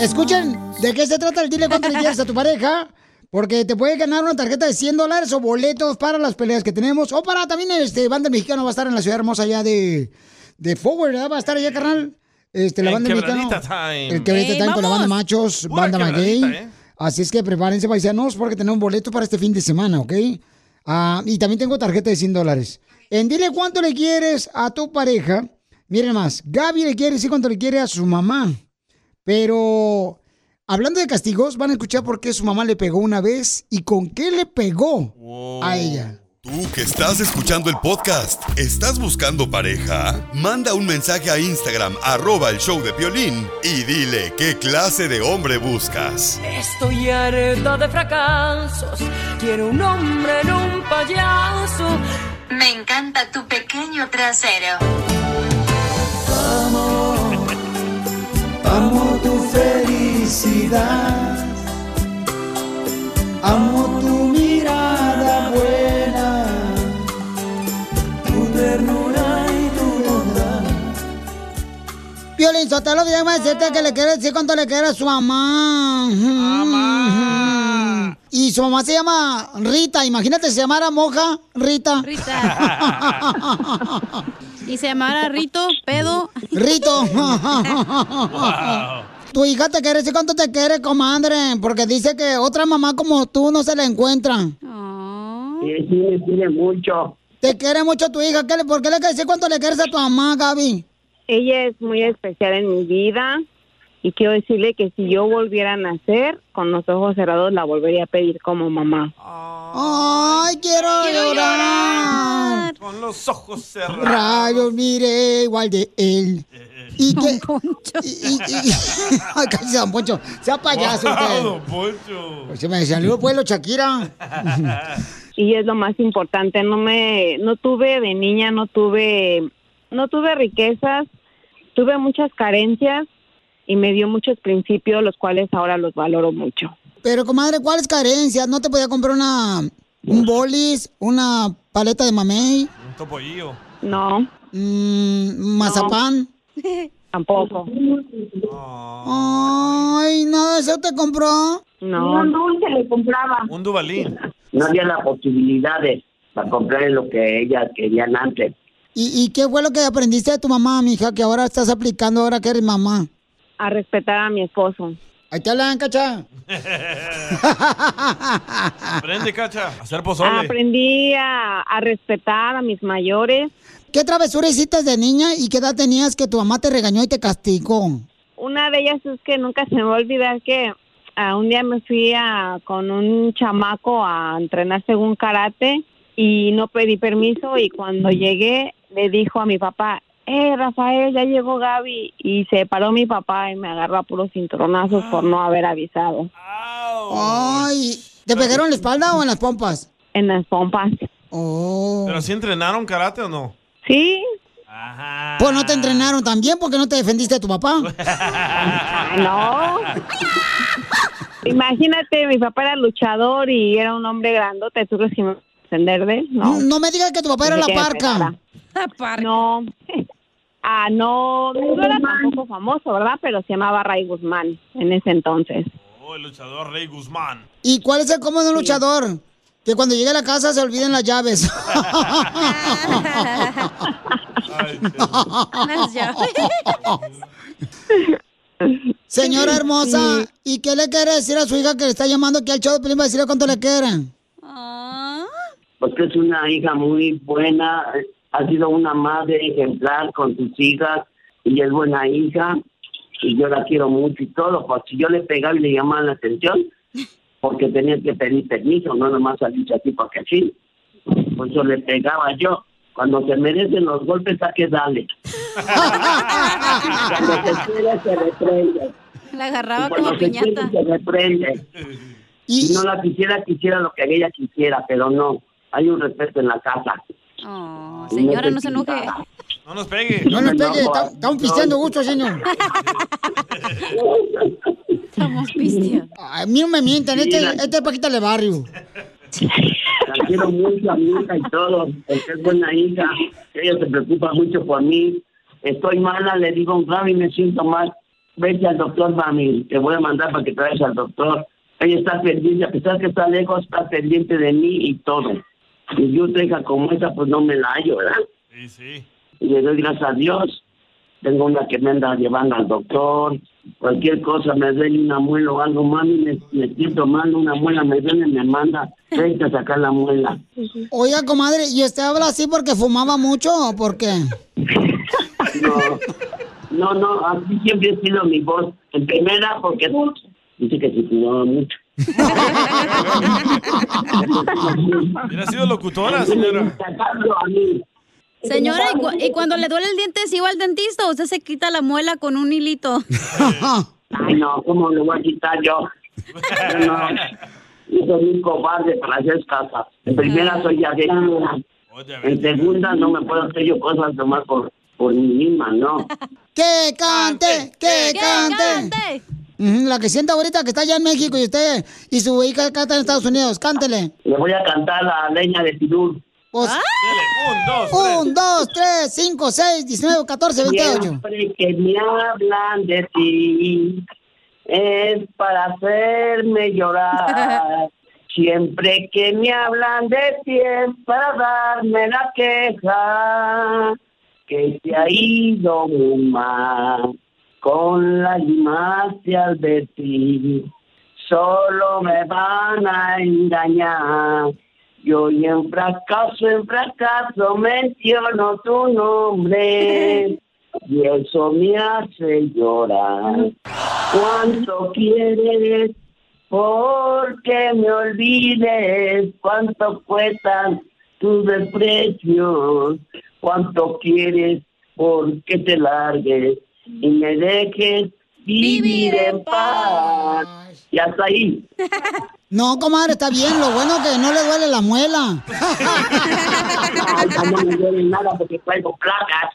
Speaker 3: escuchen, ¿de qué se trata el dile cuánto le quieres a tu pareja? Porque te puede ganar una tarjeta de 100 dólares o boletos para las peleas que tenemos. O para también, este, Banda Mexicano va a estar en la ciudad hermosa allá de, de Forward, ¿verdad? Va a estar allá, carnal. Este, la
Speaker 4: En
Speaker 3: Banda
Speaker 4: Quebradita
Speaker 3: Mexicana.
Speaker 4: Time.
Speaker 3: El Quebradita
Speaker 4: Ey,
Speaker 3: Time con la
Speaker 4: vamos.
Speaker 3: Banda Machos,
Speaker 4: Pura
Speaker 3: Banda Maguey.
Speaker 4: quebradita, ¿eh?
Speaker 3: Así es que prepárense, paisanos, porque tenemos boletos para este fin de semana, ¿ok? Ah, y también tengo tarjeta de 100 dólares. En dile cuánto le quieres a tu pareja. Miren más, Gaby le quiere decir cuánto le quiere a su mamá. Pero hablando de castigos, van a escuchar por qué su mamá le pegó una vez y con qué le pegó a ella.
Speaker 1: Tú que estás escuchando el podcast, ¿estás buscando pareja? Manda un mensaje a Instagram, arroba el show de Piolín, y dile qué clase de hombre buscas.
Speaker 20: Estoy harta de fracasos. Quiero un hombre en un payaso. Me encanta tu pequeño trasero.
Speaker 9: Amo tu felicidad. Amo tu mirada buena. Tu ternura y tu bondad.
Speaker 3: Violín Sotelo, déjame decirte que le quiere decir cuánto le quiere a su mamá. Mamá. Y su mamá se llama Rita. Imagínate si se llamara Moja Rita. Rita.
Speaker 5: Y se llamara Rito, pedo.
Speaker 3: Rito. Tu hija te quiere decir cuánto te quiere, comadre, porque dice que otra mamá como tú no se la encuentra.
Speaker 22: Sí, sí, me quiere mucho.
Speaker 3: Te quiere mucho tu hija. ¿Qué le- ¿Por qué le quieres decir cuánto le quieres a tu mamá, Gaby?
Speaker 22: Ella es muy especial en mi vida y quiero decirle que si yo volviera a nacer, con los ojos cerrados la volvería a pedir como mamá.
Speaker 3: Ay, te quiero, llorar.
Speaker 4: Con los ojos cerrados.
Speaker 3: Rayos, mire igual de él. Y que. Y, y- y- Ay, casi Don Poncho. Sea payaso
Speaker 4: Wow,
Speaker 3: usted.
Speaker 4: don Poncho.
Speaker 3: Se me salió pues. el pueblo, Shakira.
Speaker 22: y es lo más importante no me no tuve de niña no tuve no tuve riquezas tuve muchas carencias y me dio muchos principios los cuales ahora los valoro mucho
Speaker 3: Pero, comadre, ¿cuáles carencias? ¿No te podía comprar una. un bolis? ¿Una paleta de mamey? Mm,
Speaker 4: Un topollillo.
Speaker 22: No.
Speaker 3: ¿Mazapán?
Speaker 22: Tampoco.
Speaker 3: Ay, nada, ¿eso te compró?
Speaker 24: No. No,
Speaker 3: se le compraba.
Speaker 4: Un Dubalín.
Speaker 24: No había las posibilidades para comprar lo que ellas querían antes.
Speaker 3: ¿Y, y qué fue lo que aprendiste de tu mamá, mija, que ahora estás aplicando ahora que eres mamá?
Speaker 22: A respetar a mi esposo.
Speaker 3: Ahí te hablan, cacha.
Speaker 4: Aprende, cacha. a Hacer pozole.
Speaker 22: Ah, aprendí a, a respetar a mis mayores
Speaker 3: ¿Qué travesura hiciste de niña y qué edad tenías que tu mamá te regañó y te castigó?
Speaker 22: una de ellas es que nunca se me va a olvidar que ah, un día me fui a- con un chamaco a entrenar según karate y no pedí permiso y cuando llegué le dijo a mi papá, eh, Rafael, ya llegó Gaby y se paró mi papá y me agarró a puros cinturonazos por no haber avisado.
Speaker 3: Ay, ¿te pegaron en la espalda o en las pompas?
Speaker 22: En las pompas.
Speaker 3: Oh.
Speaker 4: ¿Pero si entrenaron karate o no?
Speaker 22: Sí.
Speaker 3: Pues no te entrenaron también porque no te defendiste de tu papá.
Speaker 22: no. Imagínate, mi papá era luchador y era un hombre grandote, tú crees que me iba a defender de él? No.
Speaker 3: No me digas que tu papá era
Speaker 22: Dije
Speaker 3: la
Speaker 22: que me
Speaker 3: parca.
Speaker 22: pegara. No. Ah, no, no era tampoco famoso, ¿verdad? Pero se llamaba Ray Guzmán en ese entonces.
Speaker 4: Oh, el luchador Rey Guzmán.
Speaker 3: ¿Y cuál es el cómodo de un luchador? Que cuando llegue a la casa se olviden las llaves.
Speaker 9: Las
Speaker 3: Señora hermosa, ¿y qué le quiere decir a su hija que le está llamando aquí al show de Pelín para decirle cuánto le quieran?
Speaker 24: Porque es una hija muy buena, ha sido una madre ejemplar con sus hijas y es buena hija y yo la quiero mucho y todo. Porque si yo le pegaba y le llamaba la atención, porque tenía que pedir permiso, no nomás salir así porque sí. Por eso le pegaba yo. Cuando se merecen los golpes, hay que darle. Cuando se quiere, se reprende.
Speaker 5: La agarraba
Speaker 24: Y cuando
Speaker 5: como
Speaker 24: se quiere,
Speaker 5: piñata.
Speaker 24: se reprende.
Speaker 3: Y
Speaker 24: no la quisiera, quisiera lo que ella quisiera, pero no. Hay un respeto en la casa.
Speaker 5: Oh, señora, no se enoje.
Speaker 4: No nos pegue.
Speaker 3: No nos pegue, está- estamos pisteando gusto, señor. Estamos pisteando. A mí no me mientan, este,
Speaker 24: Mira.
Speaker 3: este es Paquita de barrio.
Speaker 24: La quiero mucho a mi hija y todo, porque es buena hija. Ella se preocupa mucho por mí. Estoy mala, le digo, Gaby, me siento mal. Vete al doctor, mami, te voy a mandar para que traigas al doctor. Ella está pendiente, a pesar que está lejos, está pendiente de mí y todo. Y yo, otra hija como esa, pues no me la hallo, ¿verdad?
Speaker 4: Sí, sí.
Speaker 24: y le doy gracias a Dios. Tengo una que me anda llevando al doctor, cualquier cosa me duele una muela o algo, mami, me, me siento mal, una muela me duele, me manda, vete a sacar la muela.
Speaker 3: Oiga, comadre, ¿y usted habla así porque fumaba mucho o por qué?
Speaker 24: No, no, así siempre he sido mi voz, en primera porque dice que se cuidaba mucho.
Speaker 4: Hubiera sido locutora, señora.
Speaker 5: Señora, ¿y, cu- y cuando le duele el diente es igual al dentista? ¿Usted se quita la muela con un hilito?
Speaker 24: Ay, no, ¿cómo lo voy a quitar yo? Yo no, yo soy un cobarde para hacer casas. En primera soy ya de... En segunda no me puedo hacer yo cosas nomás por, por mí misma, no.
Speaker 3: ¡Que cante! ¡Que cante! Ujú, La que sienta ahorita que está allá en México y usted y su hija acá está en Estados Unidos, cántele.
Speaker 24: Le voy a cantar la leña de Tirul.
Speaker 3: Pues-
Speaker 4: un, dos,
Speaker 3: tres. 5, 6, 19, 14, 28.
Speaker 24: Siempre que me hablan de ti es para hacerme llorar. Siempre que me hablan de ti es para darme la queja que se ha ido muy mal con lágrimas y al de ti. Solo me van a engañar. Yo y en fracaso, en fracaso menciono tu nombre. Y eso me hace llorar. ¿Cuánto quieres porque me olvides cuánto cuestan tus desprecios, cuánto quieres porque te largues y me dejes vivir en paz. Y hasta ahí.
Speaker 3: No, comadre, está bien. Lo bueno que no le duele la muela.
Speaker 24: Ay, ya no me duele nada porque traigo placas.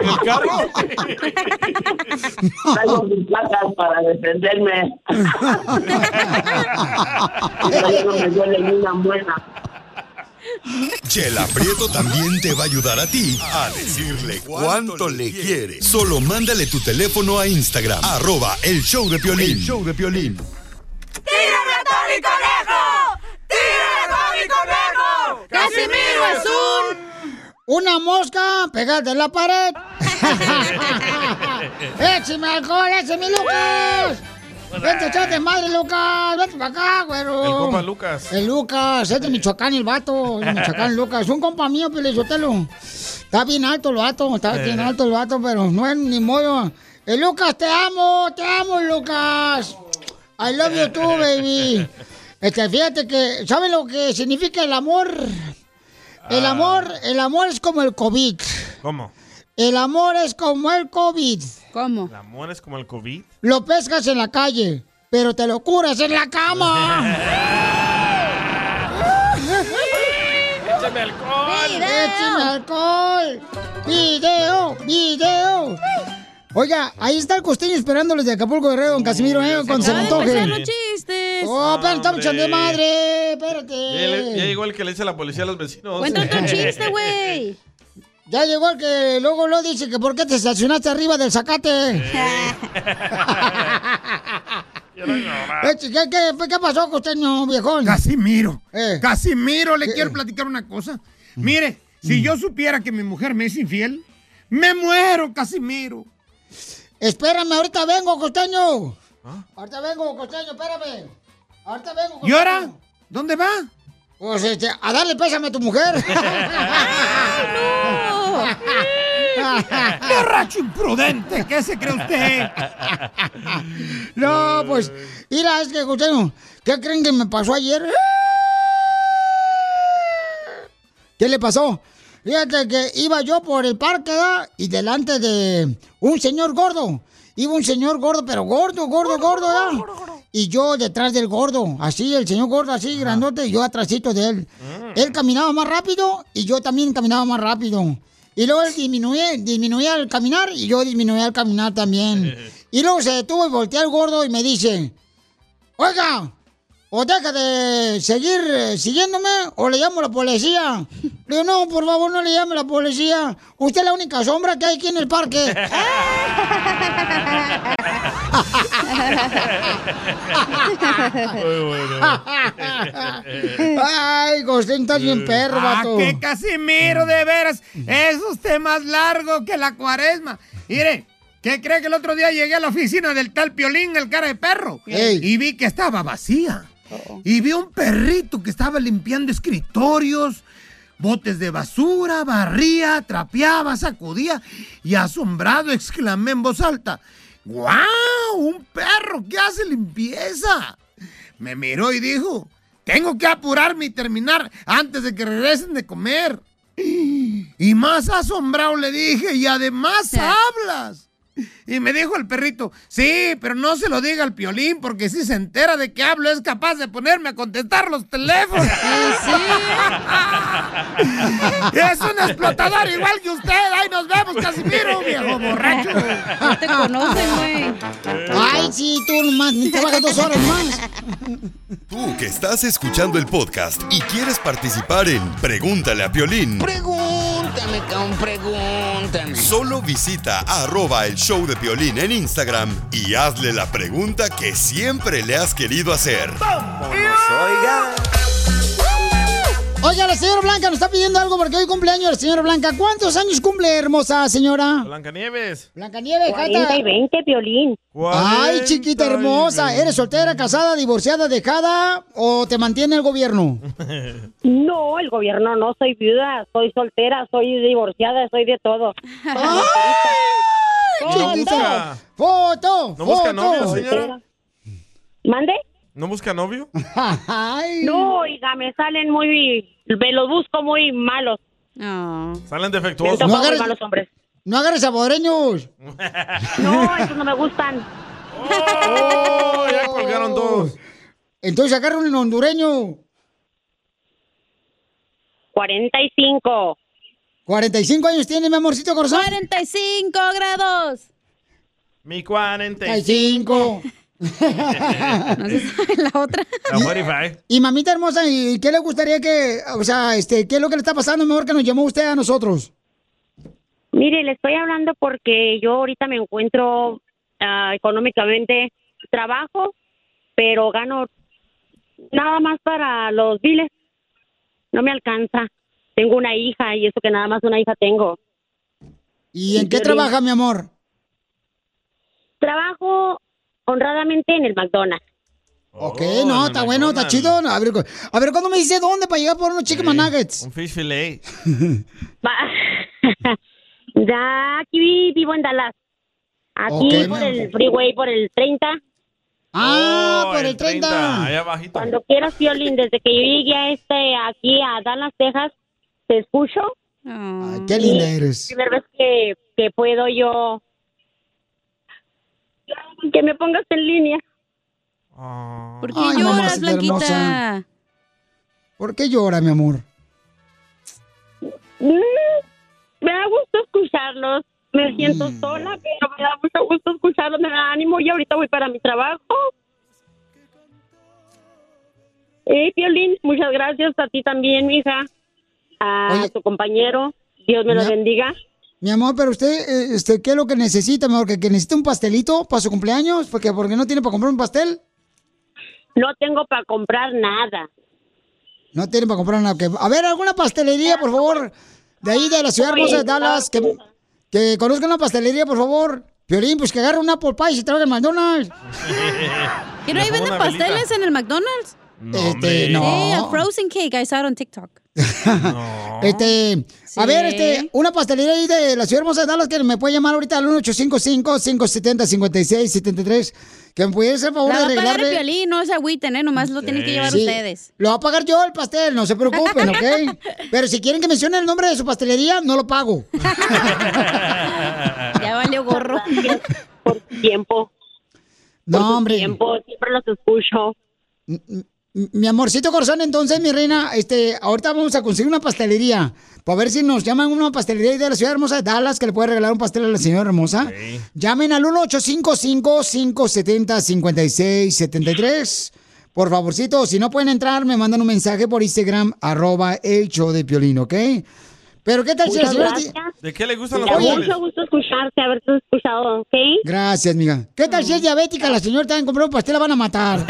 Speaker 24: ¿El carro? Traigo mis placas para defenderme. Ya no me duele ni una muela.
Speaker 1: Chela Prieto también te va a ayudar a ti a decirle cuánto le quiere. Solo mándale tu teléfono a Instagram, arroba el show de Piolín. El show de Piolín.
Speaker 32: ¡Tírame a Tony Conejo! ¡Tírame a Tony Conejo! ¡Casimiro es un...
Speaker 3: Una mosca pegada en la pared. ¡Échame Eh, alcohol!
Speaker 4: Eh.
Speaker 3: ¡Échame, Lucas! Vente, echate madre, Lucas. Vete para acá, güero.
Speaker 4: El compa Lucas.
Speaker 3: El Lucas, es de Michoacán el vato, de Michoacán Lucas. Un compa mío, Pelizotelo. Está bien alto el vato, está
Speaker 4: Eh.
Speaker 3: bien alto el vato, pero no es ni modo. El Lucas, te amo, te amo, Lucas. I love you too,
Speaker 4: Eh.
Speaker 3: baby. Este, fíjate que, ¿saben lo que significa el amor?
Speaker 4: Ah.
Speaker 3: El amor, el amor es como el COVID.
Speaker 4: ¿Cómo?
Speaker 3: El amor es como el COVID. ¿Cómo?
Speaker 4: ¿El amor es como el COVID?
Speaker 3: Lo pescas en la calle, pero te lo curas en la cama.
Speaker 32: ¡Échame alcohol!
Speaker 3: ¡Échame alcohol! ¡Video! ¡Video! Oiga, ahí está el costeño esperando los de Acapulco Guerrero, don Casimiro, ¿eh? Cuando se le
Speaker 6: Ay,
Speaker 3: antoje.
Speaker 6: empezaron chistes.
Speaker 3: ¡Oh, pero estamos echando de
Speaker 4: Hombre.
Speaker 3: madre!
Speaker 4: Ya,
Speaker 3: ¡Espérate!
Speaker 4: le- ya llegó el que le dice la policía a los vecinos.
Speaker 3: Cuenta otro chiste, güey. Ya llegó el que luego lo dice que por qué te estacionaste arriba del zacate. Eh, chi- ¿Qué, qué, fue- qué pasó, costeño, viejón? Eh.
Speaker 21: Casimiro. Casimiro, le quiero platicar una cosa.
Speaker 3: Mm.
Speaker 21: Mire, si yo supiera que mi mujer me es infiel, me muero, Casimiro.
Speaker 3: Espérame, ahorita vengo, costeño. Ahorita vengo, costeño, espérame. Ahorita vengo,
Speaker 21: ¿Ah? ¿Y ahora? ¿Dónde va?
Speaker 3: Pues este, a darle pésame a tu mujer.
Speaker 21: ¡Borracho imprudente! ¿Qué se cree usted?
Speaker 3: No, pues, mira, es que, costeño, ¿qué creen que me pasó ayer? ¿Qué le pasó? Fíjate que iba yo por el parque, ¿da? Y delante de un señor gordo. Iba un señor gordo, pero gordo, gordo, gordo, ¿da? Y yo detrás del gordo, así, el señor gordo, así, grandote, y yo atrásito de él. Él caminaba más rápido y yo también caminaba más rápido. Y luego él disminuía, disminuía al caminar y yo disminuía al caminar también. Y luego se detuvo y volteé al gordo y me dice, Oiga, o deja de seguir eh, siguiéndome o le llamo a la policía. Le digo, no, por favor, no le llame a la policía. Usted es la única sombra que hay aquí en el parque. Ah, Ay, Costeño, estás bien perro,
Speaker 21: Eh, Ah,
Speaker 3: vato.
Speaker 21: que Casimiro, de veras, eso usted más largo que la cuaresma. Mire, ¿qué cree que el otro día llegué a la oficina del tal Piolín, el cara de perro? Y vi que estaba vacía. Y vi un perrito que estaba limpiando escritorios, botes de basura, barría, trapeaba, sacudía. Y asombrado exclamé en voz alta, ¡guau! ¡Un perro que hace limpieza! Me miró y dijo, tengo que apurarme y terminar antes de que regresen de comer. Y más asombrado le dije, y además hablas. Y me dijo el perrito, sí, pero no se lo diga al piolín, porque si se entera de que hablo es capaz de ponerme a contestar los teléfonos. es un explotador igual que usted. Ahí nos vemos, Casimiro, viejo borracho.
Speaker 3: No te conocen, güey. Ay, sí, tú nomás, ni trabajas dos horas más.
Speaker 1: Tú que estás escuchando el podcast y quieres participar en Pregúntale a Piolín,
Speaker 33: Pregúntame, con pregúntame.
Speaker 1: solo visita arroba el show de Piolín en Instagram y hazle la pregunta que siempre le has querido hacer.
Speaker 33: Oiga.
Speaker 3: Oiga, la señora Blanca nos está pidiendo algo porque hoy cumpleaños la señora Blanca. ¿Cuántos años cumple, hermosa señora?
Speaker 4: Blancanieves.
Speaker 3: Blancanieves,
Speaker 4: 40 y
Speaker 3: 20, violín. Ay, chiquita hermosa, ¿eres soltera, casada, divorciada, dejada o te mantiene el gobierno?
Speaker 7: No, el gobierno no, soy viuda, soy soltera, soy divorciada, soy de todo.
Speaker 3: ¡Ay,
Speaker 7: Chiquita.
Speaker 3: ¡Foto!
Speaker 7: ¿No busca novio,
Speaker 3: ¡Foto!
Speaker 7: señora? ¿Mande?
Speaker 4: ¿No busca novio?
Speaker 7: No, oiga, me salen muy... Me los busco muy malos. No.
Speaker 4: Salen
Speaker 7: Me
Speaker 4: defectuosos.
Speaker 7: tocan muy malos hombres.
Speaker 3: No agarres saboreños.
Speaker 7: No, esos no me gustan.
Speaker 4: ¡Oh! Ya colgaron todos.
Speaker 3: Entonces agarra un hondureño.
Speaker 7: 45.
Speaker 3: 45 años tiene, mi amorcito corazón.
Speaker 5: 45 grados.
Speaker 4: Mi 40.
Speaker 3: no
Speaker 5: sé la otra.
Speaker 4: La 45.
Speaker 3: Y mamita hermosa, ¿y qué le gustaría que, o sea, este, qué es lo que le está pasando mejor que nos llamó usted a nosotros?
Speaker 7: Mire, le estoy hablando porque yo ahorita me encuentro ah, económicamente trabajo, pero gano nada más para los biles. No me alcanza. Tengo una hija y eso que nada más una hija tengo.
Speaker 3: ¿Y en qué trabaja, mi amor?
Speaker 7: Trabajo honradamente en el McDonald's.
Speaker 3: Ok,
Speaker 4: Oh,
Speaker 3: no, está bueno, está chido. A ver, cu- a ver, ¿cuándo me dice dónde para llegar por unos chicken nuggets?
Speaker 4: Un fish fillet.
Speaker 7: Va- ya aquí vi- vivo en Dallas. Aquí
Speaker 4: Ok,
Speaker 7: por
Speaker 4: ma'am.
Speaker 7: el freeway, por el 30.
Speaker 3: Ah,
Speaker 7: por el
Speaker 4: 30. Oh, Allá abajito.
Speaker 7: Cuando quieras, Violín, desde que yo llegué a este, aquí a Dallas, Texas, te escucho.
Speaker 4: Mm.
Speaker 3: qué linda eres.
Speaker 7: Primera vez que, que puedo yo que me pongas en línea.
Speaker 5: ¿Por qué
Speaker 3: Ay,
Speaker 5: lloras,
Speaker 3: mamacita
Speaker 5: Blanquita?
Speaker 3: hermosa. ¿Por qué llora, mi amor?
Speaker 7: Mm, Me da gusto escucharlos. Me siento
Speaker 3: Mm.
Speaker 7: sola, pero me da mucho gusto escucharlos. Me da ánimo y ahorita voy para mi trabajo. Eh, Piolín, muchas gracias a ti también, mija. A tu compañero. Dios me los
Speaker 3: Ya.
Speaker 7: bendiga.
Speaker 3: Mi amor, pero usted, eh, este, ¿qué es lo que necesita, mi amor? ¿Que, que necesita un pastelito para su cumpleaños? Porque, porque no tiene para comprar un pastel.
Speaker 7: No tengo para comprar nada.
Speaker 3: No tiene para comprar nada. que- A ver, alguna pastelería, por favor. De ahí, de la ciudad hermosa de Dallas. Que, que conozcan una pastelería, por favor. Piolín, pues que agarre un Apple Pie y se traiga el McDonald's.
Speaker 5: ¿Y no ahí
Speaker 3: pongo una
Speaker 5: venden
Speaker 3: velita.
Speaker 5: pasteles en el McDonald's?
Speaker 3: Este, no.
Speaker 5: Sí, el frozen cake I saw it on TikTok.
Speaker 3: Este, a
Speaker 5: Sí.
Speaker 3: ver, este, una pastelería ahí de la ciudad hermosa de Dallas que me puede llamar ahorita al 1855-570-5673. Que me pudiera hacer el favor
Speaker 5: La
Speaker 3: de
Speaker 5: va a pagar el
Speaker 3: arreglarle.
Speaker 5: violín, no se agüiten, ¿eh? Nomás lo tienen que llevar
Speaker 3: Sí,
Speaker 5: ustedes.
Speaker 3: Lo va a pagar yo el pastel, no se preocupen, ¿ok? Pero si quieren que mencione el nombre de su pastelería, no lo pago.
Speaker 5: Ya valió gorro.
Speaker 7: Tiempo.
Speaker 3: No, hombre.
Speaker 7: Tiempo, siempre los escucho.
Speaker 3: Mi amorcito corazón, entonces, mi reina, este, ahorita vamos a conseguir una pastelería. Para ver si nos llaman una pastelería ahí de la ciudad hermosa de Dallas que le puede regalar un pastel a la señora hermosa. Llamen al 1-855-570-5673. Por favorcito, si no pueden entrar, me mandan un mensaje por Instagram, arroba el show de Piolín, ¿ok? Pero ¿qué tal si la
Speaker 7: Muchas
Speaker 3: señora... ti-
Speaker 7: gracias.
Speaker 4: ¿De qué le gustan
Speaker 7: Me
Speaker 4: los
Speaker 7: da
Speaker 4: pasteles?
Speaker 7: mucho gusto escucharte, haberte escuchado, ¿ok?
Speaker 3: Gracias, mija. ¿Qué tal si es diabética? La señora también compró un pastel, la van a matar.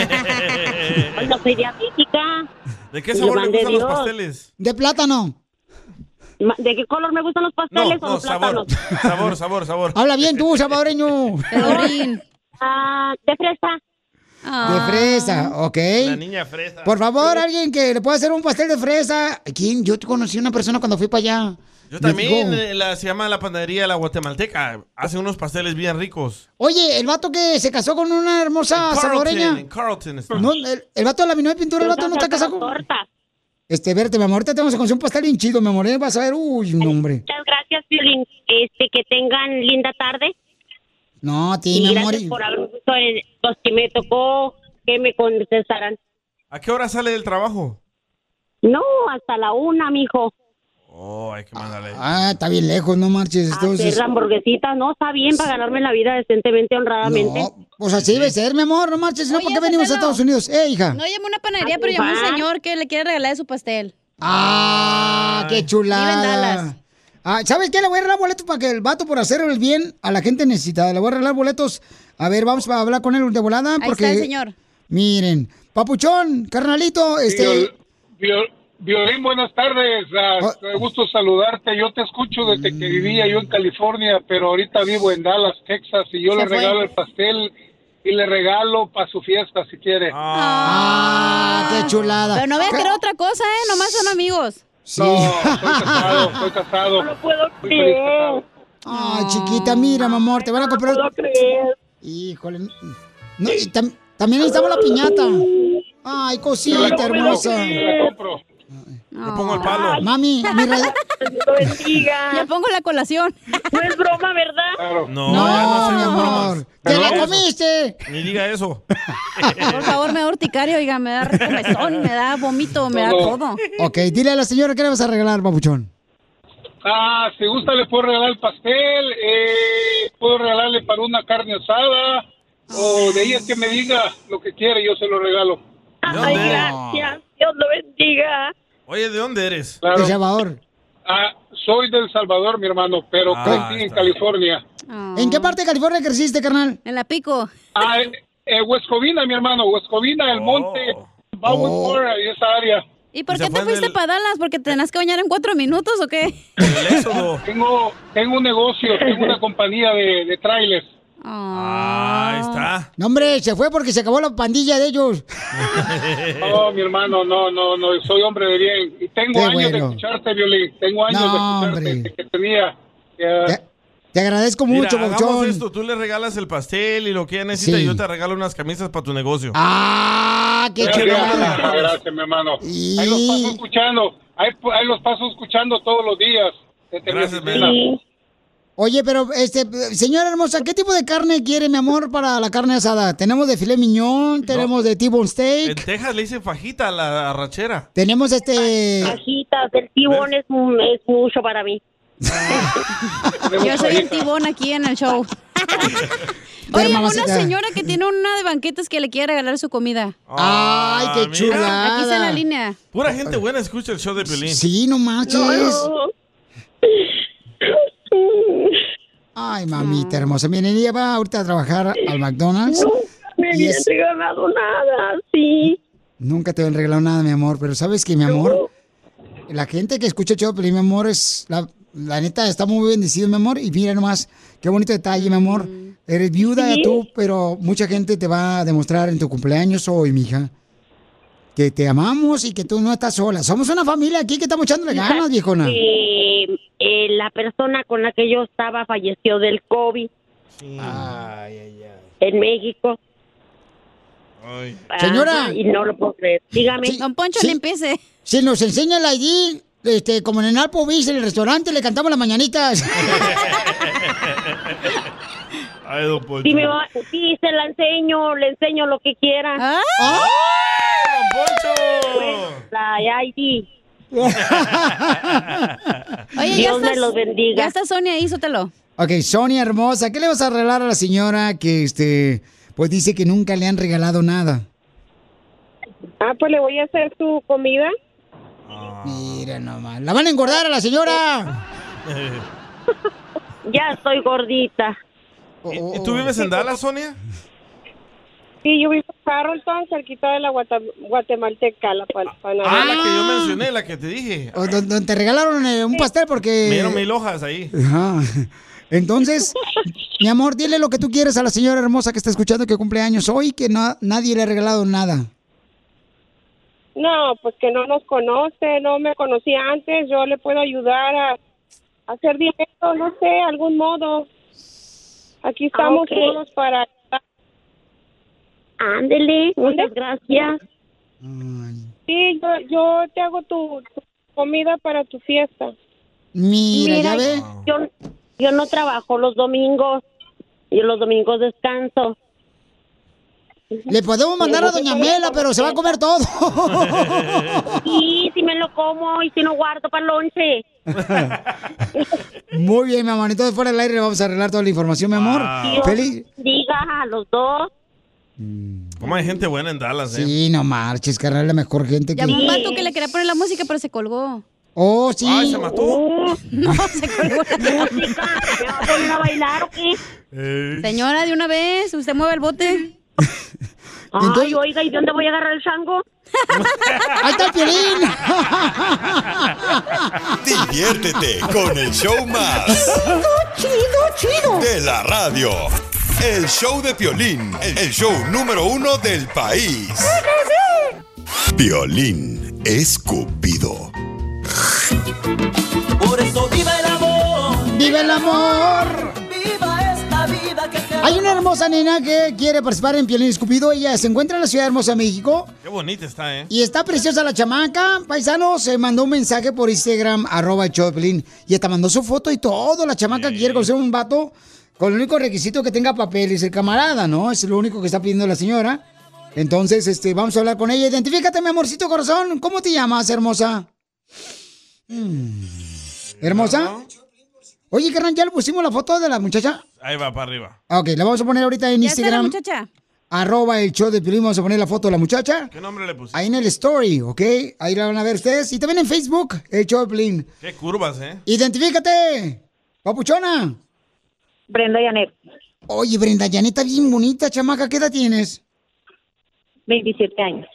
Speaker 7: Hoy no soy diabética.
Speaker 4: ¿De qué sabor le
Speaker 7: Lo mandé
Speaker 4: gustan los
Speaker 7: Dios.
Speaker 4: pasteles?
Speaker 3: De plátano.
Speaker 7: Ma- ¿De qué color me gustan los
Speaker 4: No,
Speaker 7: pasteles o
Speaker 4: no,
Speaker 7: los
Speaker 4: sabor.
Speaker 7: plátanos?
Speaker 4: Sabor, sabor, sabor.
Speaker 3: Habla bien tú, salvadoreño.
Speaker 7: Ah, de fresa.
Speaker 3: De fresa, ok.
Speaker 4: La niña fresa.
Speaker 3: Por favor, alguien que le pueda hacer un pastel de fresa. ¿Quién? Yo conocí una persona cuando fui para allá.
Speaker 4: Yo
Speaker 3: Me
Speaker 4: también,
Speaker 3: dijo,
Speaker 4: eh, la, se llama la panadería La Guatemalteca. Hace unos pasteles bien ricos.
Speaker 3: Oye, el vato que se casó con una hermosa
Speaker 4: Carlton,
Speaker 3: salvadoreña.
Speaker 4: en Carlton este. está.
Speaker 3: No, el, el vato de la minoría de pintura, el vato no está casado con... Este, verte, mi amor, ahorita te vamos a conseguir un pastel bien chido, mi amor. ¿eh? Vas a ver, uy, no, hombre.
Speaker 7: Muchas gracias, Violín. Este, que tengan linda tarde.
Speaker 3: No, a ti,
Speaker 7: y
Speaker 3: mi amor.
Speaker 7: gracias
Speaker 3: y-
Speaker 7: por haber visto el- los que me tocó que me contestaran.
Speaker 4: ¿A qué hora sale del trabajo?
Speaker 7: No, hasta la una, mijo.
Speaker 4: Oh, hay que mandarle.
Speaker 3: Ah, está bien lejos, no marches. Entonces...
Speaker 7: Hacer la hamburguesita, no, está bien para ganarme la vida decentemente, honradamente.
Speaker 3: No, pues así debe ser, mi amor, no marches. No, ¿por qué venimos a Estados Unidos? Eh, hija.
Speaker 5: No llamó una panadería, pero llamó un señor que le quiere regalar su pastel.
Speaker 3: Ah, qué chulada.
Speaker 5: Vive en Dallas.
Speaker 3: Ah, ¿Sabes qué? Le voy a arreglar boletos para que el vato por hacer el bien a la gente necesitada. Le voy a arreglar boletos. A ver, vamos a hablar con él de volada.
Speaker 5: Ahí
Speaker 3: Porque,
Speaker 5: está el señor.
Speaker 3: Miren, papuchón, carnalito, este...
Speaker 28: Viol- Violín, buenas tardes. Ah,
Speaker 3: Oh.
Speaker 28: qué gusto saludarte. Yo te escucho desde que vivía yo en California, pero ahorita vivo en Dallas, Texas, y yo
Speaker 3: Se
Speaker 28: le
Speaker 3: fue.
Speaker 28: regalo el pastel y le regalo para su fiesta, si quiere.
Speaker 3: Ah, qué chulada.
Speaker 5: Pero no voy a querer otra cosa, ¿eh? Nomás son amigos.
Speaker 28: No, estoy casado, estoy casado. No puedo
Speaker 3: Ay, chiquita, mira, mi amor, te van a comprar... Híjole. No, y tam- También necesitamos la piñata. Ay, cosita hermosa.
Speaker 4: Yo pongo el palo.
Speaker 3: Mami, mi radio-
Speaker 5: Le pongo la colación. No es broma, ¿verdad?
Speaker 4: No,
Speaker 3: No,
Speaker 4: ya no hacemos
Speaker 3: mi
Speaker 4: bromas.
Speaker 3: amor.
Speaker 4: No
Speaker 3: ¡Te la
Speaker 4: hagas eso.
Speaker 3: comiste!
Speaker 4: Ni diga eso.
Speaker 5: Por favor, me da urticaria, oiga, me da comezón, me da vómito, me da todo.
Speaker 3: Ok, dile a la señora que le vas a regalar, papuchón.
Speaker 28: Ah, si gusta le puedo regalar el pastel, eh, puedo regalarle para una carne asada, o de ella que me diga lo que quiere, yo se lo regalo.
Speaker 4: Ay, gracias.
Speaker 28: Dios lo bendiga.
Speaker 4: Oye, ¿de dónde eres?
Speaker 28: Claro.
Speaker 3: Salvador.
Speaker 28: Ah, soy del Salvador, mi hermano, pero
Speaker 4: Ah,
Speaker 28: crecí en California.
Speaker 3: ¿En qué parte de California creciste, carnal?
Speaker 5: Ah. En la pico.
Speaker 28: Ah, en, en West Covina, mi hermano, West Covina,
Speaker 4: Oh.
Speaker 28: el monte,
Speaker 3: Oh.
Speaker 28: Bowery, y esa área.
Speaker 5: ¿Y por qué te fuiste para Dallas? ¿Porque te tenías que bañar en cuatro minutos o qué?
Speaker 28: Tengo, tengo un negocio, tengo una compañía de, de trailers.
Speaker 4: Ah, Ahí está.
Speaker 3: No, hombre, se fue porque se acabó la pandilla de ellos.
Speaker 28: No, mi hermano, no, no, no, soy hombre de bien. Y tengo
Speaker 3: Qué
Speaker 28: años de
Speaker 3: bueno.
Speaker 28: escucharte, Violín. Tengo años
Speaker 3: No,
Speaker 28: de escucharte
Speaker 3: hombre.
Speaker 28: que tenía. eh,
Speaker 3: Te agradezco
Speaker 4: Mira,
Speaker 3: mucho,
Speaker 4: hagamos
Speaker 3: papuchón.
Speaker 4: esto, tú le regalas el pastel y lo que ella necesita
Speaker 3: Sí.
Speaker 4: y yo te regalo unas camisas para tu negocio.
Speaker 3: ¡Ah, qué chulada!
Speaker 28: Gracias, gracias, mi hermano. Ahí los paso escuchando, ahí, ahí los paso escuchando todos los días. Desde mi oficina.
Speaker 3: Oye, pero, este, señora hermosa, ¿qué tipo de carne quiere, mi amor, para la carne asada? Tenemos de filet mignon, tenemos de T-bone steak,
Speaker 4: En Texas le dicen fajita a la arrachera.
Speaker 3: tenemos este...
Speaker 4: Ah,
Speaker 7: Bajitas, el tibón es, mu- es mucho para mí.
Speaker 4: Ah.
Speaker 5: Yo soy el tibón aquí en el show.
Speaker 3: Pero,
Speaker 5: Oye, una
Speaker 3: mamacita.
Speaker 5: señora que tiene una de banquetas que le quiere regalar su comida.
Speaker 3: ¡Ay, qué
Speaker 4: Ah, mira.
Speaker 3: chulada!
Speaker 5: Ah, Aquí está en la línea.
Speaker 4: Pura gente buena escucha el show de Pelín.
Speaker 3: Sí, no manches.
Speaker 4: No.
Speaker 3: Ay, mamita hermosa. Miren, ella va ahorita a trabajar al McDonald's.
Speaker 7: Me
Speaker 3: y
Speaker 7: habían
Speaker 3: es-
Speaker 7: regalado nada, sí.
Speaker 3: Nunca te han regalado nada, mi amor, pero sabes que, mi amor, la gente que escucha el show de Pelín, mi amor, es la, la neta está muy bendecido, mi amor. Y mira nomás, qué bonito detalle, mi amor. Eres viuda
Speaker 7: Sí.
Speaker 3: tú, pero mucha gente te va a demostrar en tu cumpleaños hoy, mija, que te amamos y que tú no estás sola. Somos una familia aquí que estamos echándole ganas, viejona.
Speaker 7: Eh, eh, la persona con la que yo estaba falleció del COVID en México. Ah,
Speaker 3: Señora.
Speaker 7: Y no lo puedo creer. Dígame.
Speaker 3: Don Poncho, le empiece. Si nos enseña el ID, este, como en el Alpo Beach, en el restaurante, le cantamos las mañanitas.
Speaker 4: Ay, don Poncho.
Speaker 7: Sí, me va- sí, se la enseño, le enseño lo que quiera.
Speaker 3: ¡Ah!
Speaker 7: Pues, la ID.
Speaker 5: Oye, ya
Speaker 7: Dios me
Speaker 5: estás-
Speaker 7: los bendiga.
Speaker 5: Ya está Sonia ahí, sótelo.
Speaker 3: ok, Sonia hermosa, ¿qué le vas a regalar a la señora que, este, pues dice que nunca le han regalado nada?
Speaker 14: Ah, pues le voy a hacer su comida.
Speaker 3: Ah. Mira nomás. ¡La van a engordar a la señora!
Speaker 7: Ya estoy gordita.
Speaker 3: Oh,
Speaker 4: ¿Y tú vives en Dallas, Sonia?
Speaker 14: Sí, yo vivo en Carrollton, cerquita de la Guata- guatemalteca, la pan- panadería.
Speaker 4: Ah, la que yo mencioné, la que te dije.
Speaker 3: O don- donde te regalaron eh, un pastel porque...
Speaker 4: Me dieron mil hojas ahí.
Speaker 3: Ajá. Entonces, mi amor, dile lo que tú quieres a la señora hermosa que está escuchando que cumple años hoy, que no, nadie le ha regalado nada.
Speaker 14: No, pues que no nos conoce, no me conocía antes, yo le puedo ayudar a, a hacer dinero, no sé, algún modo.
Speaker 22: Ah,
Speaker 14: Aquí estamos
Speaker 7: ok.
Speaker 14: todos para...
Speaker 7: Ándele, muchas gracias.
Speaker 14: Sí, yo, yo te hago tu, tu comida para tu fiesta.
Speaker 3: Mira,
Speaker 7: ya ve. Yo, yo no trabajo los domingos. Yo los domingos descanso.
Speaker 3: Le podemos mandar a doña Mela, pero se va a comer todo.
Speaker 7: Sí, si me lo como y si no guardo para lonche.
Speaker 3: Muy bien, mi amor. Entonces, fuera del aire le vamos a arreglar toda la información, mi amor.
Speaker 4: Wow.
Speaker 3: Feliz.
Speaker 7: Diga a los dos.
Speaker 4: ¿Cómo hay gente buena en Dallas, eh?
Speaker 3: Sí, no marches, carnal, la mejor gente que.
Speaker 5: Llamó un vato que le quería poner la música, pero se colgó.
Speaker 3: Oh, sí.
Speaker 4: Ay, se mató.
Speaker 5: No, se colgó la música.
Speaker 7: ¿Me va a poner a bailar o qué?
Speaker 5: Señora, de una vez, usted mueve el bote.
Speaker 7: Ay, oiga, ¿y de dónde voy a agarrar el chango?
Speaker 3: ¡Ahí está Piolín!
Speaker 1: Diviértete con el show más. Chido, chido, chido. De la radio. El show de Piolín, el show número uno del país. Piolín escupido.
Speaker 3: Por eso viva el amor. ¡Viva el amor!
Speaker 20: Viva esta vida que te
Speaker 3: Hay una hermosa nena que quiere participar en Piolín Escupido. Ella se encuentra en la ciudad hermosa de México.
Speaker 4: Qué bonita está, ¿eh?
Speaker 3: Y está preciosa la chamaca. Paisano se mandó un mensaje por Instagram, arroba el show de Piolín, Y hasta mandó su foto y todo. La chamaca que quiere conocer un vato con el único requisito que tenga papeles. El camarada, ¿no? Es lo único que está pidiendo la señora. Entonces, este, vamos a hablar con ella. Identifícate, mi amorcito corazón. ¿Cómo te llamas, hermosa? Mm. ¿Hermosa? Oye, carnal, ¿ya le pusimos la foto de la muchacha?
Speaker 4: Ahí va para arriba.
Speaker 3: Ah, Ok, la vamos a poner ahorita en
Speaker 5: ¿Ya está la
Speaker 3: Instagram.
Speaker 5: muchacha?
Speaker 3: Arroba el show de Piolín. Vamos a poner la foto de la muchacha.
Speaker 4: ¿Qué nombre le pusiste?
Speaker 3: Ahí en el story, ¿ok? Ahí la van a ver ustedes. Y también en Facebook, el show de Piolín.
Speaker 4: Qué curvas, ¿eh?
Speaker 3: Identifícate, papuchona. Brenda Yanet. Oye, Brenda Yanet, está bien bonita, chamaca. ¿Qué edad tienes? 27 años.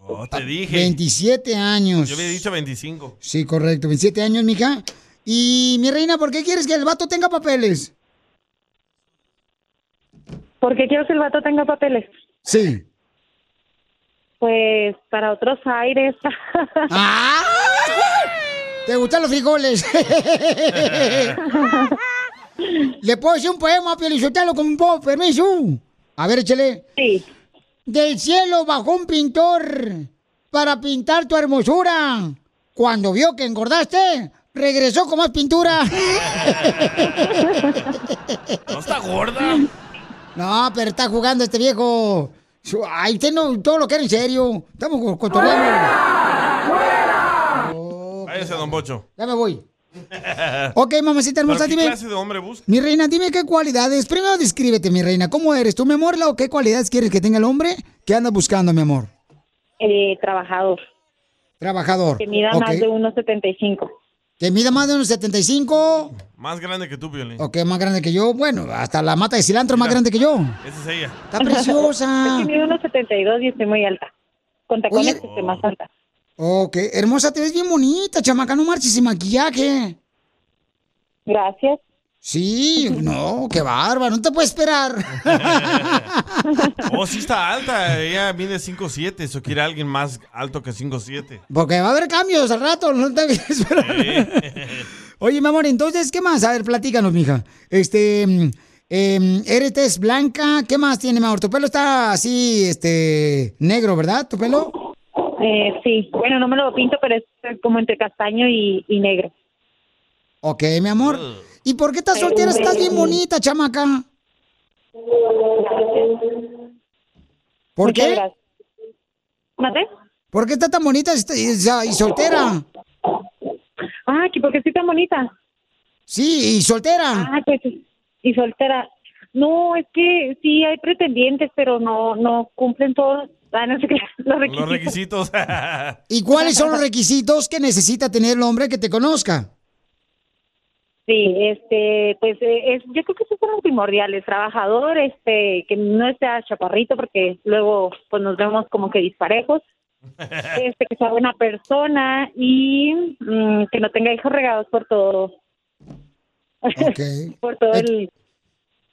Speaker 4: Oh, te dije.
Speaker 3: 27 años.
Speaker 4: Yo había dicho 25.
Speaker 3: Sí, correcto. 27 años, mija. Y mi reina, ¿por qué quieres que el vato tenga papeles?
Speaker 22: Porque quiero que el vato tenga papeles.
Speaker 3: Sí.
Speaker 22: Pues para otros aires.
Speaker 3: ¡Ah! ¿Te gustan los frijoles? ¿Le puedo decir un poema, Pielizotelo, con un poco permiso? A ver, échale. Sí. Del cielo bajó un pintor para pintar tu hermosura. Cuando vio que engordaste, regresó con más pintura.
Speaker 4: ¿No está gorda?
Speaker 3: No, pero está jugando este viejo. Su- Ay, usted no, todo lo que era en serio. Estamos co- cotorreando.
Speaker 4: Váyase, don Bocho.
Speaker 3: Ya me voy. Ok, mamacita hermosa,
Speaker 4: ¿Pero
Speaker 3: dime.
Speaker 4: ¿Qué clase de hombre busca?
Speaker 3: Mi reina, dime qué cualidades. Primero descríbete, mi reina. ¿Cómo eres tú, mi amor? ¿O qué cualidades quieres que tenga el hombre que anda buscando, mi amor?
Speaker 22: Eh, trabajador.
Speaker 3: Trabajador.
Speaker 22: Que mida
Speaker 3: Ok.
Speaker 22: más de 1.75.
Speaker 3: Que mida más de unos 75.
Speaker 4: Más grande que tú, Violín.
Speaker 3: Ok, más grande que yo. Bueno, hasta la mata de cilantro es más grande que yo.
Speaker 4: Esa es ella.
Speaker 3: Está preciosa.
Speaker 22: Es que mide 1.72 y estoy muy alta. Con tacones que esté más alta.
Speaker 3: Ok, hermosa, te ves bien bonita, chamaca. No marches sin maquillaje.
Speaker 22: Gracias.
Speaker 3: Sí, no, qué bárbaro. No te puedes esperar.
Speaker 4: Oh, sí está alta. Ella mide 5'7". Eso quiere alguien más alto que 5'7".
Speaker 3: Porque va a haber cambios al rato. No te puedes esperar. Oye, mi amor, entonces, ¿qué más? A ver, platícanos, mija. Este, mm, em, eres tez blanca, ¿qué más tiene, mi amor? Tu pelo está así, este, negro, ¿verdad? ¿Tu pelo?
Speaker 22: Eh, sí, bueno, no me lo pinto, pero es como entre castaño y, y negro.
Speaker 3: Ok, mi amor. ¿Y por qué estás
Speaker 22: Eh,
Speaker 3: soltera? Estás bien bonita, chamaca. ¿Por
Speaker 22: Muchas
Speaker 3: qué?
Speaker 22: gracias.
Speaker 3: ¿Por qué está tan bonita y está- y, sa- y soltera?
Speaker 22: Ah, que porque estoy tan bonita.
Speaker 3: Sí, y soltera.
Speaker 22: Ah, pues, y soltera. No, es que sí hay pretendientes, pero no no cumplen todos ah, no sé qué, los requisitos.
Speaker 4: Los requisitos.
Speaker 3: ¿Y cuáles son los requisitos que necesita tener el hombre que te conozca?
Speaker 22: Sí, este, pues eh, es, yo creo que esos son los primordiales. Trabajador, este, que no sea chaparrito, porque luego pues nos vemos como que disparejos. Este, que sea buena persona y mm, que no tenga hijos regados por todo. por todo el.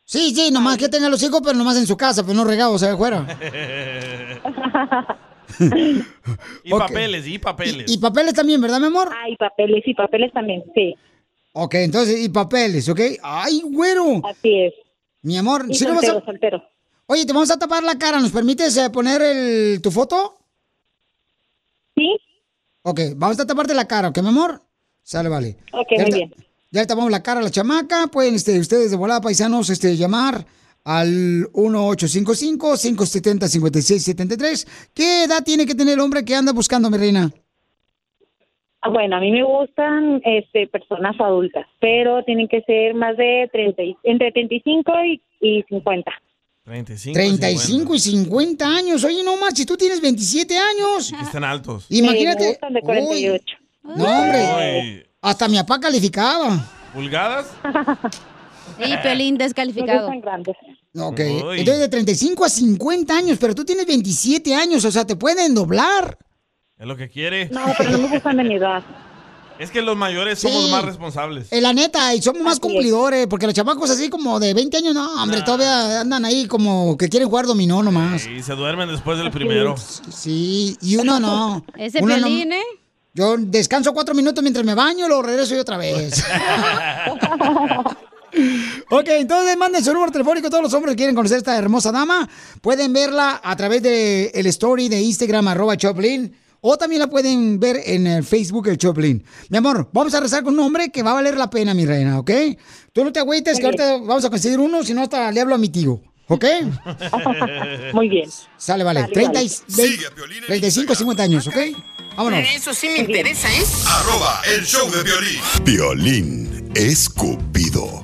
Speaker 3: Sí, sí, nomás que tenga los hijos, pero nomás en su casa, pero no regados allá afuera.
Speaker 4: y papeles, y papeles.
Speaker 3: Y papeles también, ¿verdad, mi amor?
Speaker 22: Ah, y papeles, y papeles también, sí.
Speaker 3: Ok, entonces, y papeles, ¿ok? ¡Ay, güero!
Speaker 22: Así es.
Speaker 3: Mi amor,
Speaker 22: Y
Speaker 3: si no vas
Speaker 22: soltero,
Speaker 3: a... Oye, te vamos a tapar la cara, ¿nos permites eh, poner el- tu foto?
Speaker 22: Sí.
Speaker 3: Ok, vamos a taparte la cara, ¿ok, mi amor? Sale, vale.
Speaker 22: Ok,
Speaker 3: Ya
Speaker 22: muy
Speaker 3: le-
Speaker 22: bien.
Speaker 3: Ya le tapamos la cara a la chamaca. Pueden este, ustedes de volada, paisanos, este, llamar al 1855-570-5673. ¿Qué edad tiene que tener el hombre que anda buscando, mi reina?
Speaker 22: Ah, Bueno, a mí me gustan este, personas adultas, pero tienen que ser más de 30, y- entre 35 y, y 50.
Speaker 4: 35.
Speaker 3: 35 y 50 años. Oye, no marches, tú tienes 27 años.
Speaker 4: Están altos.
Speaker 3: Imagínate.
Speaker 22: me gustan de 48.
Speaker 3: Uy, no, hombre.
Speaker 4: Uy,
Speaker 3: Hasta mi papá calificaba.
Speaker 4: ¿Pulgadas?
Speaker 5: Y Pelín descalificado.
Speaker 3: Ok.
Speaker 4: Uy.
Speaker 3: Entonces, de 35 a 50 años, pero tú tienes 27 años, o sea, te pueden doblar.
Speaker 4: Es lo que quiere.
Speaker 22: me gustan de mi edad.
Speaker 4: Es que los mayores somos
Speaker 3: Sí.
Speaker 4: más responsables.
Speaker 3: Eh, la neta, y somos más cumplidores, porque los chamacos así como de 20 años, no, hombre, todavía andan ahí como que quieren jugar dominó nomás.
Speaker 4: Y se duermen después del primero.
Speaker 3: Sí, y uno no.
Speaker 5: Ese
Speaker 3: Uno no.
Speaker 5: Pelín, ¿eh?
Speaker 3: Yo descanso cuatro minutos mientras me baño, lo regreso y otra vez. Ok, entonces manden su número telefónico. Todos los hombres que quieren conocer a esta hermosa dama pueden verla a través del el story de Instagram, arroba Choplin. O también la pueden ver en el Facebook el Choplin. Mi amor, vamos a rezar con un hombre que va a valer la pena, mi reina, ¿ok? Tú no te agüites que
Speaker 9: Muy bien.
Speaker 3: ahorita vamos a conseguir uno, si no hasta le hablo a mi tío, ¿ok?
Speaker 9: Muy bien.
Speaker 3: Sale, vale.
Speaker 9: Sale,
Speaker 3: 30 y-
Speaker 9: vale.
Speaker 3: ve- 35, 50 años, ¿ok? Vámonos.
Speaker 21: Eso sí me interesa, ¿eh?
Speaker 1: Arroba el show de violín. Violín escupido.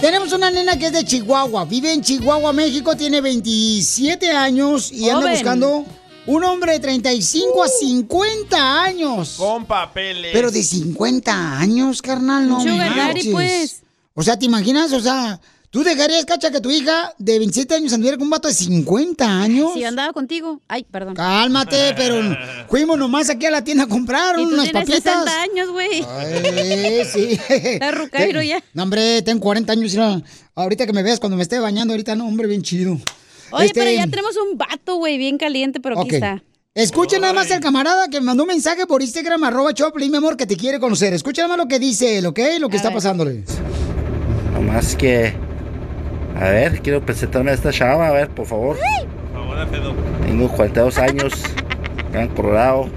Speaker 3: Tenemos una nena que es de Chihuahua, vive en Chihuahua, México, tiene 27 años y anda
Speaker 4: Joven.
Speaker 3: buscando un hombre de 35 a 50 años.
Speaker 4: Con papeles.
Speaker 3: Pero de 50 años, carnal, no
Speaker 4: Sugar daddy,
Speaker 3: manches.
Speaker 4: pues.
Speaker 3: O sea, ¿te imaginas? O sea, ¿tú dejarías, cacha, que tu hija de 27 años anduviera con un vato de 50 años?
Speaker 5: Si yo andaba contigo. Ay, perdón.
Speaker 3: Cálmate, pero fuimos nomás aquí a la tienda a comprar
Speaker 5: Y tú
Speaker 3: unas
Speaker 5: tienes
Speaker 3: papitas.
Speaker 5: 60 años, güey.
Speaker 3: Eh, sí.
Speaker 5: Está rucairo ya.
Speaker 3: No, hombre, tengo 40 años. mira. Ahorita que me veas cuando me esté bañando, ahorita no, hombre, bien chido.
Speaker 5: Oye,
Speaker 3: Este,
Speaker 5: pero ya tenemos un vato, güey, bien caliente, pero
Speaker 3: ok.
Speaker 5: aquí está.
Speaker 3: Escuchen nada más el camarada que me mandó un mensaje por Instagram, arroba Choplin, mi amor, que te quiere conocer. Escuchen nada más lo que dice él, ¿ok? Lo que está pasándole.
Speaker 12: Nomás que. A ver, quiero presentarme a esta chava, a ver, por favor. Tengo 42 años, acá en Colorado.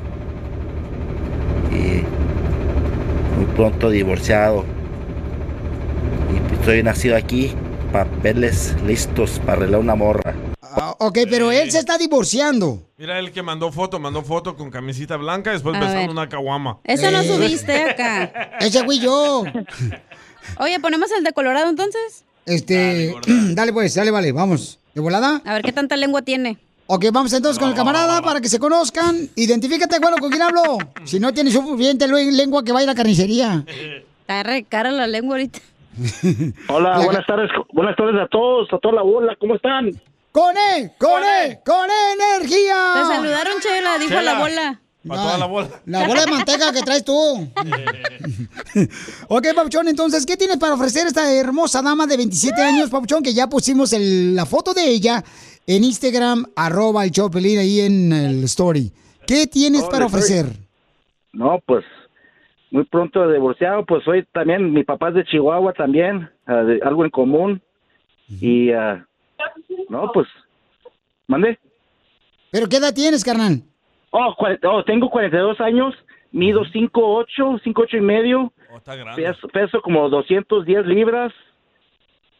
Speaker 12: Y. Muy pronto divorciado. Y pues, estoy nacido aquí, papeles listos para arreglar una morra.
Speaker 3: Ah, ok, pero él se está divorciando.
Speaker 4: Mira el que mandó foto, mandó foto con camisita blanca, después
Speaker 3: A
Speaker 4: besando
Speaker 3: ver.
Speaker 4: una caguama.
Speaker 5: Eso no subiste acá.
Speaker 3: Eh. Ese fui yo.
Speaker 5: Oye, ¿ponemos el de Colorado entonces?
Speaker 3: Este, dale, pues, dale, vale, vamos. ¿De volada?
Speaker 5: A ver qué tanta lengua tiene.
Speaker 3: Ok, vamos entonces con el camarada para que se conozcan. Identifícate, güero, con quién hablo. Si no tienes suficiente lu- lengua que vaya a la carnicería.
Speaker 5: Está re cara la lengua ahorita.
Speaker 11: Hola, buenas tardes, buenas tardes a todos, a toda la bola, ¿cómo están?
Speaker 3: ¡Con él! ¡Con él! ¡Con E energía!
Speaker 5: E. Te saludaron, Chela, dijo
Speaker 3: Chela.
Speaker 5: la bola.
Speaker 4: Para toda la bola.
Speaker 3: La bola de manteca que traes tú. ok, Papuchón, entonces, ¿qué tienes para ofrecer esta hermosa dama de 27 años, Papuchón? Que ya pusimos el- la foto de ella en Instagram, arroba el Chopelín ahí en el story. ¿Qué tienes
Speaker 12: Hola,
Speaker 3: para
Speaker 12: soy-
Speaker 3: ofrecer?
Speaker 12: No, pues muy pronto divorciado, pues soy también, mi papá es de Chihuahua también, ah, de- algo en común. Y ah, no, pues, mandé.
Speaker 3: ¿Pero qué edad tienes, carnal?
Speaker 12: Oh, cua- oh, tengo 42 años, mido 5'8, 5'8 y medio,
Speaker 4: Oh, Está grande.
Speaker 12: peso, peso como 210 libras,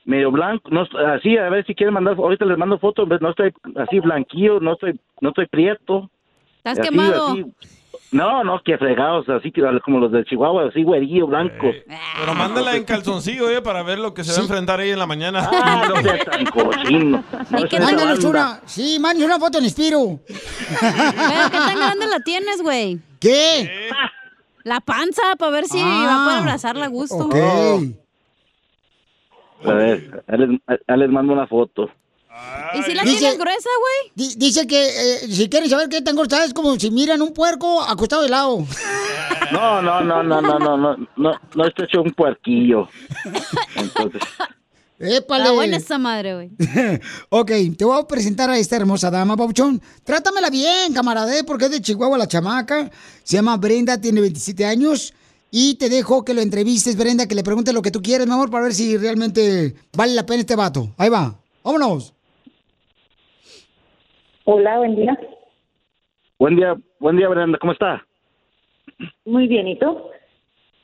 Speaker 12: medio blanco, no, est- así, a ver si quieren mandar, ahorita les mando fotos, no estoy así blanquillo, no estoy, no estoy prieto.
Speaker 5: Estás
Speaker 12: Así,
Speaker 5: quemado.
Speaker 12: así. No, no, que fregados, así que como los de Chihuahua, así güerillo, blancos.
Speaker 4: Pero mándala en calzoncillo, eh, para ver lo que se va a enfrentar ella en la mañana.
Speaker 12: Ah, no seas tan cochino.
Speaker 4: Ni que-
Speaker 3: Mándanos
Speaker 4: banda.
Speaker 3: una, sí, mándanos una foto en Espiro.
Speaker 5: Pero qué tan grande la tienes, güey.
Speaker 3: ¿Qué?
Speaker 5: La panza, para ver si
Speaker 12: Ah.
Speaker 5: va a poder abrazarla a gusto.
Speaker 12: A ver, ahí les, ahí les mando una foto.
Speaker 5: ¿Y si la
Speaker 3: Dice-
Speaker 5: tienes gruesa, güey?
Speaker 3: Di- dice que eh, si quieren saber qué tan gorda es como si miran un puerco acostado de lado.
Speaker 12: No, no, no, no, no, no, no, no, no estoy hecho un puerquillo. Entonces,
Speaker 3: Épale.
Speaker 5: Está buena esa madre, güey.
Speaker 3: ok, te voy a presentar a esta hermosa dama, Pauchón. Trátamela bien, camarade, porque es de Chihuahua la chamaca. Se llama Brenda, tiene 27 años. Y te dejo que lo entrevistes, Brenda, que le preguntes lo que tú quieres, mi amor, para ver si realmente vale la pena este vato. Ahí va. Vámonos.
Speaker 11: Hola, buen día.
Speaker 12: buen día, buen día, Brenda, ¿cómo está?
Speaker 11: Muy bien, ¿y tú?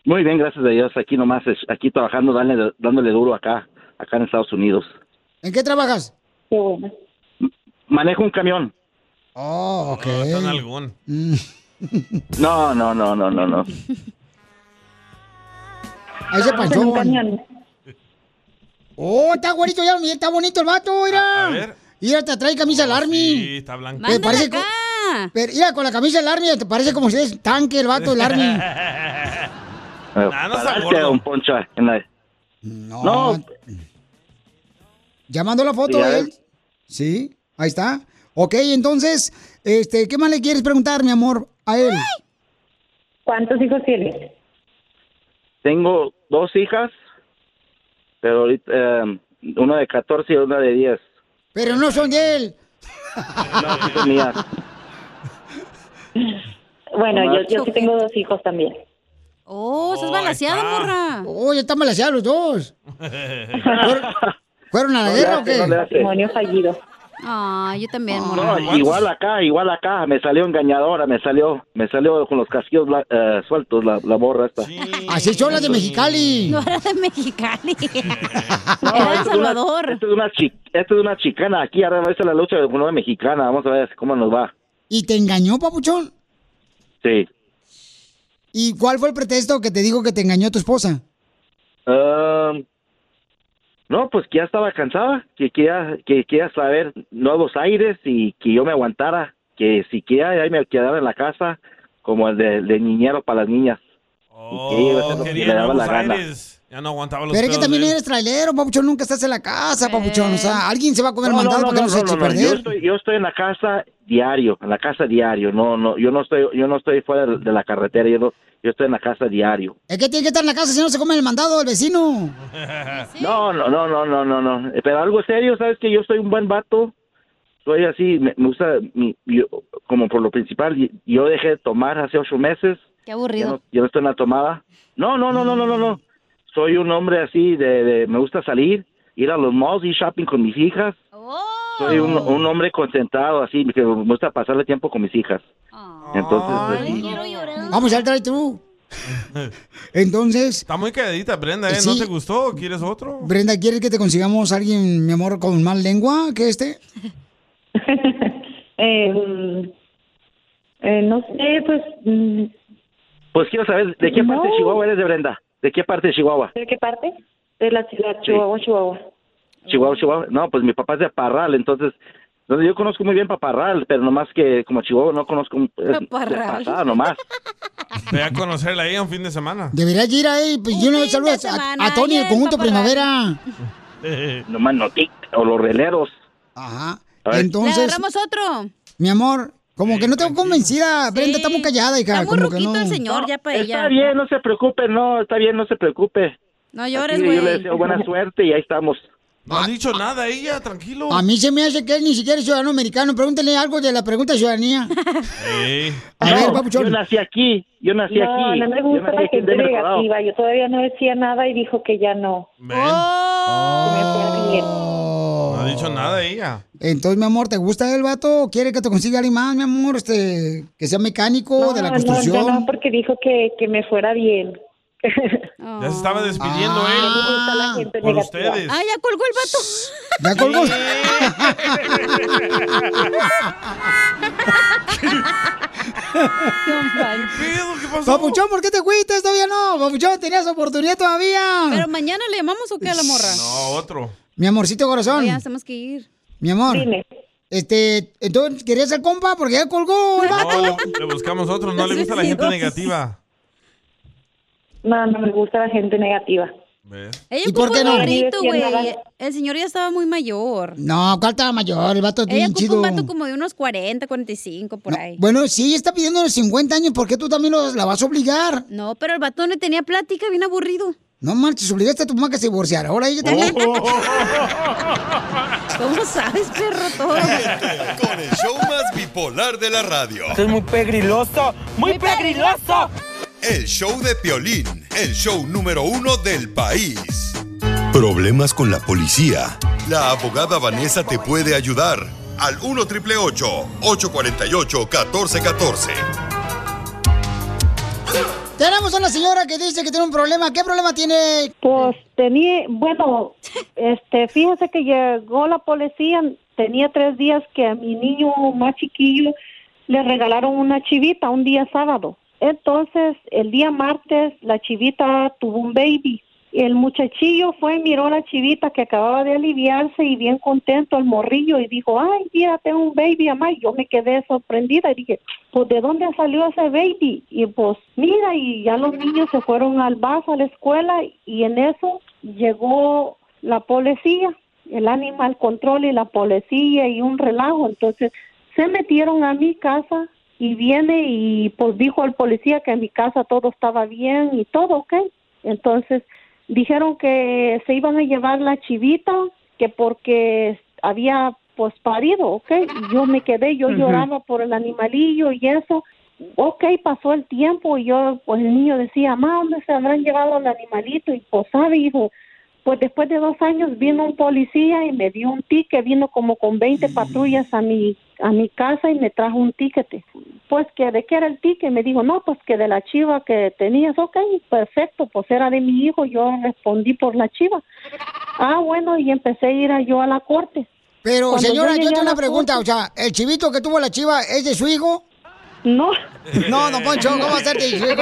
Speaker 12: Muy bien, gracias a Dios, aquí nomás, es- aquí trabajando, dándole, dándole duro acá, acá en Estados Unidos.
Speaker 3: ¿En qué trabajas?
Speaker 11: Qué bueno.
Speaker 12: Manejo un camión.
Speaker 3: Oh, ok.
Speaker 4: algún.
Speaker 12: No, no, no, no, no, no.
Speaker 3: Ahí se
Speaker 11: Trabajas en un
Speaker 3: panzón. Oh, está bonito ya, mira, está bonito el vato, mira.
Speaker 4: A ver. Oh,
Speaker 3: Mira, te trae camisa del Army.
Speaker 4: Sí, está blanco.
Speaker 3: Te parece co- Pero mira, con la camisa del Army te parece como si es tanque el vato del Army.
Speaker 12: no un poncho. en la-
Speaker 3: No.
Speaker 12: No.
Speaker 3: Ya mandó la foto
Speaker 12: Sí, a
Speaker 3: de él. Sí, ahí está. Ok, entonces, este, ¿qué más le quieres preguntar, mi amor, a él?
Speaker 11: ¿Cuántos hijos tienes?
Speaker 12: Tengo dos hijas, pero ahorita, eh, una de 14 y una de 10.
Speaker 3: Pero no son de él.
Speaker 12: Sí son mías.
Speaker 11: Bueno, yo, yo sí
Speaker 5: Coqueta.
Speaker 11: tengo dos hijos también.
Speaker 5: Oh, estás balaseada, morra.
Speaker 3: Oye, Oh, están balanceados los dos. ¿Fueron a la
Speaker 5: No le
Speaker 3: guerra o
Speaker 5: hace,
Speaker 3: qué?
Speaker 5: no le hace. Matrimonio
Speaker 3: fallido.
Speaker 5: Ah, yo también,
Speaker 12: No,
Speaker 5: morra.
Speaker 12: igual acá, igual acá, me salió engañadora, me salió, me salió con los casquillos bla- eh, sueltos la, la borra esta.
Speaker 3: Así son las de Mexicali.
Speaker 5: No era de Mexicali.
Speaker 12: No,
Speaker 5: era de
Speaker 12: esto es una-
Speaker 5: Salvador.
Speaker 12: Esto es una, chi- esto es una chicana aquí, ahora va a ser la lucha de una mexicana, vamos a ver cómo nos va.
Speaker 3: ¿Y te engañó, papuchón?
Speaker 12: Sí.
Speaker 3: ¿Y cuál fue el pretexto que te dijo que te engañó tu esposa?
Speaker 12: Um, no, pues que ya estaba cansada, que quería, que quería saber nuevos aires y que yo me aguantara, que si quería ahí me quedaba en la casa como el de, de niñero para las niñas. Y
Speaker 4: Oh,
Speaker 12: que ella iba a hacer lo que
Speaker 4: quería
Speaker 12: le daba
Speaker 4: nuevos
Speaker 12: la gana.
Speaker 4: aires. Ya no aguantaba los
Speaker 3: Pero es que
Speaker 4: pedos
Speaker 3: también
Speaker 4: de él.
Speaker 3: eres trailero, papuchón. Nunca estás en la casa, papuchón. O sea, alguien se va a comer mandado para que Eh. no, se eche a
Speaker 12: yo
Speaker 3: perder.
Speaker 12: estoy, yo estoy en la casa diario, en la casa diario, no, no, yo no estoy, yo no estoy fuera de, de la carretera, yo no- yo estoy en la casa diario.
Speaker 3: Es que tiene que estar en la casa si no se come el mandado del vecino.
Speaker 12: No, no, no, no, no, no, no. Eh, Pero algo serio, ¿sabes que Yo soy un buen vato. Soy así, me, me gusta, mi- yo- como por lo principal, y- yo dejé de tomar hace ocho meses.
Speaker 5: Qué
Speaker 12: Yo
Speaker 5: aburrido.
Speaker 12: no, yo no estoy en la tomada. No, no, no, no, no, no, no. Soy un hombre así de, de- me gusta salir, ir a los malls y shopping con mis hijas. Soy un, un hombre concentrado así, que me gusta pasarle tiempo con mis hijas. Entonces, pues, así.
Speaker 3: Vamos al try tú. Entonces,
Speaker 4: Está muy quedadita, Brenda, ¿eh? ¿No
Speaker 3: Sí.
Speaker 4: te gustó? o ¿Quieres otro?
Speaker 3: Brenda, ¿quieres que te consigamos a alguien, mi amor, con más lengua que este?
Speaker 10: Eh, eh, no sé, pues, mm,
Speaker 12: Pues quiero saber, ¿de qué parte de
Speaker 10: No.
Speaker 12: Chihuahua eres de Brenda? ¿De qué parte de Chihuahua?
Speaker 10: ¿de qué parte? De la ciudad, Chihuahua, Chihuahua.
Speaker 12: Chihuahua,
Speaker 3: Mm.
Speaker 12: Chihuahua. No, pues mi papá es de Parral, entonces donde yo conozco muy bien Paparral, pero nomás que como Chihuahua no conozco eh, de
Speaker 4: Paparral.
Speaker 12: pasada nomás.
Speaker 4: Ve a conocerla ahí un fin de semana.
Speaker 3: Debería ir ahí. Pues, yo una vez saludas a,
Speaker 4: semana,
Speaker 3: a Tony,
Speaker 4: ya
Speaker 3: el
Speaker 4: en
Speaker 3: conjunto Primavera.
Speaker 12: nomás Notic o los releros.
Speaker 3: Ajá.
Speaker 12: A ver.
Speaker 5: Le
Speaker 3: Entonces,
Speaker 5: agarramos otro.
Speaker 3: mi amor, como que no tengo convencida. Brenda está muy callada, hija.
Speaker 5: Está muy
Speaker 3: como que
Speaker 5: ruquito
Speaker 3: no.
Speaker 5: el señor, ya para
Speaker 12: Está
Speaker 5: ella.
Speaker 12: bien, no se preocupe, no, está bien, no se preocupe.
Speaker 5: No
Speaker 12: llores,
Speaker 5: llores,
Speaker 12: Yo le
Speaker 5: güey.
Speaker 12: deseo buena suerte y ahí estamos.
Speaker 4: No ha dicho nada ella, tranquilo.
Speaker 3: A mí se me hace que él ni siquiera es ciudadano americano. Pregúntale algo de la pregunta de ciudadanía.
Speaker 12: No,
Speaker 3: ver, papuchón.
Speaker 12: yo nací aquí, yo nací
Speaker 10: no,
Speaker 12: aquí.
Speaker 10: no me
Speaker 12: yo
Speaker 10: gusta
Speaker 12: nací
Speaker 10: la
Speaker 12: aquí en
Speaker 10: gente
Speaker 12: Denver, Colorado.
Speaker 10: negativa. Yo todavía no decía nada y dijo que ya no.
Speaker 34: Oh.
Speaker 4: No ha dicho nada ella.
Speaker 3: Entonces, mi amor, ¿te gusta el vato? ¿O ¿Quiere que te consiga alguien más, mi amor? Este, que sea mecánico de la
Speaker 10: No, no,
Speaker 3: construcción.
Speaker 10: yo no, porque dijo que, que me fuera bien.
Speaker 4: Ya
Speaker 34: Oh.
Speaker 4: se estaba despidiendo él. Por ustedes.
Speaker 5: Ah, ya colgó el vato.
Speaker 3: Ah. Ya colgó. Papuchón, ¿por qué te fuiste? Todavía no. Papuchón, tenías oportunidad todavía.
Speaker 5: Pero mañana le llamamos o qué a la morra.
Speaker 4: No, otro.
Speaker 3: Mi amorcito corazón.
Speaker 5: Ya tenemos que ir.
Speaker 3: Mi amor.
Speaker 5: Dime.
Speaker 3: Este, entonces, ¿querías ser compa? Porque ya colgó el vato.
Speaker 4: No, le buscamos otro. No le gusta la gente negativa.
Speaker 10: No, no me gusta la gente negativa.
Speaker 5: Ella
Speaker 3: ¿Y por
Speaker 5: ocupa
Speaker 3: qué
Speaker 5: un
Speaker 3: no?
Speaker 5: morrito,
Speaker 3: Nadie
Speaker 5: güey.
Speaker 3: decía
Speaker 5: El señor ya estaba muy mayor.
Speaker 3: No, ¿cuál estaba mayor? Ah, El vato es
Speaker 5: Ella
Speaker 3: bien
Speaker 5: ocupa
Speaker 3: chido.
Speaker 5: un vato como de unos 40, 45, por ahí.
Speaker 3: Bueno, si ella está pidiendo los 50 años, ¿por qué tú también los- la vas a obligar?
Speaker 5: No, pero el vato no tenía plática, bien aburrido.
Speaker 3: No marches, obligaste a tu mamá que se divorciara. Ahora ella también.
Speaker 5: Oh, ¿Cómo sabes, perro, todo?
Speaker 1: Con el show más bipolar de la radio.
Speaker 9: Es muy pegriloso, muy, pegriloso.
Speaker 1: El show de Piolín, el show número uno del país. Problemas con la policía. La abogada Vanessa te puede ayudar. Al 1 triple 848 1414.
Speaker 3: Tenemos a una señora que dice que tiene un problema. ¿Qué problema tiene?
Speaker 29: Pues tenía, bueno, este, fíjese que llegó la policía, tenía tres días que a mi niño más chiquillo le regalaron una chivita un día sábado. Entonces, el día martes, la chivita tuvo un baby. El muchachillo fue, y miró a la chivita que acababa de aliviarse y bien contento el morrillo y dijo, ay, mira, tengo un baby, mamá. Y yo me quedé sorprendida y dije, pues, ¿de dónde salió ese baby? Y pues, mira, y ya los niños se fueron al vaso, a la escuela, y en eso llegó la policía, el animal control y la policía y un relajo. Entonces, se metieron a mi casa y viene y pues dijo al policía que en mi casa todo estaba bien y todo, ¿ok? Entonces dijeron que se iban a llevar la chivita, que porque había pues parido, ¿ok? Y yo me quedé, yo
Speaker 30: Ujú.
Speaker 29: lloraba por el animalillo y eso. ok, pasó el tiempo y yo, pues el niño decía, mamá, ¿dónde se habrán llevado al animalito? Y pues, sabe, hijo, pues después de dos años vino un policía y me dio un ticket, vino como con 20
Speaker 3: Mm.
Speaker 29: patrullas a mi, a mi casa y me trajo un ticket. Pues que de qué era el ticket, me dijo, no, pues que de la chiva que tenías, ok, perfecto, pues era de mi hijo, yo respondí por la chiva. Ah, bueno, y empecé a ir a- yo a la corte.
Speaker 3: Pero,
Speaker 29: Cuando
Speaker 3: señora, yo
Speaker 29: llegué
Speaker 3: tengo
Speaker 29: a la
Speaker 3: una pregunta. O
Speaker 29: corte-
Speaker 3: sea, ¿el chivito que tuvo la chiva es de su hijo?
Speaker 29: No.
Speaker 3: No, don Poncho, ¿cómo va a ser de su hijo?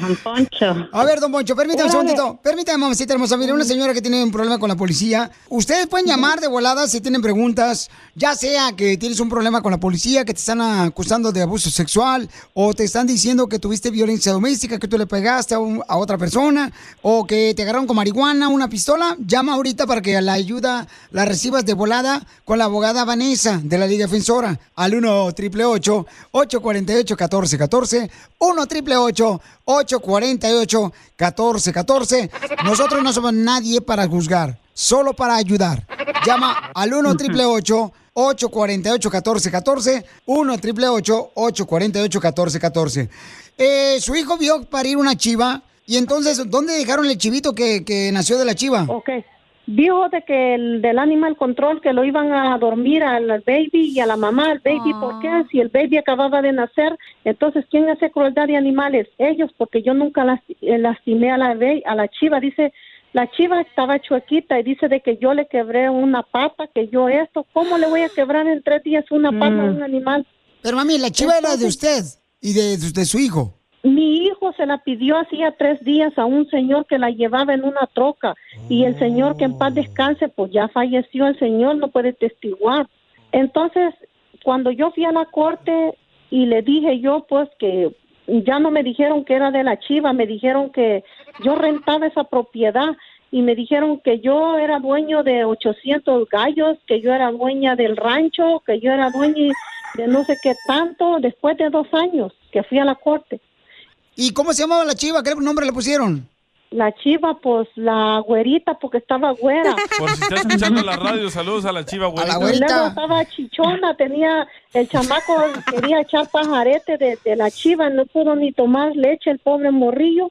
Speaker 29: Don Poncho.
Speaker 3: A ver, don Poncho, permítame un
Speaker 29: Órale.
Speaker 3: segundito. Permítame, mamacita hermosa. Mira, una señora que tiene un problema con la policía. Ustedes pueden llamar de volada si tienen preguntas, ya sea que tienes un problema con la policía, que te están acusando de abuso sexual, o te están diciendo que tuviste violencia doméstica, que tú le pegaste a, un- a otra persona, o que te agarraron con marihuana, una pistola. Llama ahorita para que la ayuda la recibas de volada con la abogada Vanessa de la Liga Defensora al 1 888 848 1414 1 888 848 1414 Nosotros no somos nadie para juzgar, solo para ayudar. Llama al 1 888 848 1414 1 888 848 1414 Eh, Su hijo vio parir una chiva y entonces, ¿dónde dejaron el chivito que, que nació de la chiva?
Speaker 29: Ok. Dijo de que el, del animal control que lo iban a dormir al al baby y a la mamá, al baby, ¿por qué? Si el baby acababa de nacer, entonces ¿quién hace crueldad de animales? Ellos, porque yo nunca las- eh, lastimé a la be- a la chiva, dice, la chiva estaba chuequita y dice de que yo le quebré una pata, que yo esto, ¿cómo le voy a quebrar en tres días una pata a un animal?
Speaker 3: Mm. Pero mami, la chiva era de usted y de, de su hijo.
Speaker 29: Mi hijo se la pidió hacía tres días a un señor que la llevaba en una troca y el señor que en paz descanse, pues ya falleció el señor, no puede testiguar. Entonces, cuando yo fui a la corte y le dije yo, pues que ya no me dijeron que era de la chiva, me dijeron que yo rentaba esa propiedad y me dijeron que yo era dueño de 800 gallos, que yo era dueña del rancho, que yo era dueña de no sé qué tanto, después de dos años que fui a la corte.
Speaker 3: ¿Y cómo se llamaba la chiva? ¿Qué nombre le pusieron?
Speaker 29: La chiva, pues la güerita, porque estaba güera.
Speaker 4: Por si está escuchando la radio, saludos a la chiva güerita.
Speaker 29: Luego estaba chichona, tenía el chamaco quería echar pajarete de, de la chiva, no pudo ni tomar leche el pobre morrillo.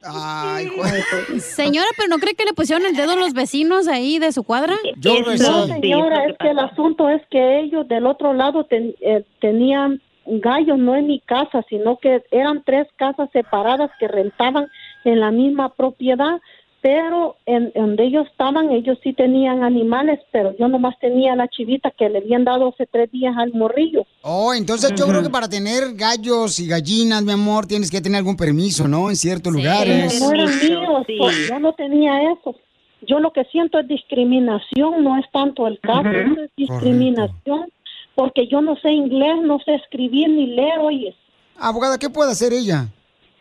Speaker 29: pues,
Speaker 5: Señora, ¿pero no cree que le pusieron el dedo los vecinos ahí de su cuadra?
Speaker 29: no, señora, es que el asunto es que ellos del otro lado ten- eh, tenían gallos, no en mi casa, sino que eran tres casas separadas que rentaban en la misma propiedad, pero en, en donde ellos estaban, ellos sí tenían animales, pero yo nomás tenía la chivita que le habían dado hace tres días al morrillo.
Speaker 3: Oh, entonces yo
Speaker 29: Ujú.
Speaker 3: creo que para tener gallos y gallinas, mi amor, tienes que tener algún permiso, ¿no? En ciertos lugares.
Speaker 29: Pero no eran míos, pues, yo no tenía eso. Yo lo que siento es discriminación, no es tanto el caso,
Speaker 3: Ujú.
Speaker 29: eso es discriminación, porque yo no sé inglés, no sé escribir ni leer, oye.
Speaker 3: Abogada, ¿qué puede hacer ella?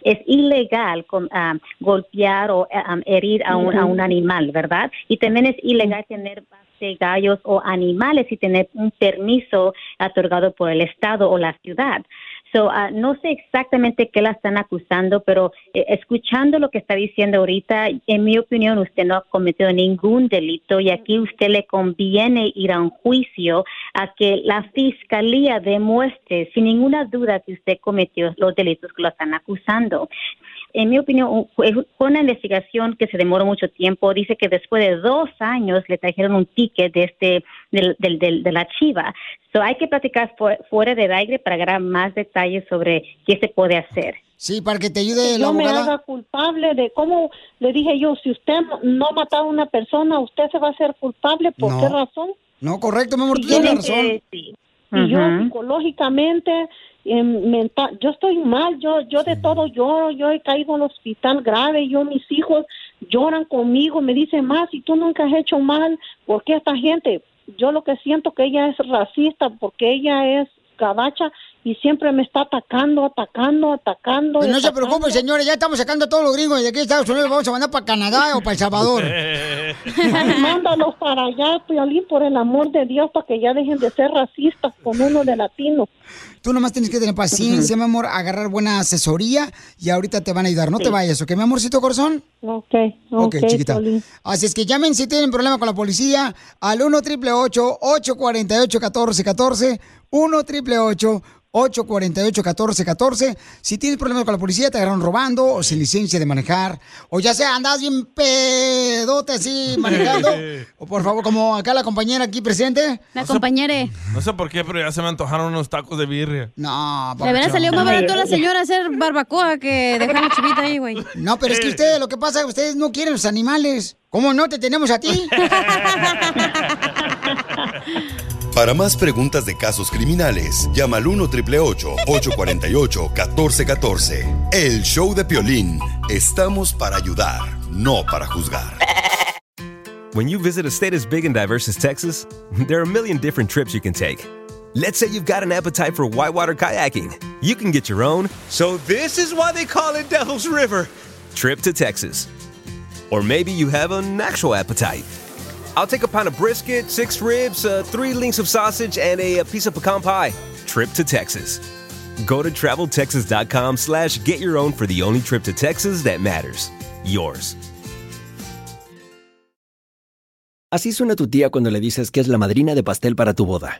Speaker 30: es ilegal con- am, golpear o eh, am, herir a un, a un
Speaker 29: Ujú.
Speaker 30: animal, ¿verdad? Y también es ilegal tener base, gallos o animales y tener un permiso otorgado por el Estado o la ciudad. So, ah, no sé exactamente qué la están acusando, pero eh, escuchando lo que está diciendo ahorita, en mi opinión, usted no ha cometido ningún delito y aquí usted le conviene ir a un juicio a que la fiscalía demuestre sin ninguna duda que usted cometió los delitos que lo están acusando en mi opinión, un- fue una investigación que se demoró mucho tiempo. Dice que después de dos años le trajeron un ticket de, este, del, del- del- de la chiva. So, hay que platicar fu- fuera del aire para agarrar más detalles sobre qué se puede hacer.
Speaker 3: Sí, para que te
Speaker 29: Que yo me haga culpable de cómo le dije yo, si usted no ha matado a una persona, usted se va a hacer culpable, ¿por
Speaker 3: No.
Speaker 29: qué razón?
Speaker 3: No, correcto, mi amor, tú
Speaker 29: Yo
Speaker 3: tienes
Speaker 29: dije,
Speaker 3: razón.
Speaker 30: Sí.
Speaker 29: Y yo
Speaker 3: Ujú.
Speaker 29: psicológicamente, eh, mental, yo estoy mal, yo yo de todo lloro, yo he caído en el hospital grave, yo mis hijos lloran conmigo, me dicen, más si tú nunca has hecho mal, ¿por qué esta gente? Yo lo que siento que ella es racista, porque ella es gabacha y siempre me está atacando, atacando,
Speaker 3: Pero
Speaker 29: atacando.
Speaker 3: Pues no se
Speaker 29: atacando.
Speaker 3: preocupen, señores, ya estamos sacando a todos los gringos y de aquí a Estados Unidos, los vamos a mandar para Canadá o para El Salvador.
Speaker 29: Ay, Mándalos para allá, Piolín, por el amor de Dios, para que ya dejen de ser racistas con uno de latino.
Speaker 3: Tú nomás tienes que tener paciencia, mi amor, agarrar buena asesoría y ahorita te van a ayudar. No te
Speaker 29: Sí.
Speaker 3: vayas, ¿ok, mi amorcito corazón?
Speaker 29: Ok,
Speaker 3: ok,
Speaker 29: ok,
Speaker 3: chiquita.
Speaker 29: Piolín.
Speaker 3: Así es que llamen si tienen problema con la policía al 1 888 848 1414 1 888 848-1414. Si tienes problemas con la policía, te agarraron robando o sin licencia de manejar. O ya sea, andas bien pedote así manejando. o por favor, como acá la compañera aquí presente.
Speaker 34: La compañera.
Speaker 4: No sé por qué, pero ya se me antojaron unos tacos de birria.
Speaker 3: No,
Speaker 34: Le hubiera salido más barato a la señora hacer barbacoa que dejar la chivita ahí, güey. Eh.
Speaker 3: No, pero es que ustedes, lo que pasa es que ustedes no quieren los animales. ¿Cómo no te tenemos a ti?
Speaker 1: Para más preguntas de casos criminales, llama al 1 848 1414 El show de Piolín. Estamos para ayudar, no para juzgar.
Speaker 35: When you visit a state as big and diverse as Texas, there are a million different trips you can take. Let's say you've got an appetite for whitewater kayaking. You can get your own. So this is why they call it Devil's River. Trip to Texas. Or maybe you have an actual appetite. I'll take a pound of brisket, six ribs, uh, three links of sausage, and a, a piece of pecan pie. Trip to Texas. Go to traveltexas.com slash get your own for the only trip to Texas that matters. Yours.
Speaker 25: Así suena tu tía cuando le dices que es la madrina de pastel para tu boda.